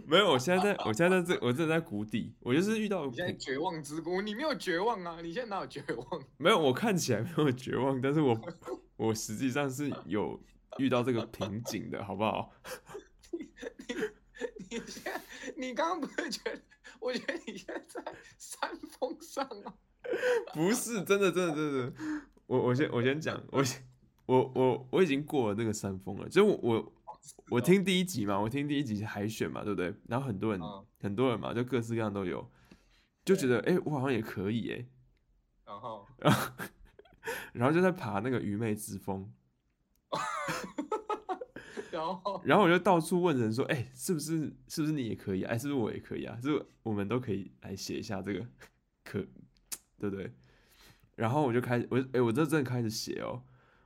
[SPEAKER 1] 没有，我现在在，我现在在这，我真的在谷底。我就是遇到
[SPEAKER 2] 你现在绝望之谷，你没有绝望啊！你现在哪有绝望？
[SPEAKER 1] 没有，我看起来没有绝望，但是我我实际上是有遇到这个瓶颈的，好不好？
[SPEAKER 2] 你现在，你刚刚不是觉得？我觉得你现在在山峰上啊！
[SPEAKER 1] 不是，真的，真的，真的。我我先我先讲，我先我我我已经过了那个山峰了，就我我我听第一集嘛，我听第一集海选嘛，对不对？然后很多人、
[SPEAKER 2] 嗯
[SPEAKER 1] 很多人嘛，就各式各样都有，就觉得哎、诶我 好像也可以哎、
[SPEAKER 2] 然后
[SPEAKER 1] 然后就在爬那个愚昧之峰，
[SPEAKER 2] 然后
[SPEAKER 1] 然后我就到处问人说，哎、是不是是不是你也可以、啊？哎，是不是我也可以啊？是不是我们都可以来写一下这个可，对不对？然后我就开始，我哎、我这真的开始写哦，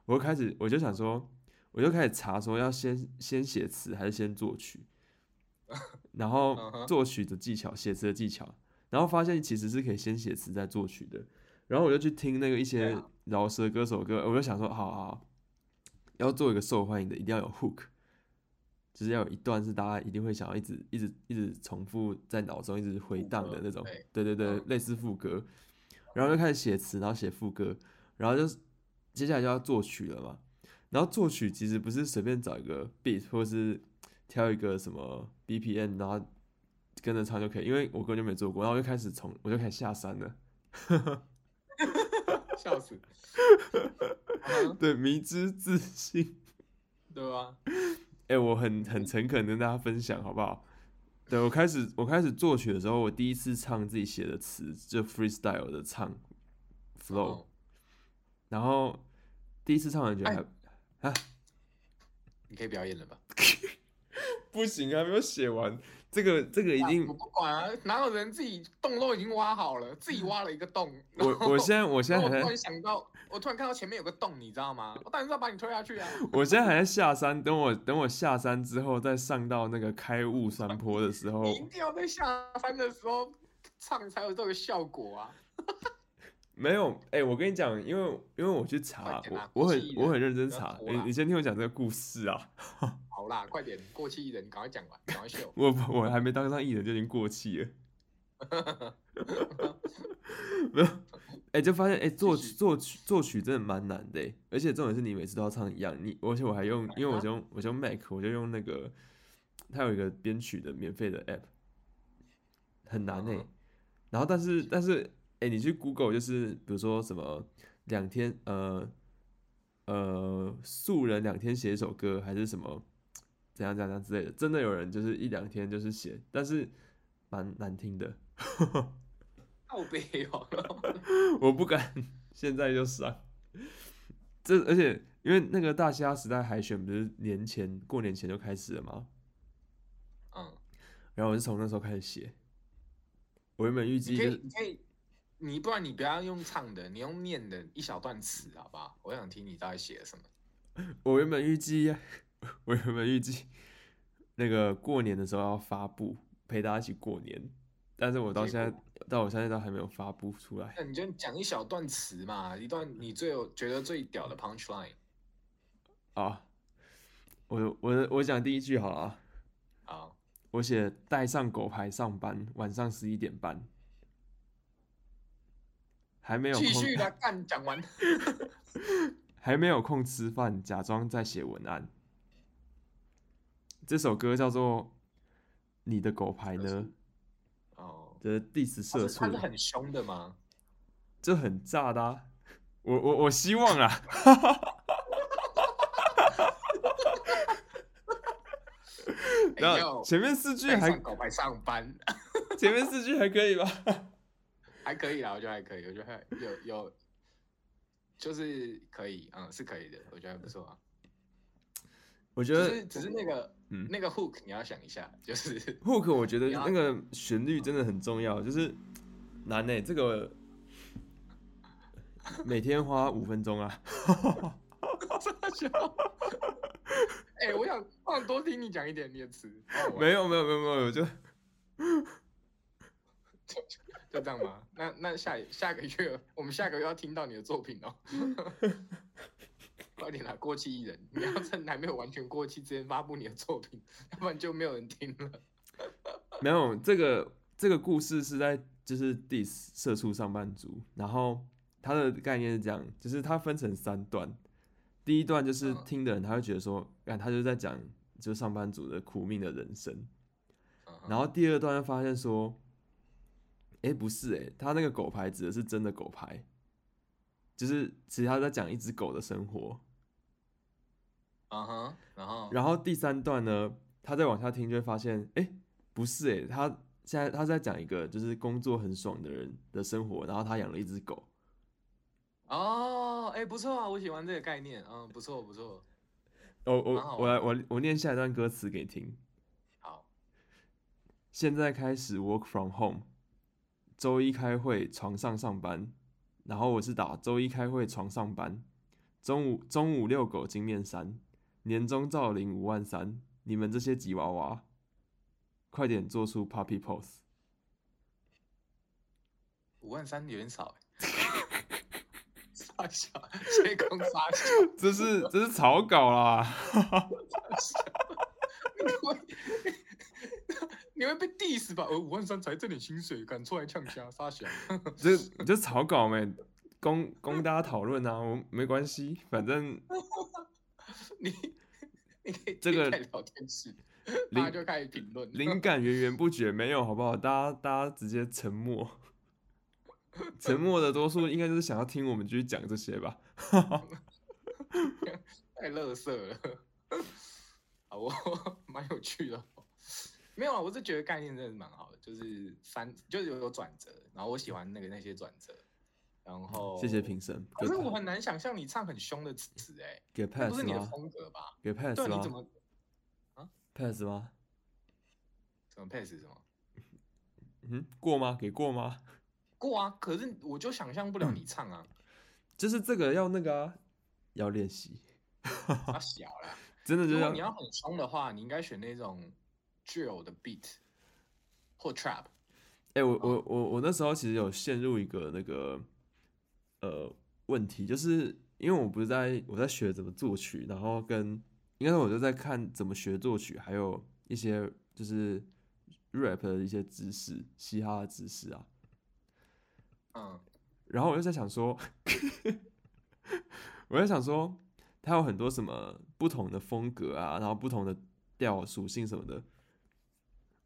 [SPEAKER 1] 我就开始，我就想说，我就开始查说要先先写词还是先作 曲，然
[SPEAKER 2] 嗯
[SPEAKER 1] 后
[SPEAKER 2] 哼
[SPEAKER 1] 作曲的技巧，写词的技巧，然后发现其实是可以先写词再作曲的。然后我就去听那个一
[SPEAKER 2] 对
[SPEAKER 1] 些
[SPEAKER 2] 啊
[SPEAKER 1] 饶舌歌手的歌，我就想说，好好好，要做一个受欢迎的，一定要有 hook，就是要有一段是大家一定会想要一直一直一直重复在脑中一直回荡的那种
[SPEAKER 2] 副歌，
[SPEAKER 1] 对对对，
[SPEAKER 2] 嗯
[SPEAKER 1] 类似副歌，然后就开始写词，然后写副歌，然后就是接下来就要作曲了嘛。然后作曲其实不是随便找一个 beat 或是挑一个什么 BPM，然后跟着唱就可以，因为我根本就没做过，然后我就开始从我就开始下山了。
[SPEAKER 2] 笑死，嗯
[SPEAKER 1] 对，迷之自信。
[SPEAKER 2] 对吧？
[SPEAKER 1] 哎、我很很诚恳地跟大家分享，好不好？对我开始我开始作曲的时候，我第一次唱自己写的词，就 freestyle 的唱 flow，、
[SPEAKER 2] 哦
[SPEAKER 1] 然后第一次唱完觉得
[SPEAKER 2] 哎
[SPEAKER 1] 还、
[SPEAKER 2] 你可以表演了吧？
[SPEAKER 1] 不行啊，没有写完，这个这个一定
[SPEAKER 2] 我不管啊，哪有人自己洞都已经挖好了，自己挖了一个洞。然
[SPEAKER 1] 我
[SPEAKER 2] 后
[SPEAKER 1] 我现在 我现
[SPEAKER 2] 然
[SPEAKER 1] 在还
[SPEAKER 2] 后我突
[SPEAKER 1] 在
[SPEAKER 2] 然想到，我突然看到前面有个洞，你知道吗？我当然是要把你推下去啊！
[SPEAKER 1] 我现在还在下山，等我等我下山之后再上到那个开悟山坡的时候
[SPEAKER 2] 你，一定要在下山的时候唱才有这个效果啊！
[SPEAKER 1] 没有，哎、我跟你讲，因为因为我去查
[SPEAKER 2] 快，点
[SPEAKER 1] 我
[SPEAKER 2] 啊
[SPEAKER 1] 我很
[SPEAKER 2] 不是艺人
[SPEAKER 1] 我很认真
[SPEAKER 2] 不要
[SPEAKER 1] 查，
[SPEAKER 2] 拖
[SPEAKER 1] 你
[SPEAKER 2] 啦
[SPEAKER 1] 你先听我讲这个故事啊，。
[SPEAKER 2] 好啦，快点，过气艺人，赶快讲 完，赶快秀
[SPEAKER 1] 我我还没当上艺人就已经过气了， 没有，哎、就发现哎、作
[SPEAKER 2] 继
[SPEAKER 1] 曲
[SPEAKER 2] 续
[SPEAKER 1] 作曲作曲真的蛮难的、哎而且重点是你每次都要唱一样，你而且我还用，因为我就用我就用 Mac，我就用那个，它有一个编曲的免费的 App，很难哎、
[SPEAKER 2] 嗯
[SPEAKER 1] 然后但是但是哎、你去 Google 就是比如说什么两天呃呃素人两天写一首歌还是什么怎样怎样怎样之类的，真的有人就是一两天就是写，但是蛮难听的，
[SPEAKER 2] 靠背哦，
[SPEAKER 1] 我不敢现在就上。这而且因为那个大虾时代海选不是年前过年前就开始了吗？
[SPEAKER 2] 嗯，
[SPEAKER 1] 然后我是从那时候开始写，我原本预计
[SPEAKER 2] 你可
[SPEAKER 1] 就
[SPEAKER 2] 以，
[SPEAKER 1] 是
[SPEAKER 2] 你可以，你不然你不要用唱的，你用念的一小段词，好不好？我想听你到底写了什么。
[SPEAKER 1] 我原本预计， 我原本预计那个过年的时候要发布，陪大家一起过年，但是我到
[SPEAKER 2] 结
[SPEAKER 1] 现在到我现在都还没有发布出来。
[SPEAKER 2] 那你就讲一小段词嘛，一段你最有觉得最屌的 punch line。
[SPEAKER 1] 啊，我我我讲第一句好了啊，
[SPEAKER 2] 好，
[SPEAKER 1] 我写带上狗牌上班，晚上十一点半，还没有
[SPEAKER 2] 继续
[SPEAKER 1] 空，
[SPEAKER 2] 来干，讲 完。
[SPEAKER 1] 还没有空吃饭，假装在写文案。这首歌叫做《你的狗牌呢》，
[SPEAKER 2] 哦，
[SPEAKER 1] 就是 diss
[SPEAKER 2] 他
[SPEAKER 1] 社
[SPEAKER 2] 是
[SPEAKER 1] 畜
[SPEAKER 2] 他是，啊很凶的 吗？
[SPEAKER 1] 这很炸的、啊。 我我我希望 啊，然
[SPEAKER 2] 哎
[SPEAKER 1] 后
[SPEAKER 2] 呦，
[SPEAKER 1] 前面四句
[SPEAKER 2] 带
[SPEAKER 1] 还
[SPEAKER 2] 上狗牌上班
[SPEAKER 1] 前面四句还可以吧？
[SPEAKER 2] 还可以啦，我觉得还可以，我觉得还有有就是可以，嗯，是可以的，我觉得还不错啊。
[SPEAKER 1] 我觉
[SPEAKER 2] 只
[SPEAKER 1] 得
[SPEAKER 2] 是只是那个
[SPEAKER 1] 嗯
[SPEAKER 2] 那个 hook 你要想一下，就是
[SPEAKER 1] hook 我觉得
[SPEAKER 2] 你要
[SPEAKER 1] 那个旋律真的很重要，就是难呢、这 个每天花五分钟啊， 哦
[SPEAKER 2] 哎、我想我想多听你讲一点你的词，好好玩
[SPEAKER 1] 没有没有没有没有，我就
[SPEAKER 2] 就这样吗？那那下下个月，我们下个月要听到你的作品哦。 快点啦，过气艺人，你要趁还没有完全过气之前发布你的作品，要不然就没有人听了。
[SPEAKER 1] 没有这个这个故事是在就是 diss 社畜上班族，然后它的概念是这样，就是它分成三段，第一段就是
[SPEAKER 2] 嗯
[SPEAKER 1] 听的人他会觉得说，看他就在讲就是上班族的苦命的人生，然后
[SPEAKER 2] 后
[SPEAKER 1] 第二段就发现说，哎、不是哎、他那个狗牌指的是真的狗牌，就是其实他在讲一只狗的生活。
[SPEAKER 2] 嗯哼，然后
[SPEAKER 1] 然后第三段呢，他再往下听就会发现，哎、不是哎、他现在他在讲一个就是工作很爽的人的生活，然后他养了一只狗，
[SPEAKER 2] 哦，哎、不错啊，我喜欢这个概念，嗯，不错不错，
[SPEAKER 1] 哦我
[SPEAKER 2] 蛮好
[SPEAKER 1] 我我
[SPEAKER 2] 玩
[SPEAKER 1] 来我我念下一段歌词给你听。
[SPEAKER 2] 好，
[SPEAKER 1] 现在开始 work from home，周一开会，床上上班。然后我是打周一开会，床上班。中午中午遛狗金面山，年终照领五万三。你们这些吉娃娃，快点做出 puppy pose。
[SPEAKER 2] 五万三有点少、 欸，傻笑，谢公傻笑。
[SPEAKER 1] 这 是这是草稿啦，
[SPEAKER 2] 你会你会被 diss 吧？呃，五万三才这点薪水，敢出来呛虾撒小？
[SPEAKER 1] 这这草稿没供供大家讨论啊，我没关系，反正
[SPEAKER 2] 你你可以
[SPEAKER 1] 这个
[SPEAKER 2] 可以开聊天室，大家就开始评论。
[SPEAKER 1] 灵感源源不绝，没有好不好？大家大家直接沉默，沉默的多数应该就是想要听我们继续讲这些吧。
[SPEAKER 2] 太乐色了， 好哦， 蛮有趣的哦。没有啊，我是觉得概念真的是蛮好的，就是三就是有有转折，然后我喜欢那个那些转折，然后
[SPEAKER 1] 谢谢评。审，
[SPEAKER 2] 可
[SPEAKER 1] 给
[SPEAKER 2] 是我
[SPEAKER 1] pa-
[SPEAKER 2] 很难想象你唱很凶的词哎、
[SPEAKER 1] 给
[SPEAKER 2] 那不
[SPEAKER 1] pass
[SPEAKER 2] 是你的
[SPEAKER 1] 吗？
[SPEAKER 2] 风格吧？
[SPEAKER 1] 给 pass
[SPEAKER 2] 对，啊你怎
[SPEAKER 1] 吗
[SPEAKER 2] 么
[SPEAKER 1] ？pass 吗？
[SPEAKER 2] 怎么 pass 什么？
[SPEAKER 1] 嗯，过吗？给过吗？
[SPEAKER 2] 过啊，可是我就想象不了
[SPEAKER 1] 嗯
[SPEAKER 2] 你唱啊，
[SPEAKER 1] 就是这个要那个啊，要练习，
[SPEAKER 2] 啊小啦。
[SPEAKER 1] 真的就
[SPEAKER 2] 如
[SPEAKER 1] 是啊
[SPEAKER 2] 果你要很凶的话，你应该选那种 drill 的 beat 或 trap。
[SPEAKER 1] 哎、我我我我那时候其实有陷入一个那个呃问题，就是因为我不是在我在学怎么作曲，然后跟应该说我就在看怎么学作曲，还有一些就是 rap 的一些知识，嘻哈的知识啊。
[SPEAKER 2] 嗯，
[SPEAKER 1] 然后我就在想说， 我在想说，它有很多什么不同的风格啊，然后不同的调属性什么的。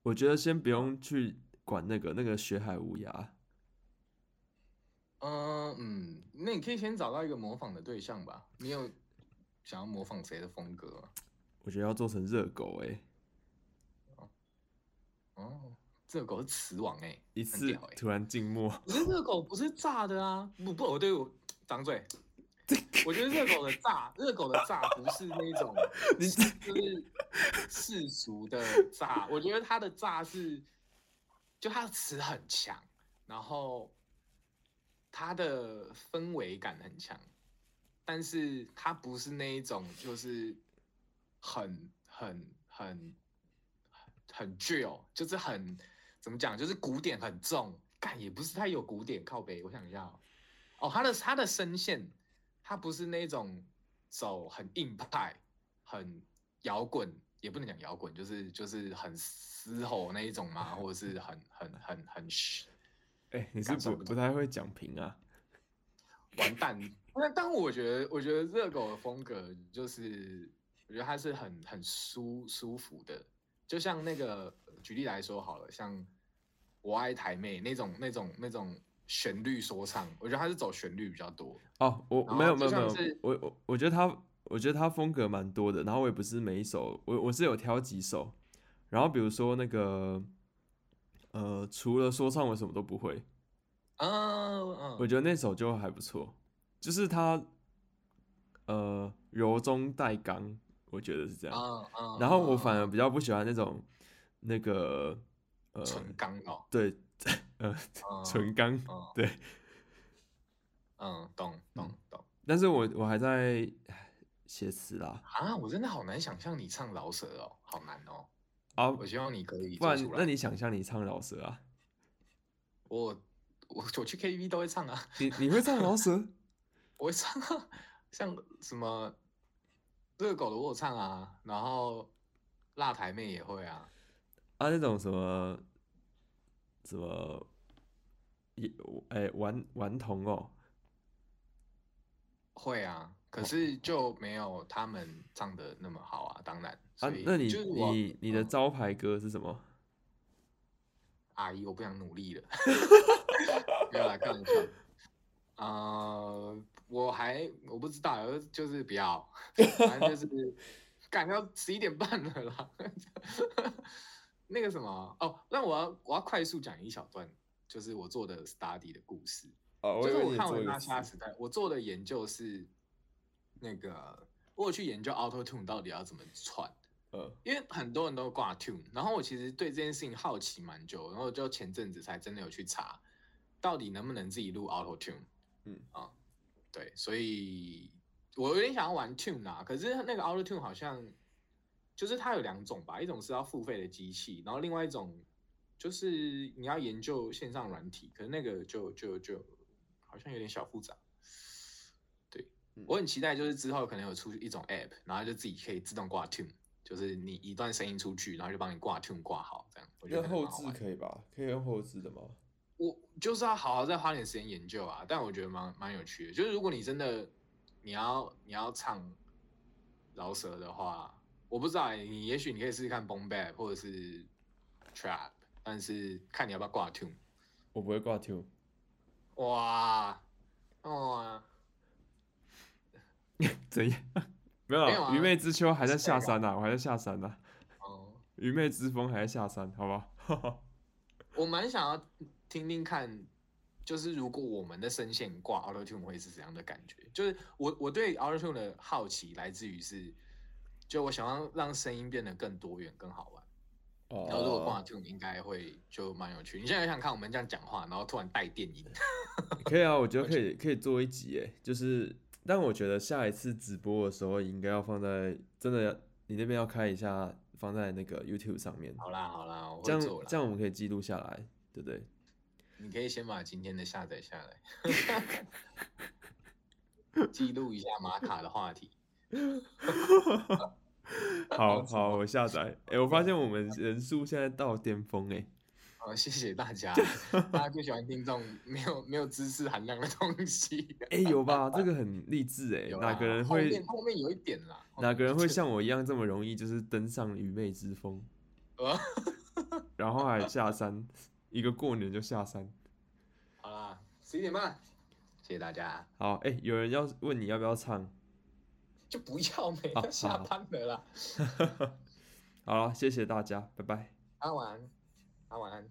[SPEAKER 1] 我觉得先不用去管那个那个学海无涯。
[SPEAKER 2] 嗯嗯，那你可以先找到一个模仿的对象吧。你有想要模仿谁的风格吗？
[SPEAKER 1] 我觉得要做成热狗哎、欸，
[SPEAKER 2] 哦，热狗是词王哎、
[SPEAKER 1] 一
[SPEAKER 2] 很
[SPEAKER 1] 次
[SPEAKER 2] 屌欸
[SPEAKER 1] 突然静默，
[SPEAKER 2] 可是热狗不是炸的啊！不不，我对我张嘴。我觉得热狗的炸，热狗的炸不是那种
[SPEAKER 1] 你
[SPEAKER 2] 就是世俗的炸，我觉得他的炸是，就他的词很强，然后他的氛围感很强，但是他不是那一种就是很很很很 drill，就是很怎么讲，就是鼓点很重，干也不是太有鼓点靠北，我想一下哦，哦，他的他的声线，他不是那种走很硬派。很摇滚，也不能讲摇滚，就是就是很嘶吼那一种嘛，或者是很很很很嘘
[SPEAKER 1] 哎、你是
[SPEAKER 2] 感受
[SPEAKER 1] 不
[SPEAKER 2] 不
[SPEAKER 1] 不太会讲评啊？
[SPEAKER 2] 完蛋。那但我觉得，我觉得热狗的风格就是，我觉得它是很很舒舒服的，就像那个举例来说好了，像我爱台妹那种那种那种旋律说唱，我觉得他是走旋律比较多。
[SPEAKER 1] 哦，我
[SPEAKER 2] 然
[SPEAKER 1] 没有
[SPEAKER 2] 后
[SPEAKER 1] 没有
[SPEAKER 2] 就
[SPEAKER 1] 没
[SPEAKER 2] 像
[SPEAKER 1] 有
[SPEAKER 2] 是，
[SPEAKER 1] 我我我觉得他，我觉得他风格蛮多的，然后我也不是每一首，我我是有挑几首，然后比如说那个，呃，除了说唱我什么都不会，
[SPEAKER 2] 嗯
[SPEAKER 1] 我
[SPEAKER 2] 嗯，
[SPEAKER 1] 觉得那首就还不错，就是他，呃，柔中带刚，我觉得是这样。
[SPEAKER 2] 嗯嗯
[SPEAKER 1] 啊然后我反而比较不喜欢那种那个，呃，
[SPEAKER 2] 纯刚哦，
[SPEAKER 1] 对， 呃，
[SPEAKER 2] 嗯
[SPEAKER 1] 纯刚，
[SPEAKER 2] 嗯
[SPEAKER 1] 对，
[SPEAKER 2] 嗯，懂懂懂
[SPEAKER 1] 但是我我还在写词啦，
[SPEAKER 2] 啊！我真的好难想象你唱老舍哦，好难哦。
[SPEAKER 1] 啊，
[SPEAKER 2] 我希望你可以
[SPEAKER 1] 不
[SPEAKER 2] 做
[SPEAKER 1] 然
[SPEAKER 2] 出来。
[SPEAKER 1] 那你想象你唱饶舌啊？
[SPEAKER 2] 我我我去 KTV 都会唱啊，
[SPEAKER 1] 你你会唱饶舌？
[SPEAKER 2] 我会唱啊，像什么热狗的我有唱啊，然后辣台妹也会啊，
[SPEAKER 1] 啊，那种什么什么也哎、顽顽童哦，
[SPEAKER 2] 会啊，可是就没有他们唱的那么好啊，当然。
[SPEAKER 1] 啊
[SPEAKER 2] 所以，
[SPEAKER 1] 那你
[SPEAKER 2] 就是我
[SPEAKER 1] 你你的
[SPEAKER 2] 嗯
[SPEAKER 1] 招牌歌是什么？
[SPEAKER 2] 阿姨，我不想努力了。 没有啦，开玩笑。呃，我还我不知道，我就是不要，反正 就是赶到十一点半了啦。 那个什么哦，那我要我要快速讲一小段，就是我做的 study 的故事。
[SPEAKER 1] 哦
[SPEAKER 2] 就是
[SPEAKER 1] 以为
[SPEAKER 2] 我
[SPEAKER 1] 你
[SPEAKER 2] 看
[SPEAKER 1] 做
[SPEAKER 2] 完
[SPEAKER 1] 一
[SPEAKER 2] 《大
[SPEAKER 1] 个
[SPEAKER 2] 虾
[SPEAKER 1] 词
[SPEAKER 2] 时代》，我做的研究是那个，我有去研究 Auto Tune 到底要怎么串，
[SPEAKER 1] 呃，
[SPEAKER 2] 因为很多人都挂 Tune，然后我其实对这件事情好奇蛮久，然后就前阵子才真的有去查，到底能不能自己录 Auto Tune。
[SPEAKER 1] 嗯
[SPEAKER 2] 啊，对，所以我有点想要玩 Tune 啊，可是那个 Auto Tune 好像就是它有两种吧，一种是要付费的机器，然后另外一种就是你要研究线上软体，可是那个就就就好像有点小复杂。对
[SPEAKER 1] 嗯
[SPEAKER 2] 我很期待，就是之后可能有出一种 App，然后就自己可以自动挂 Tune。就是你一段声音出去，然后就帮你挂 tune 挂好，这样我觉得
[SPEAKER 1] 那
[SPEAKER 2] 可能
[SPEAKER 1] 后
[SPEAKER 2] 蛮好
[SPEAKER 1] 置
[SPEAKER 2] 玩的。
[SPEAKER 1] 可以吧？可以用后置的吗？
[SPEAKER 2] 我就是要好好再花点时间研究啊，但我觉得蛮蛮有趣的。就是如果你真的你要你要唱饶舌的话，我不知道、欸、你也许你可以试试看 boom bap 或者是 trap，但是看你要不要挂 tune。
[SPEAKER 1] 我不会挂 tune，
[SPEAKER 2] 哇哇，
[SPEAKER 1] 怎样？没有
[SPEAKER 2] 没有
[SPEAKER 1] 啦，
[SPEAKER 2] 啊
[SPEAKER 1] 愚昧之秋还在
[SPEAKER 2] 是那
[SPEAKER 1] 下
[SPEAKER 2] 个
[SPEAKER 1] 山啊呐、我还在下山呐、
[SPEAKER 2] 哦，
[SPEAKER 1] 愚昧之风还在下山，好 吧？
[SPEAKER 2] 我蛮想要听听看，就是如果我们的声线挂 Auto Tune 会是怎样的感觉？就是我我对 Auto Tune 的好奇来自于是，就我想要让声音变得更多元、更好玩。
[SPEAKER 1] 哦，
[SPEAKER 2] 然后如果挂 Tune 应该会就蛮有趣。你现在想看我们这样讲话，然后突然带电音，
[SPEAKER 1] 可以啊，我觉得可以可以做一集诶，就是，但我觉得下一次直播的时候应该要放在真的要你那边要开一下，放在那个 YouTube 上面，
[SPEAKER 2] 好啦好啦，我
[SPEAKER 1] 这
[SPEAKER 2] 会
[SPEAKER 1] 样
[SPEAKER 2] 做啦
[SPEAKER 1] 这。样我们可以记录下来，对不 对？
[SPEAKER 2] 你可以先把今天的下载下来， 记录一下玛卡的话题。
[SPEAKER 1] 好
[SPEAKER 2] 好
[SPEAKER 1] 好，我下 载。诶，我发现我们人数现在到巅峰哎诶，
[SPEAKER 2] 好，谢谢大家，大家最喜欢听这种没有没有知识含量的东西。
[SPEAKER 1] 诶，哎有吧？这个很励志诶，
[SPEAKER 2] 有啦
[SPEAKER 1] 哎哪个人
[SPEAKER 2] 后
[SPEAKER 1] 会
[SPEAKER 2] 面后面有一点啦？后
[SPEAKER 1] 哪
[SPEAKER 2] 面
[SPEAKER 1] 个人会
[SPEAKER 2] 就
[SPEAKER 1] 像我一样这么容易就是登上愚昧之 峰，
[SPEAKER 2] 呃
[SPEAKER 1] 然后还下山，一个过年就下山？
[SPEAKER 2] 好啦，十一点半，谢谢大家，
[SPEAKER 1] 好，诶，有人要问你要不要唱？
[SPEAKER 2] 就不要每
[SPEAKER 1] 啊
[SPEAKER 2] 要下
[SPEAKER 1] 好
[SPEAKER 2] 班了啦。
[SPEAKER 1] 好了，谢谢大家，拜拜。
[SPEAKER 2] 安晚安，安晚安。